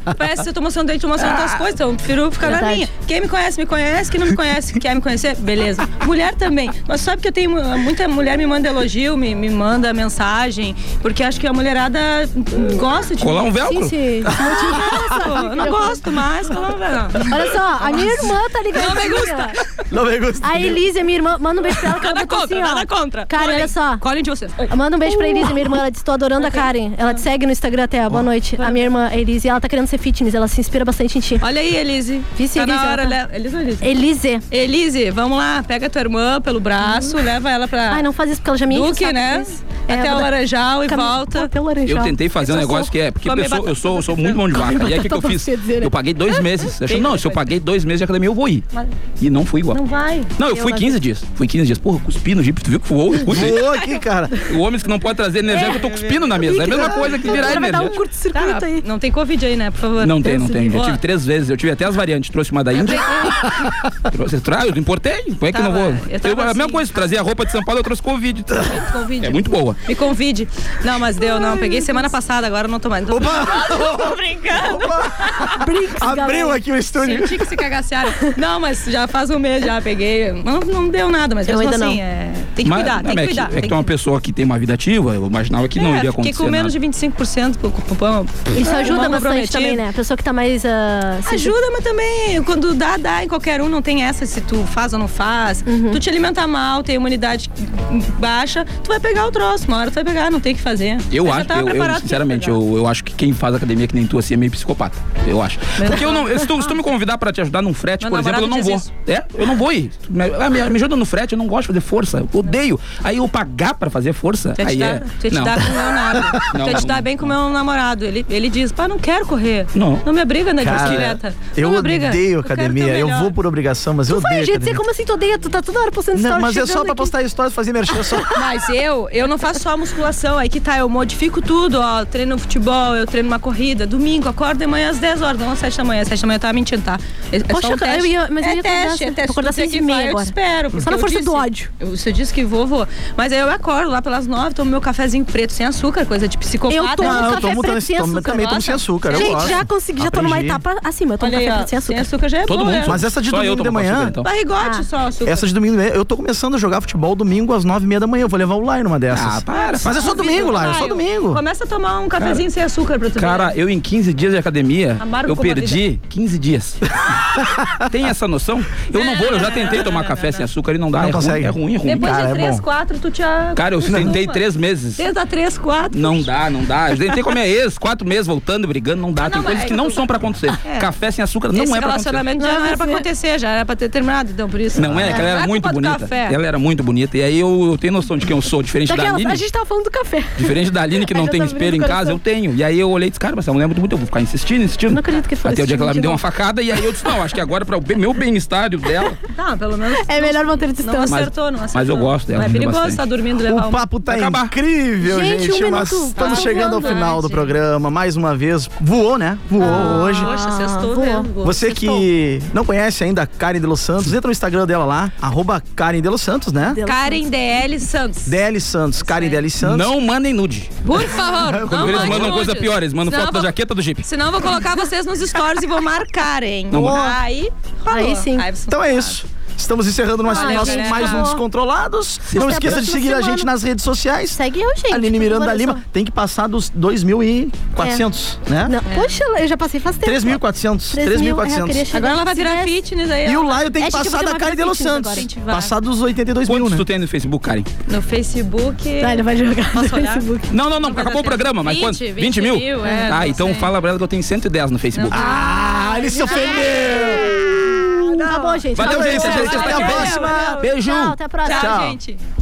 Speaker 9: É, Parece que eu tô mostrando dente, tô mostrando
Speaker 7: Ah,
Speaker 9: outras coisas, então eu prefiro ficar na
Speaker 6: Verdade.
Speaker 9: minha. Quem me conhece, me conhece. Quem não me conhece, quer me conhecer, beleza. Mulher também. Mas sabe que eu tenho eh, muita mulher me manda elogio, me, me manda mensagem, porque acho que a mulherada gosta de.
Speaker 6: Colar um velcro?
Speaker 9: Sim, sim. Não, não gosto mais, colar um velcro.
Speaker 7: Olha só, a minha irmã tá ligando.
Speaker 9: Não me gusta.
Speaker 8: Não me gusta.
Speaker 7: A Elise, minha irmã, manda um beijo pra ela. que ela
Speaker 9: Nada
Speaker 7: botou
Speaker 9: contra,
Speaker 7: assim, ó.
Speaker 9: nada contra.
Speaker 7: Cara,
Speaker 9: Colhem,
Speaker 7: olha só.
Speaker 9: Colhem de vocês. Oi.
Speaker 7: Manda um beijo pra Elise, minha irmã. Ela disse: tô adorando a Karen. Ela te segue no Instagram até. Boa noite. A minha irmã, a Elise, ela tá querendo ser fitness. Ela se inspira bastante em ti.
Speaker 9: Olha aí, Elise.
Speaker 7: Vice
Speaker 9: tá
Speaker 7: Elise.
Speaker 9: na hora,
Speaker 7: ela
Speaker 9: le- Elise ou Elise?
Speaker 7: Elise.
Speaker 9: Elise, vamos lá, pega tua irmã pelo braço, leva ela pra. Ai,
Speaker 7: Uhum. não faz isso porque ela já me enche o
Speaker 9: Duque,
Speaker 7: saco
Speaker 9: né?
Speaker 7: com isso.
Speaker 9: Até
Speaker 7: É,
Speaker 9: o
Speaker 7: vou dar-
Speaker 9: Laranjal e
Speaker 7: Cam-
Speaker 9: volta.
Speaker 7: Até o Laranjal.
Speaker 6: Eu tentei fazer um negócio que é, porque
Speaker 9: Comer
Speaker 6: eu sou,
Speaker 9: batata
Speaker 6: eu sou, eu sou muito mão de
Speaker 9: frita.
Speaker 6: vaca. E aí o que, que eu
Speaker 9: Batata
Speaker 6: fiz?
Speaker 9: frita, né?
Speaker 6: Eu paguei dois meses. Eu achei,
Speaker 9: Bem
Speaker 6: não, se eu paguei dois meses de academia, eu vou ir.
Speaker 9: Mas-
Speaker 6: E não fui igual.
Speaker 9: Não vai.
Speaker 6: Não, eu fui 15 dias. Fui 15 dias. Porra, cuspi no jipe, tu viu que voou? Eu cuspi.
Speaker 8: Voou aqui, cara.
Speaker 6: O homem que não pode trazer energia, eu tô cuspindo na mesa. É a
Speaker 9: Então,
Speaker 6: mesma coisa que virar
Speaker 9: um
Speaker 6: energia.
Speaker 9: curto-circuito aí. Tá, Não tem Covid aí, né? Por favor.
Speaker 6: Não tem, não
Speaker 9: Esse-
Speaker 6: tem. Eu
Speaker 9: Boa.
Speaker 6: tive três vezes. Eu tive até as variantes. Trouxe uma da Índia. trouxe, tra... Eu importei. Como é que eu não vou?
Speaker 9: eu
Speaker 6: Eu-
Speaker 9: tava
Speaker 6: a mesma
Speaker 9: assim.
Speaker 6: coisa. Trazer a roupa de São Paulo, eu trouxe Covid.
Speaker 9: Covid.
Speaker 6: É muito boa.
Speaker 9: Me convide. Não, mas deu, não. Peguei semana passada, agora não tô mais. Tô Tô brincando.
Speaker 8: Abriu aqui o estúdio.
Speaker 9: Senti que se cagacearam. Não, mas já faz um mês já, peguei. Não, não deu nada, mas
Speaker 7: Eu
Speaker 9: mesmo
Speaker 7: ainda
Speaker 9: assim,
Speaker 7: não.
Speaker 9: é, tem que
Speaker 6: Mas-
Speaker 9: cuidar,
Speaker 6: não,
Speaker 9: tem que
Speaker 6: é
Speaker 9: cuidar.
Speaker 6: É que
Speaker 9: tem
Speaker 6: tu é uma pessoa que tem uma vida ativa, eu imaginava que não
Speaker 9: É,
Speaker 6: iria
Speaker 9: fiquei
Speaker 6: acontecer.
Speaker 9: com menos
Speaker 6: nada.
Speaker 9: de 25% com, com, com
Speaker 7: Isso ajuda
Speaker 9: pulmão
Speaker 7: bastante também, né? A pessoa que tá mais. ah, se-
Speaker 9: Ajuda, mas também quando dá, dá em qualquer um, não tem essa se tu faz ou não faz.
Speaker 6: Uhum.
Speaker 9: Tu te alimentar mal, tem imunidade baixa, tu vai pegar o troço, uma hora tu vai pegar, não tem o que fazer.
Speaker 6: Eu
Speaker 9: já
Speaker 6: acho,
Speaker 9: tava
Speaker 6: eu, eu,
Speaker 9: preparado pra
Speaker 6: sinceramente, eu, eu acho que quem faz academia que nem tu assim é meio psicopata. Eu acho. Porque eu não. Se tu, se tu me convidar pra te ajudar num frete,
Speaker 9: Meu
Speaker 6: por exemplo, eu não
Speaker 9: namorado
Speaker 6: vou.
Speaker 9: diz
Speaker 6: É, eu não vou ir. Tu Me, ah, me, me ajuda no frete, eu não gosto de fazer força. Eu odeio. Aí eu pagar pra fazer força.
Speaker 9: Tu ia te
Speaker 6: aí
Speaker 9: dar,
Speaker 6: é.
Speaker 9: tu ia te
Speaker 6: não.
Speaker 9: dar com o Leonardo.
Speaker 6: Não,
Speaker 9: tu ia te
Speaker 6: não.
Speaker 9: dar bem com o meu namorado. Ele, ele diz, pá, não quero correr.
Speaker 6: Não.
Speaker 9: Não me obriga a andar de
Speaker 8: Cara,
Speaker 9: bicicleta.
Speaker 8: Eu
Speaker 9: não me obriga.
Speaker 8: odeio
Speaker 9: Eu quero
Speaker 8: academia.
Speaker 9: teu
Speaker 8: Eu
Speaker 9: melhor.
Speaker 8: vou por obrigação, mas eu
Speaker 7: Foi
Speaker 8: odeio.
Speaker 7: a gente, você
Speaker 8: academia.
Speaker 7: como assim, tu odeia? Tu tá toda hora postando
Speaker 8: Não,
Speaker 7: stories.
Speaker 8: mas é só
Speaker 7: chegando
Speaker 8: pra
Speaker 7: aqui.
Speaker 8: postar stories, fazer merchan. Só...
Speaker 9: Mas eu, eu não faço só musculação, aí que tá, eu modifico tudo, ó, treino futebol, eu treino uma corrida, domingo, acordo de manhã às 10 horas, não às 7 da manhã, às 7 da manhã eu tava mentindo, tá? É, é
Speaker 7: Poxa,
Speaker 9: só um
Speaker 7: cara,
Speaker 9: teste.
Speaker 7: eu ia- mas
Speaker 9: é
Speaker 7: eu ia acordar
Speaker 9: teste, é
Speaker 7: às-
Speaker 9: teste.
Speaker 7: acordar
Speaker 9: Se tu
Speaker 7: às
Speaker 9: disser
Speaker 7: seis e
Speaker 9: que
Speaker 7: meia
Speaker 9: vai,
Speaker 7: agora.
Speaker 9: Eu te espero.
Speaker 7: Só
Speaker 9: porque
Speaker 7: na
Speaker 9: eu
Speaker 7: força do
Speaker 9: disse.
Speaker 7: ódio.
Speaker 9: Eu, se eu disse que vou, vou. Mas aí eu acordo lá pelas 9, tomo meu cafezinho preto sem açúcar, coisa de psicopata.
Speaker 7: Eu tomo
Speaker 8: Não, eu
Speaker 7: café
Speaker 8: tomo
Speaker 7: preto
Speaker 8: também-
Speaker 7: sem
Speaker 8: tomo-
Speaker 7: açúcar.
Speaker 8: também tomo
Speaker 7: Nossa.
Speaker 8: sem açúcar, eu
Speaker 7: Gente,
Speaker 8: gosto.
Speaker 7: já consegui, já tô numa
Speaker 8: Aprendi.
Speaker 7: etapa acima. Eu tomo
Speaker 9: Olha aí,
Speaker 7: café
Speaker 9: ó,
Speaker 7: preto sem açúcar.
Speaker 9: sem açúcar já é
Speaker 6: Todo
Speaker 9: bom,
Speaker 6: mundo.
Speaker 9: né?
Speaker 8: Mas essa de
Speaker 6: Só eu
Speaker 8: domingo
Speaker 6: tomo
Speaker 8: de manhã.
Speaker 6: açúcar, então. é
Speaker 9: Barrigote
Speaker 7: Ah.
Speaker 9: só, açúcar.
Speaker 8: Essa de domingo de manhã, eu tô começando a jogar futebol domingo às 9 e meia da manhã. Eu vou levar o Lai numa dessas.
Speaker 6: Ah, para,
Speaker 8: Mas é só domingo, Lai, é só
Speaker 9: Caio,
Speaker 8: domingo.
Speaker 9: Começa a tomar um cafezinho sem açúcar pra tu
Speaker 6: Cara, eu em 15 dias de academia,
Speaker 9: Amargo
Speaker 6: eu
Speaker 9: como a
Speaker 6: perdi 15 dias. Tem essa noção? Eu não vou, eu já tentei tomar café sem açúcar e não dá.
Speaker 8: Não
Speaker 6: é
Speaker 8: consegue.
Speaker 6: Ruim, é ruim, é ruim.
Speaker 9: Depois
Speaker 6: cara,
Speaker 9: de
Speaker 6: é
Speaker 9: três,
Speaker 6: bom.
Speaker 9: quatro, tu te a-
Speaker 6: Cara, eu tentei três meses.
Speaker 9: Tenta três, quatro.
Speaker 6: Não dá, não dá. Eu tentei com a minha ex, quatro meses voltando, brigando, não dá. Tem
Speaker 9: Ah, não,
Speaker 6: coisas
Speaker 9: mas-
Speaker 6: que não são pra acontecer.
Speaker 9: É.
Speaker 6: Café sem açúcar não
Speaker 9: Esse
Speaker 6: é pra acontecer.
Speaker 9: relacionamento já não, era pra acontecer, já era pra ter terminado, então por isso.
Speaker 6: Não é, que ela era
Speaker 9: culpa
Speaker 6: muito
Speaker 9: do
Speaker 6: bonita.
Speaker 9: café.
Speaker 6: Ela é era muito bonita. E aí eu, eu tenho noção de quem eu sou, diferente da
Speaker 7: Daquela,
Speaker 6: Aline.
Speaker 7: a gente tava falando do café.
Speaker 6: Diferente da Aline que não
Speaker 7: Eu já
Speaker 6: tem
Speaker 7: tava
Speaker 6: espelho em
Speaker 7: abrindo o
Speaker 6: casa, eu tenho. E aí eu olhei e disse, cara, mas essa mulher é muito bonita, eu vou ficar insistindo, insistindo.
Speaker 7: Não acredito que foi
Speaker 6: Até o
Speaker 7: esse
Speaker 6: dia que ela me
Speaker 7: tipo
Speaker 6: deu
Speaker 7: de
Speaker 6: uma facada e aí eu disse, não, acho que agora para o bem- meu bem-estar e o dela.
Speaker 9: Tá, pelo menos.
Speaker 7: É melhor manter a
Speaker 9: Não
Speaker 7: distância.
Speaker 9: acertou, não
Speaker 6: então, mas
Speaker 9: acertou.
Speaker 6: eu gosto dela,
Speaker 9: Não É
Speaker 6: me deu
Speaker 9: perigoso
Speaker 6: bastante.
Speaker 9: estar dormindo e levar
Speaker 8: O
Speaker 9: um-
Speaker 8: papo tá
Speaker 6: Acabar.
Speaker 8: incrível,
Speaker 7: Gente,
Speaker 8: gente,
Speaker 7: um
Speaker 8: mas
Speaker 7: minuto.
Speaker 8: estamos
Speaker 7: Tá
Speaker 8: chegando ao
Speaker 7: voando,
Speaker 8: final do programa, mais uma vez. Voou, né? Voou hoje.
Speaker 9: Poxa, sextou
Speaker 7: voou.
Speaker 9: mesmo. voou.
Speaker 8: Você
Speaker 9: Sextou.
Speaker 8: que não conhece ainda a Karen De Los Santos, entra no Instagram dela lá, arroba Karen De Los Santos, né?
Speaker 9: Karen DL Santos.
Speaker 8: DL Santos, Karen DL Santos.
Speaker 6: Não mandem nude.
Speaker 9: Por favor,
Speaker 6: Quando
Speaker 9: não
Speaker 6: eles
Speaker 9: mande
Speaker 6: mandam coisa
Speaker 9: nudes.
Speaker 6: pior, eles mandam
Speaker 9: Senão
Speaker 6: foto da
Speaker 9: eu vou-
Speaker 6: jaqueta do Jeep.
Speaker 9: Senão eu vou colocar vocês nos stories e vou marcar, hein?
Speaker 6: Não, mas-
Speaker 9: Aí, rolou.
Speaker 7: Aí sim.
Speaker 9: vocês
Speaker 8: Então é isso. Estamos encerrando mais,
Speaker 9: Valeu,
Speaker 8: nosso,
Speaker 9: galera.
Speaker 8: mais um Descontrolados. Não
Speaker 7: Até a
Speaker 8: esqueça de
Speaker 7: próxima
Speaker 8: seguir a
Speaker 7: semana.
Speaker 8: gente nas redes sociais.
Speaker 7: Segue eu, gente.
Speaker 8: Aline
Speaker 7: por
Speaker 8: Miranda
Speaker 7: favor,
Speaker 8: Lima. Tem que passar dos 2.400, né?
Speaker 7: eu só- É. Não, Poxa, eu já passei faz tempo.
Speaker 8: 3.400.
Speaker 7: 3.000, é, eu queria
Speaker 8: 3.400.
Speaker 7: chegar
Speaker 9: Agora ela vai
Speaker 7: nesse
Speaker 9: virar
Speaker 7: mês.
Speaker 9: fitness aí.
Speaker 8: E o
Speaker 9: ó.
Speaker 8: Laio tem que
Speaker 7: Acho que eu vou
Speaker 8: passar
Speaker 7: ter
Speaker 8: da
Speaker 7: uma
Speaker 8: Karen De Los
Speaker 7: fitness
Speaker 8: Santos.
Speaker 7: agora.
Speaker 9: Incentivar.
Speaker 8: Passar dos 82 mil,
Speaker 6: Quantos
Speaker 8: né?
Speaker 6: tu tem no Facebook, Karen?
Speaker 9: No Facebook.
Speaker 7: Ah, ele vai jogar no
Speaker 9: Posso olhar?
Speaker 7: Facebook.
Speaker 6: Não, não, não,
Speaker 9: vai
Speaker 6: acabou o
Speaker 9: dar
Speaker 6: programa, mas
Speaker 9: 20,
Speaker 6: quanto?
Speaker 9: 20
Speaker 6: 20 mil?
Speaker 9: mil, é,
Speaker 6: ah,
Speaker 9: não
Speaker 6: então
Speaker 9: sei.
Speaker 6: fala pra ela que eu tenho 110 no Facebook.
Speaker 8: Ah, ele se ofendeu!
Speaker 7: Tá bom, gente.
Speaker 6: Valeu,
Speaker 7: Tchau,
Speaker 6: gente,
Speaker 7: tchau.
Speaker 8: Então é
Speaker 6: gente, até a
Speaker 7: Valeu.
Speaker 6: próxima. Beijo.
Speaker 7: Tchau, até a próxima.
Speaker 9: Tchau, gente.